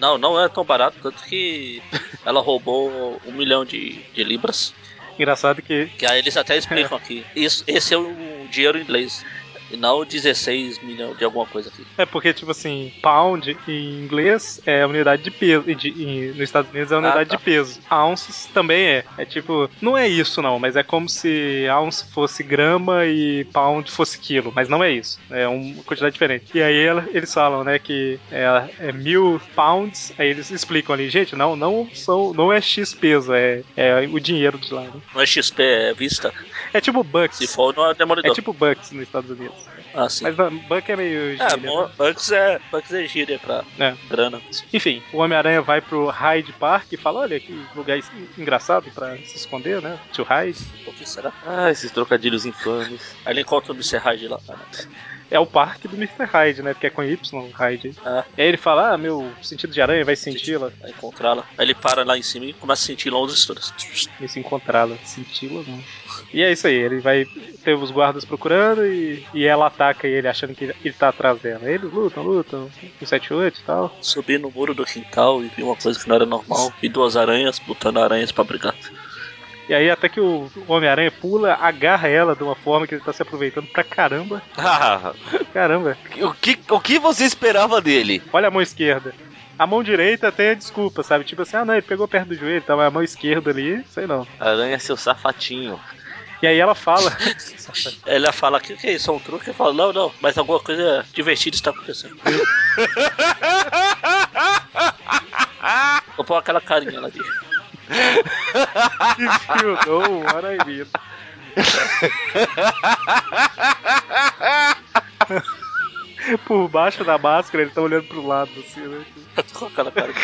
Speaker 3: Não, não é tão barato, tanto que ela roubou um milhão de, de libras.
Speaker 1: engraçado que.
Speaker 3: Que aí eles até explicam aqui. Isso, esse é o dinheiro inglês. E não 16 milhões de alguma coisa aqui.
Speaker 1: É porque, tipo assim, pound em inglês é unidade de peso. e de- e nos Estados Unidos é unidade
Speaker 3: tá.
Speaker 1: de peso. Ounces também é. É tipo, não é isso não, mas é como se ounce fosse grama e pound fosse quilo. Mas não é isso. É uma quantidade diferente. E aí ela- eles falam, né, que é, é mil pounds. Aí eles explicam ali, gente, não, não são, não é X peso, é, é o dinheiro de lá. né?
Speaker 3: Não é XP, é vista.
Speaker 1: É tipo
Speaker 3: Se
Speaker 1: bucks.
Speaker 3: for, não é
Speaker 1: É
Speaker 3: demolidor.
Speaker 1: tipo bucks nos Estados Unidos.
Speaker 3: Ah, sim.
Speaker 1: Mas não, buck é meio.
Speaker 3: É,
Speaker 1: gíria,
Speaker 3: mo- Bucks é, Bucks é gíria pra
Speaker 1: né? É.
Speaker 3: grana.
Speaker 1: Enfim, o Homem-Aranha vai pro Hyde Park e fala: Olha que lugar es- engraçado pra se esconder, né? Tio Hyde.
Speaker 3: O que será?
Speaker 4: Ah, esses trocadilhos infames.
Speaker 3: Aí ele encontra o Mr. Hyde lá. Ah, não.
Speaker 1: É o parque do Mr. Hyde, né? Porque é com Y, Hyde.
Speaker 3: Ah.
Speaker 1: E aí ele fala: Ah, meu sentido de aranha vai senti-la.
Speaker 3: Vai encontrá-la. Aí ele para lá em cima e começa a sentir Londres todas.
Speaker 1: E se encontrá-la. Senti-la, não. E é isso aí, ele vai ter os guardas procurando e, e ela ataca ele achando que ele tá atrás dela. Eles lutam, lutam, 178 e tal.
Speaker 3: Subi no muro do quintal e vi uma coisa que não era normal. E duas aranhas botando aranhas pra brigar.
Speaker 1: E aí até que o Homem-Aranha pula, agarra ela de uma forma que ele tá se aproveitando pra caramba.
Speaker 4: Ah,
Speaker 1: Caramba.
Speaker 4: o, que, o que você esperava dele?
Speaker 1: Olha a mão esquerda. A mão direita tem a desculpa, sabe? Tipo assim, ah não, ele pegou perto do joelho, tá? Mas a mão esquerda ali, sei não.
Speaker 4: Aranha seu safatinho.
Speaker 1: E aí ela fala.
Speaker 3: Ela fala, o que, que é isso? É um truque? Eu falo, não, não, mas alguma coisa divertida está acontecendo. Eu pôr aquela carinha lá de.
Speaker 1: If you know what I mean. Por baixo da máscara, ele tá olhando pro lado, assim, né?
Speaker 3: Com aquela carinha.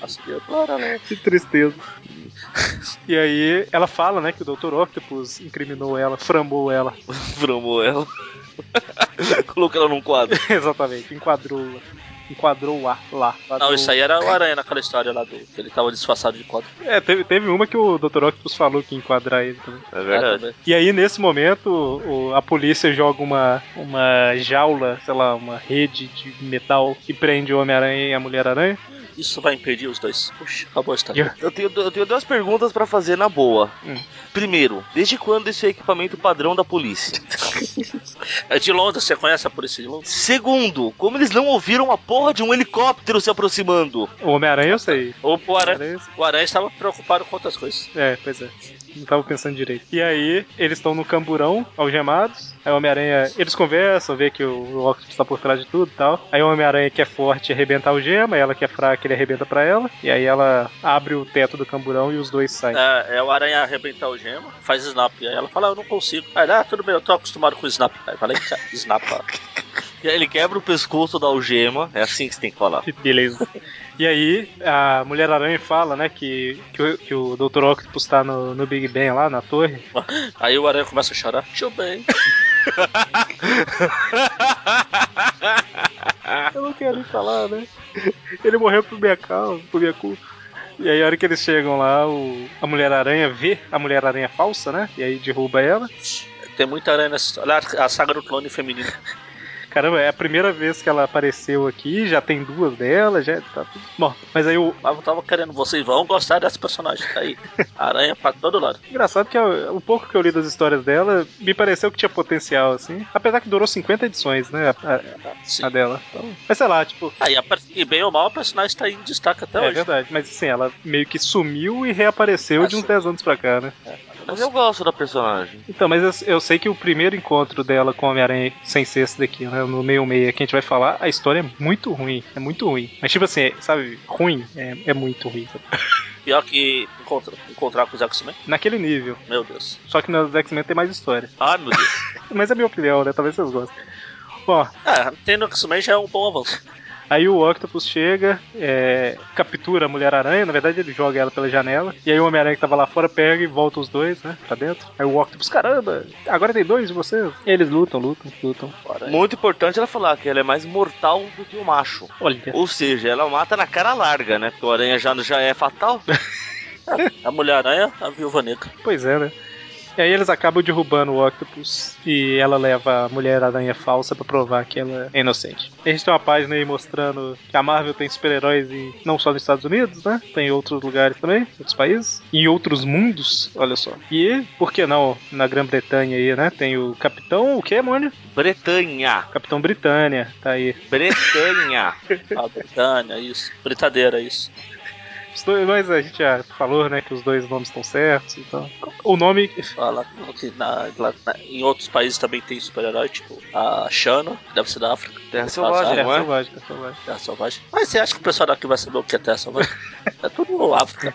Speaker 3: Nossa, e agora, né?
Speaker 1: Que tristeza. E aí ela fala, né, que o Dr. Octopus incriminou ela, frambou ela.
Speaker 4: Framou ela. Colocou ela num quadro.
Speaker 1: Exatamente, enquadrou-la. Enquadrou a lá.
Speaker 3: Não,
Speaker 1: Enquadrou-
Speaker 3: isso aí era o aranha naquela história lá do. Que ele tava disfarçado de quadro.
Speaker 1: É, teve, teve uma que o Dr. Octopus falou que ia enquadrar ele também.
Speaker 4: É
Speaker 3: Ah, também.
Speaker 1: E aí, nesse momento, o- a polícia joga uma, uma jaula, sei lá, uma rede de metal que prende o Homem-Aranha e a Mulher-Aranha.
Speaker 3: Isso vai impedir os dois. Puxa, acabou a história.
Speaker 4: Eu tenho, eu tenho duas perguntas pra fazer na boa.
Speaker 1: Hum.
Speaker 4: Primeiro, desde quando isso é equipamento padrão da polícia?
Speaker 3: É de Londres, você conhece a polícia de Londres?
Speaker 4: Segundo, como eles não ouviram a porra de um helicóptero se aproximando?
Speaker 1: O Homem-Aranha eu sei.
Speaker 3: O, o,
Speaker 1: O
Speaker 3: aranha,
Speaker 1: Aranha,
Speaker 3: o aranha estava preocupado com outras coisas.
Speaker 1: é, pois é. Não tava pensando direito. E aí, eles estão no camburão, algemados. Aí o Homem-Aranha. Eles conversam, vê que o Octopus tá por trás de tudo e tal. Aí o Homem-Aranha que é forte arrebenta a algema, ela que é fraca, ele arrebenta pra ela. E aí ela abre o teto do camburão e os dois saem.
Speaker 3: É, é o aranha arrebentar o gema, faz snap. Aí ela fala, eu não consigo. Aí, ah, tudo bem, eu tô acostumado com snap. Aí falei, snap.
Speaker 4: E aí Ele quebra o pescoço da algema. É assim que você tem que falar.
Speaker 1: Que Beleza. E aí, a Mulher Aranha fala, né, que, que, o, que o Dr. Octopus tá no, no Big Ben lá na torre.
Speaker 3: Aí o aranha começa a chorar. Tio bem.
Speaker 1: Eu não quero nem falar, né? Ele morreu por minha causa, por minha culpa. E aí, a hora que eles chegam lá, o... a Mulher-Aranha vê a Mulher-Aranha falsa, né? E aí derruba ela.
Speaker 3: Tem muita aranha nessa história. Aliás, A saga do clone feminino.
Speaker 1: Caramba, é a primeira vez que ela apareceu aqui, já tem duas delas, já tá tudo. Bom, mas aí o.
Speaker 3: Mas eu tava querendo, vocês vão gostar dessa personagem. Tá aí. Aranha pra todo lado.
Speaker 1: Engraçado que ó, o pouco que eu li das histórias dela, me pareceu que tinha potencial, assim. Apesar que durou 50 edições, né? A, a- a
Speaker 3: Sim.
Speaker 1: dela. Então, mas sei lá, tipo,
Speaker 3: Aí, apar- e bem ou mal, o personagem tá em destaque até
Speaker 1: é
Speaker 3: hoje.
Speaker 1: verdade. Mas assim, ela meio que sumiu e reapareceu
Speaker 3: Ah,
Speaker 1: de uns
Speaker 3: sim.
Speaker 1: 10 anos pra cá, né?
Speaker 4: Mas eu gosto da personagem.
Speaker 1: Então, mas eu, eu sei que o primeiro encontro dela com o Homem-Aranha sem ser esse daqui, né? No meio meia que a gente vai falar, a história é muito ruim. É muito ruim. Mas tipo assim, é- sabe, ruim é, é muito ruim. sabe?
Speaker 3: Pior que encontra- encontrar com os X-Men.
Speaker 1: Naquele nível.
Speaker 3: Meu Deus.
Speaker 1: Só que nos X-Men tem mais história.
Speaker 4: Ah,
Speaker 3: Ai, meu Deus.
Speaker 1: Mas é a minha opinião, né? Talvez vocês gostem. Bom,
Speaker 3: Ah, tendo X-Men já é um bom avanço.
Speaker 1: aí o Octopus chega, é, captura a Mulher-Aranha, na verdade ele joga ela pela janela, e aí o Homem-Aranha que tava lá fora pega e volta os dois, né, pra dentro. Aí o Octopus, caramba, agora tem dois de vocês. Eles lutam, lutam, lutam. Bora.
Speaker 4: Muito importante ela falar que ela é mais mortal do que o macho.
Speaker 1: Olha,
Speaker 4: Ou seja, ela mata na cara larga, né? Porque o aranha já, já é fatal.
Speaker 3: A Mulher-Aranha, a Viúva Negra.
Speaker 1: pois é, né. E aí eles acabam derrubando o Octopus e ela leva a Mulher-Aranha falsa pra provar que ela é inocente. A gente tem uma página aí mostrando que a Marvel tem super-heróis e não só nos Estados Unidos, né? Tem em outros lugares também, outros países, em outros mundos, olha só. E, por que não, na Grã-Bretanha aí, né? Tem o Capitão, o que, Mônio?
Speaker 4: Bretanha.
Speaker 1: Capitão Britânia, tá aí.
Speaker 4: Bretanha.
Speaker 3: A Britânia, isso. Britadeira, isso.
Speaker 1: Os dois, mas a gente já falou, né, que os dois nomes estão certos, então... O nome...
Speaker 3: Fala que na, Ingla- na- em outros países também tem super-herói, tipo a Shana, que deve ser da África.
Speaker 4: Terra selvagem,
Speaker 1: É,
Speaker 4: não é?
Speaker 1: selvagem, é selvagem.
Speaker 3: Terra Selvagem. Mas você acha que o pessoal daqui vai saber o que é Terra Selvagem? é tudo África.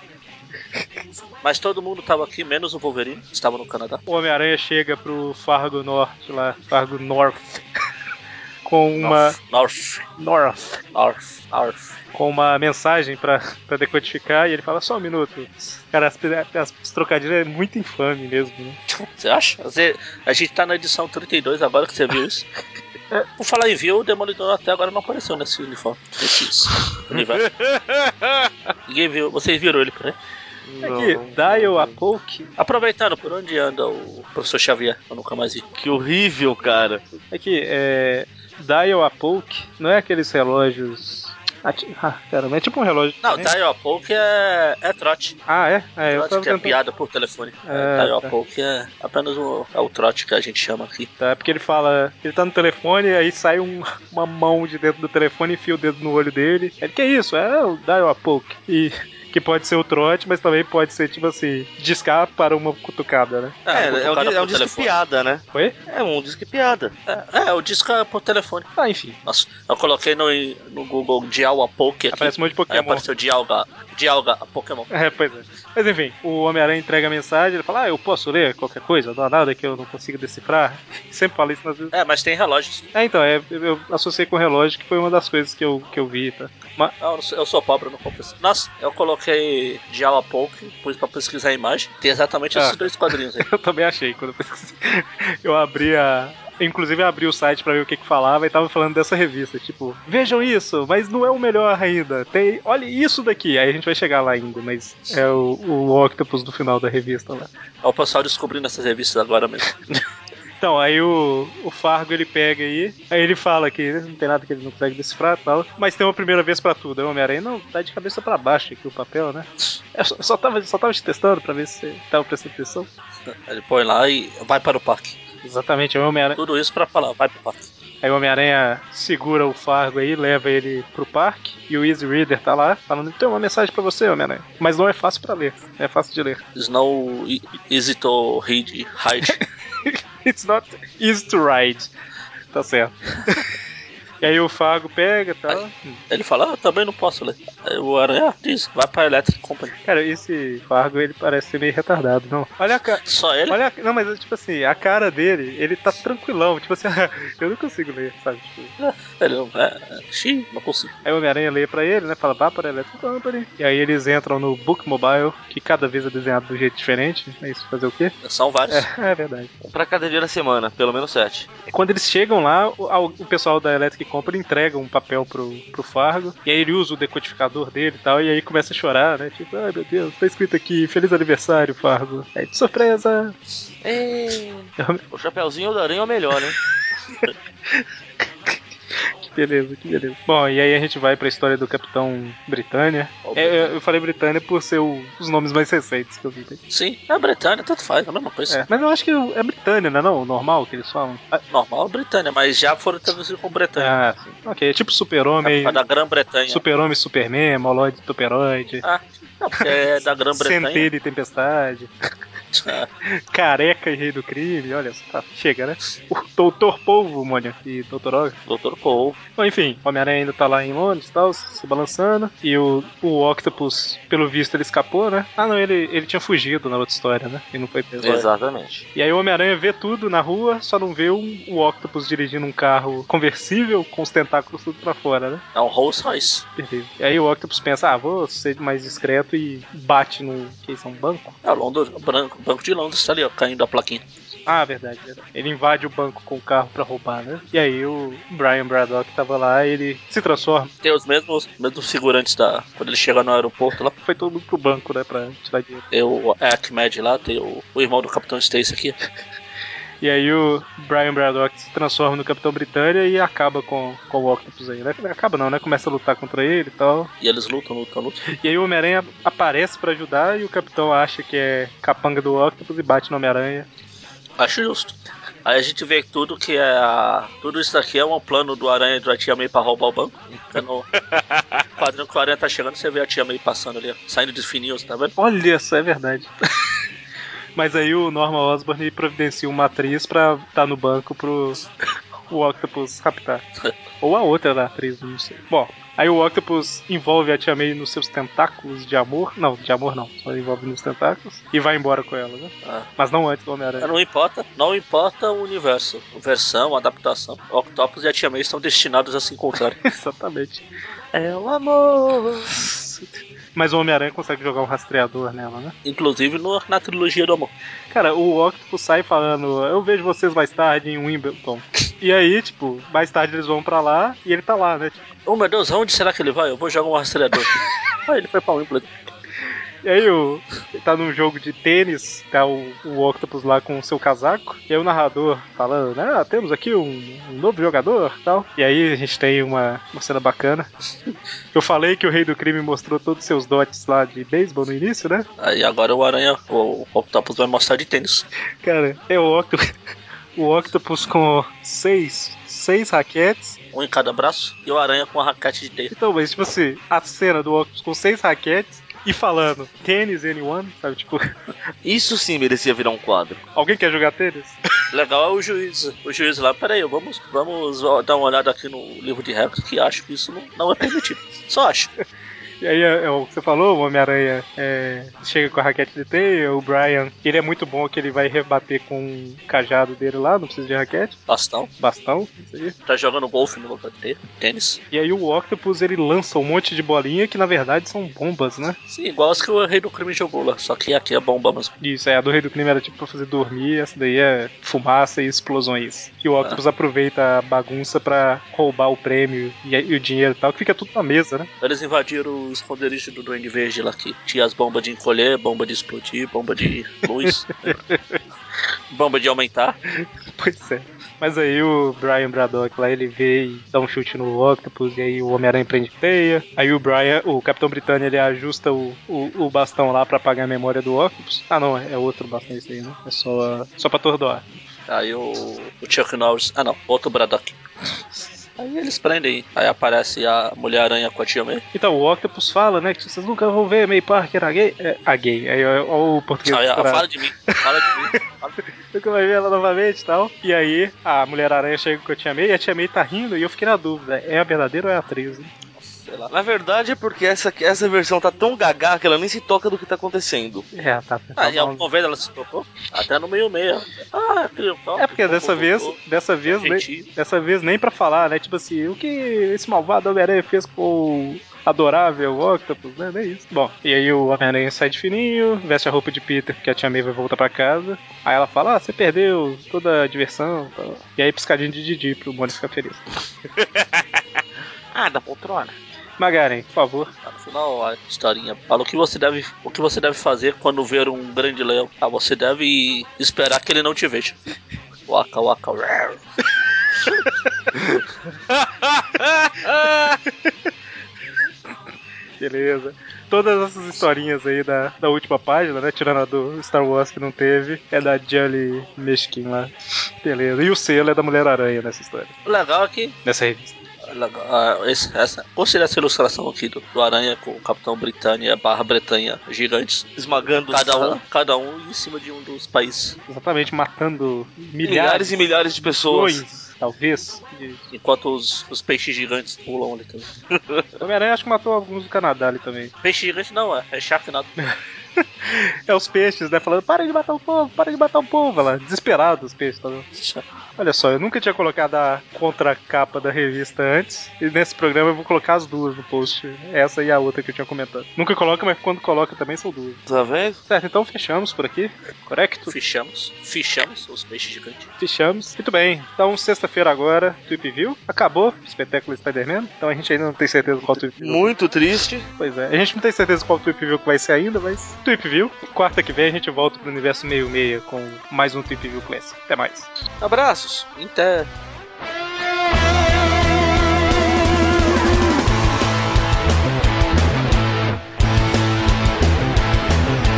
Speaker 3: Mas todo mundo tava aqui, menos o Wolverine, que estava no Canadá.
Speaker 1: O Homem-Aranha chega pro Fargo Norte lá, Fargo North, com uma
Speaker 3: North,
Speaker 1: North,
Speaker 3: North, North.
Speaker 1: com uma mensagem pra, pra decodificar e ele fala só um minuto. Cara, as, as, as trocadilhas é muito infame mesmo, né?
Speaker 3: Você acha? Você- a gente tá na edição 32 agora que você viu isso.
Speaker 1: É.
Speaker 3: Por falar em viu, o Demolidor até agora não apareceu nesse uniforme, nesse universo. Ninguém viu, vocês viram ele né? por aí.
Speaker 1: Aqui, É Dial a Poke.
Speaker 3: Aproveitando, por onde anda o professor Xavier? Eu nunca mais vi.
Speaker 4: Que horrível, cara.
Speaker 1: Aqui, é. Dial a Poke não é aqueles relógios. Ah, ti- Ah, caramba, é tipo um relógio.
Speaker 3: Não, tá
Speaker 1: né?
Speaker 3: Dial Poke é, é trote.
Speaker 1: Ah, é? É, eu
Speaker 3: Trote
Speaker 1: tava
Speaker 3: que é
Speaker 1: tentando.
Speaker 3: piada por telefone.
Speaker 1: Ah,
Speaker 3: É, Dial
Speaker 1: tá.
Speaker 3: Poke é apenas o, é o trote que a gente chama aqui.
Speaker 1: Tá, porque ele fala, ele tá no telefone, aí sai um- uma mão de dentro do telefone, enfia o dedo no olho dele. Ele, que isso? É o dial a poke. E que pode ser o trote, mas também pode ser, tipo assim, discar para uma cutucada, né?
Speaker 4: É, é, um,
Speaker 3: cutucada
Speaker 4: di- é um
Speaker 3: por
Speaker 4: disco
Speaker 3: telefone.
Speaker 4: piada, né?
Speaker 1: Oi?
Speaker 4: É um disco piada.
Speaker 3: É, é, o disco é por telefone.
Speaker 1: Ah, enfim.
Speaker 3: Nossa, eu coloquei no, no Google Dial a Poke aqui.
Speaker 1: Aparece um monte de
Speaker 3: Aí
Speaker 1: Pokémon.
Speaker 3: apareceu Dialga, Dialga, Pokémon.
Speaker 1: É, pois é. Mas enfim, o Homem-Aranha entrega a mensagem, ele fala, ah, eu posso ler qualquer coisa, não há nada que eu não consiga decifrar. Sempre fala isso nas vezes.
Speaker 3: É, mas tem relógios.
Speaker 1: É, então, é, eu associei com o relógio, que foi uma das coisas que eu, que eu vi, tá? Mas,
Speaker 3: Ah, eu não sou- eu sou pobre, eu não compro isso. Nossa, eu coloquei Dial a Poke, pus pra pesquisar a imagem. Tem exatamente esses
Speaker 1: Ah.
Speaker 3: dois quadrinhos aí.
Speaker 1: Eu também achei quando eu pesquisei. Eu abri a. Inclusive, eu abri o site pra ver o que, que falava e tava falando dessa revista. Tipo, vejam isso, mas não é o melhor ainda. Tem. Olha isso daqui. Aí a gente vai chegar lá ainda, mas é o, o Octopus do final da revista lá.
Speaker 3: É o pessoal descobrindo essas revistas agora mesmo.
Speaker 1: Então, aí o, o Fargo ele pega aí, aí ele fala que né, não tem nada que ele não consegue decifrar e tal, mas tem uma primeira vez pra tudo. Aí o Homem-Aranha, não, tá de cabeça pra baixo aqui o papel, né? Eu só, só, tava, só tava te testando pra ver se você tava prestando atenção.
Speaker 3: Ele põe lá e vai para o parque.
Speaker 1: Exatamente, é o Homem-Aranha.
Speaker 3: Tudo isso pra falar, vai pro parque.
Speaker 1: Aí o Homem-Aranha segura o Fargo aí, leva ele pro parque, e o Easy Reader tá lá falando, tem uma mensagem pra você, Homem-Aranha. Mas não é fácil pra ler, não é fácil de ler.
Speaker 3: Snow e- hesitou, hid, hide.
Speaker 1: It's not easy to ride. Tá certo. e aí o Fargo pega e tal.
Speaker 3: Ele fala, ah, eu também não posso ler. Aí o Aranha "Ah, diz, vai pra Electric Company.
Speaker 1: Cara, esse Fargo, ele parece ser meio retardado, não. Olha a cara...
Speaker 3: Só ele?
Speaker 1: Olha, a- não, mas tipo assim, a cara dele, ele tá tranquilão, tipo assim, eu não consigo ler, sabe? Tipo,
Speaker 3: Ele não, é, é, xi, não consigo.
Speaker 1: Aí o Homem-Aranha lê pra ele, né? Fala, vá para a Electric Company. E aí eles entram no Book Mobile, que cada vez é desenhado de um jeito diferente. É isso, fazer o quê?
Speaker 3: São vários.
Speaker 1: É, é verdade.
Speaker 4: Um pra cada dia da semana, pelo menos sete.
Speaker 1: Quando eles chegam lá, o, ao- o pessoal da Electric compra, entrega um papel pro, pro Fargo, e aí ele usa o decodificador dele e tal, e aí começa a chorar, né? Tipo, ai meu Deus, tá escrito aqui, feliz aniversário, Fargo. Aí, de surpresa!
Speaker 3: É.
Speaker 4: O Chapeuzinho da Aranha é o melhor, né?
Speaker 1: Que beleza, que beleza. Bom, e aí a gente vai pra história do Capitão Britânia. É, eu, eu falei Britânia por ser o- os nomes mais recentes que eu vi.
Speaker 3: Sim, é a Britânia, tanto faz, é a mesma coisa.
Speaker 1: É, mas eu acho que é Britânia, não é não? O normal que eles falam? Ah,
Speaker 3: Normal é Britânia, mas já foram traduzidos como Britânia.
Speaker 1: Ah, sim. Ok, é tipo
Speaker 3: É
Speaker 1: Super-Homem,
Speaker 3: da Grã-Bretanha.
Speaker 1: Super-Homem, Superman, Moloide, Superoide,
Speaker 3: Ah, não, porque é da Grã-Bretanha. É,
Speaker 1: Centelha e Tempestade, Careca e Rei do Crime, olha só, tá, chega, né? O Doutor Polvo, Mônia, e Doutor Og.
Speaker 3: Doutor Paul.
Speaker 1: Bom, enfim, o Homem-Aranha ainda tá lá em Londres e tal, se balançando. E o, o Octopus, pelo visto, ele escapou, né? Ah, não, ele, ele tinha fugido na outra história, né? E não foi preso.
Speaker 4: É. Exatamente.
Speaker 1: E aí o Homem-Aranha vê tudo na rua, só não vê um, um Octopus dirigindo um carro conversível com os tentáculos tudo pra fora, né?
Speaker 3: É um Rolls Royce.
Speaker 1: Beleza. E aí o Octopus pensa, ah, vou ser mais discreto e bate no... que isso é um banco?
Speaker 3: É o Londres, o branco, o Banco de Londres tá ali, ó, caindo a plaquinha.
Speaker 1: Ah, verdade, verdade. Ele invade o banco com o carro pra roubar, né? E aí o Brian Braddock tava lá, ele se transforma.
Speaker 3: Tem os mesmos, mesmos figurantes da. Quando ele chega no aeroporto lá,
Speaker 1: Foi todo mundo pro banco, né, pra tirar dinheiro.
Speaker 3: tem o Acmed lá, tem o, o irmão do Capitão Stacy aqui.
Speaker 1: E aí o Brian Braddock se transforma no Capitão Britânia e acaba com, com o Octopus aí, né? Acaba não, né? Começa a lutar contra ele e tal.
Speaker 3: E eles lutam, lutam, lutam.
Speaker 1: E aí o Homem-Aranha aparece pra ajudar e o Capitão acha que é capanga do Octopus e bate no Homem-Aranha.
Speaker 3: Acho justo. Aí a gente vê tudo que é. a- Tudo isso daqui é um plano do Aranha e da Tia May pra roubar o banco. Fica No quadrinho que o Aranha tá chegando, você vê a Tia May passando ali, ó, saindo de fininho, tá vendo?
Speaker 1: Olha só, é verdade. Mas aí o Norman Osborn providencia uma atriz pra estar no banco pro o Octopus raptar. Ou a outra da atriz, não sei. Bom, aí o Octopus envolve a Tia May nos seus tentáculos de amor. Não, de amor não. Só envolve nos tentáculos. E vai embora com ela, né?
Speaker 3: Ah.
Speaker 1: Mas não antes do Homem-Aranha.
Speaker 3: Não importa, não importa o universo, versão, adaptação. Octopus e a Tia May estão destinados a se encontrar.
Speaker 1: Exatamente.
Speaker 3: é o amor.
Speaker 1: Mas o Homem-Aranha consegue jogar um rastreador nela, né?
Speaker 3: Inclusive no- na trilogia do amor.
Speaker 1: Cara, o Octopus sai falando, eu vejo vocês mais tarde em Wimbledon. E aí, tipo, mais tarde eles vão pra lá e ele tá lá, né? Tipo,
Speaker 3: Oh meu Deus, aonde será que ele vai? Eu vou jogar um rastreador. ah, ele foi pra Wimbledon.
Speaker 1: E aí o, ele tá num jogo de tênis, tá o, o Octopus lá com o seu casaco, e aí o narrador falando, ah, temos aqui um, um novo jogador tal. E aí a gente tem uma, uma cena bacana. Eu falei que o rei do crime mostrou todos os seus dotes lá de beisebol no início, né?
Speaker 3: Aí agora o Aranha, o Octopus vai mostrar de tênis.
Speaker 1: Cara, é o Octopus. O Octopus com seis, seis raquetes
Speaker 3: Um em cada braço e o Aranha com a raquete de tênis.
Speaker 1: Então, mas tipo assim, a cena do Octopus com seis raquetes e falando tênis anyone, sabe? Tipo,
Speaker 4: Isso sim merecia virar um quadro.
Speaker 1: alguém quer jogar tênis?
Speaker 3: Legal é o juiz. O juiz lá, peraí, vamos, vamos ó, dar uma olhada aqui no livro de regras que acho que isso não, não é permitido. Só acho.
Speaker 1: E aí é, é o que você falou, o Homem-Aranha é, chega com a raquete de teia, o Brian, ele é muito bom que ele vai rebater com o cajado dele lá, não precisa de raquete,
Speaker 3: Bastão.
Speaker 1: bastão, isso aí.
Speaker 3: Tá jogando golfe no lugar de tênis.
Speaker 1: E aí o Octopus ele lança um monte de bolinha que na verdade são bombas, né?
Speaker 3: Sim, igual as que o Rei do Crime jogou lá. Só que aqui é bomba mesmo.
Speaker 1: Isso, é, a do Rei do Crime era tipo pra fazer dormir, essa daí é fumaça e explosões. E
Speaker 3: Ah.
Speaker 1: o Octopus aproveita a bagunça pra roubar o prêmio e, e o dinheiro e tal, que fica tudo na mesa, né?
Speaker 3: Eles invadiram o esconderijo do Duende Verde lá que tinha as bombas de encolher, bomba de explodir, bomba de luz, bomba de aumentar.
Speaker 1: Pois é. Mas aí o Brian Braddock lá, ele vê e dá um chute no Octopus, e aí o Homem-Aranha prende teia. Aí o Brian, o Capitão Britânia, ele ajusta o, o, o bastão lá pra apagar a memória do Octopus. Ah não, é outro bastão esse aí, né? É só, só pra atordoar.
Speaker 3: Aí o, o Chuck Norris. Ah não, outro Braddock. Aí eles prendem, aí aparece a Mulher-Aranha com a Tia May.
Speaker 1: Então, o Octopus fala, né, que vocês nunca vão ver May Parker a gay. É, a gay. Aí ó, ó o português
Speaker 3: Aí, ela
Speaker 1: misturado.
Speaker 3: fala de mim, fala de mim. fala de mim.
Speaker 1: Nunca vai ver ela novamente e tal. E aí a Mulher-Aranha chega com a Tia May, e a Tia May tá rindo, e eu fiquei na dúvida, é a verdadeira ou é a atriz, né?
Speaker 3: Nossa, sei lá.
Speaker 4: Na verdade é porque essa, essa versão tá tão gagá que ela nem se toca do que tá acontecendo.
Speaker 1: É, tá. tá
Speaker 3: Aí
Speaker 1: bom.
Speaker 3: alguma vez ela se tocou? Até no meio-meia. Ah, que tal.
Speaker 1: É porque dessa vez, dessa vez,
Speaker 3: Gentil.
Speaker 1: nem, dessa vez nem pra falar, né? Tipo assim, o que esse malvado Homem-Aranha fez com adorável Octopus, né? Não é isso. Bom, e aí o Homem-Aranha sai de fininho, veste a roupa de Peter, porque a Tia May vai voltar pra casa. Aí ela fala, ah, você perdeu toda a diversão. tal. E aí piscadinho de Didi pro Mônica ficar feliz.
Speaker 4: Ah, da poltrona.
Speaker 1: Magaren, por favor.
Speaker 3: Ah, No final, a historinha fala o que você deve, o que você deve fazer quando ver um grande leão. Ah, você deve esperar que ele não te veja. Waka waka. rar.
Speaker 1: Beleza. Todas essas historinhas aí da, da última página, né? Tirando a do Star Wars que não teve, é da Jelly Meskin lá. Beleza. E o selo é da Mulher Aranha nessa história,
Speaker 3: O legal é que
Speaker 1: nessa revista.
Speaker 3: legal, ah, esse- essa, considera essa ilustração aqui do, do Aranha com o Capitão Britânia barra Bretanha gigantes.
Speaker 4: Esmagando
Speaker 3: Cada um, cada um em cima de um dos países.
Speaker 1: Exatamente, matando milhares,
Speaker 4: milhares e milhares de pessoas.
Speaker 1: milhões, talvez, de
Speaker 3: Enquanto os, os peixes gigantes pulam ali também.
Speaker 1: Homem-Aranha acho que matou alguns do Canadá ali também.
Speaker 3: Peixe gigante não, é, é Sharknado.
Speaker 1: É os peixes, né? Falando, para de matar o povo, para de matar o povo. Ela, desesperado os peixes, tá vendo? Olha só, eu nunca tinha colocado a contracapa da revista antes. E nesse programa eu vou colocar as duas no post. Essa e a outra que eu tinha comentado. Nunca coloca, mas quando coloca também são duas.
Speaker 4: Tá vendo?
Speaker 1: Certo, então fechamos por aqui. Correto?
Speaker 3: Fichamos, fichamos os peixes gigantes.
Speaker 1: Fechamos. Muito bem. Então, sexta-feira agora, Tweep View. Acabou o espetáculo Spider-Man. Então a gente ainda não tem certeza qual Tweep View.
Speaker 4: Muito triste.
Speaker 1: Pois é, a gente não tem certeza qual Tweep View que vai ser ainda, mas Tweep View. Quarta que vem a gente volta pro universo meio-meia com mais um Tweep View Classic. Até mais.
Speaker 4: Abraços.
Speaker 3: Inter.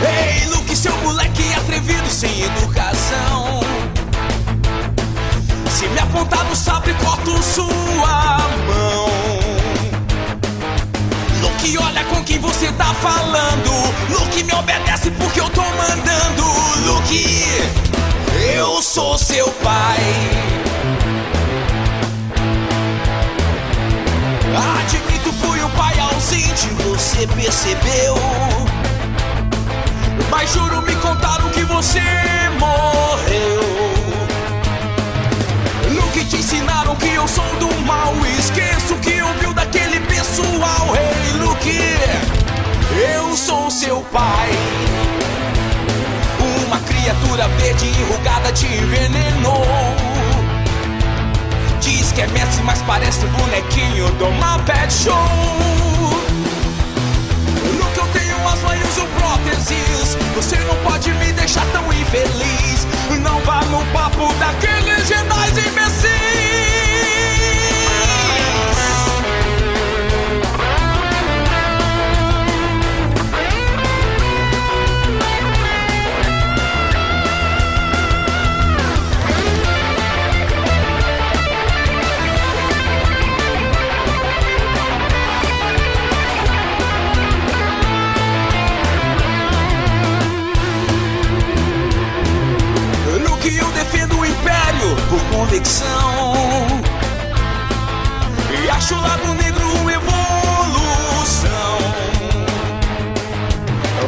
Speaker 5: Ei, Luke, seu moleque atrevido sem educação. Se me apontar no sabre, corto sua mão. Luke, olha com quem você tá falando. Luke, me obedece porque eu tô mandando. Luke, eu sou seu pai. Admito, fui o pai ausente, você percebeu. Mas juro, me contaram que você morreu. Luke, te ensinaram que eu sou do mal. Esqueço que ouviu daquele pessoal. Ei, Luke, eu sou seu pai. Uma criatura verde enrugada te envenenou. Diz que é mestre, mas parece bonequinho do uma pet show. Luke, eu tenho asma e uso próteses. Você não pode me deixar tão infeliz. Não vá no papo daqueles genais imbecis. Luke, eu defendo o império por convicção. E acho o Lago Negro uma evolução.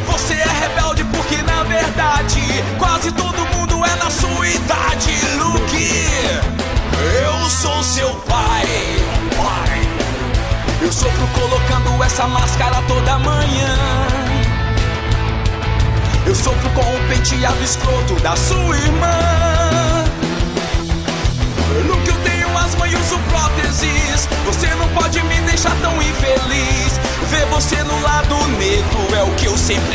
Speaker 5: Você é rebelde porque, na verdade, quase todo mundo é na sua idade. Luke, eu sou seu pai. pai. Eu sofro colocando essa máscara toda manhã. Eu sofro com o penteado escroto da sua irmã. Luke, eu tenho asma e uso próteses. Você não pode me deixar tão infeliz. Ver você no lado negro é o que eu sempre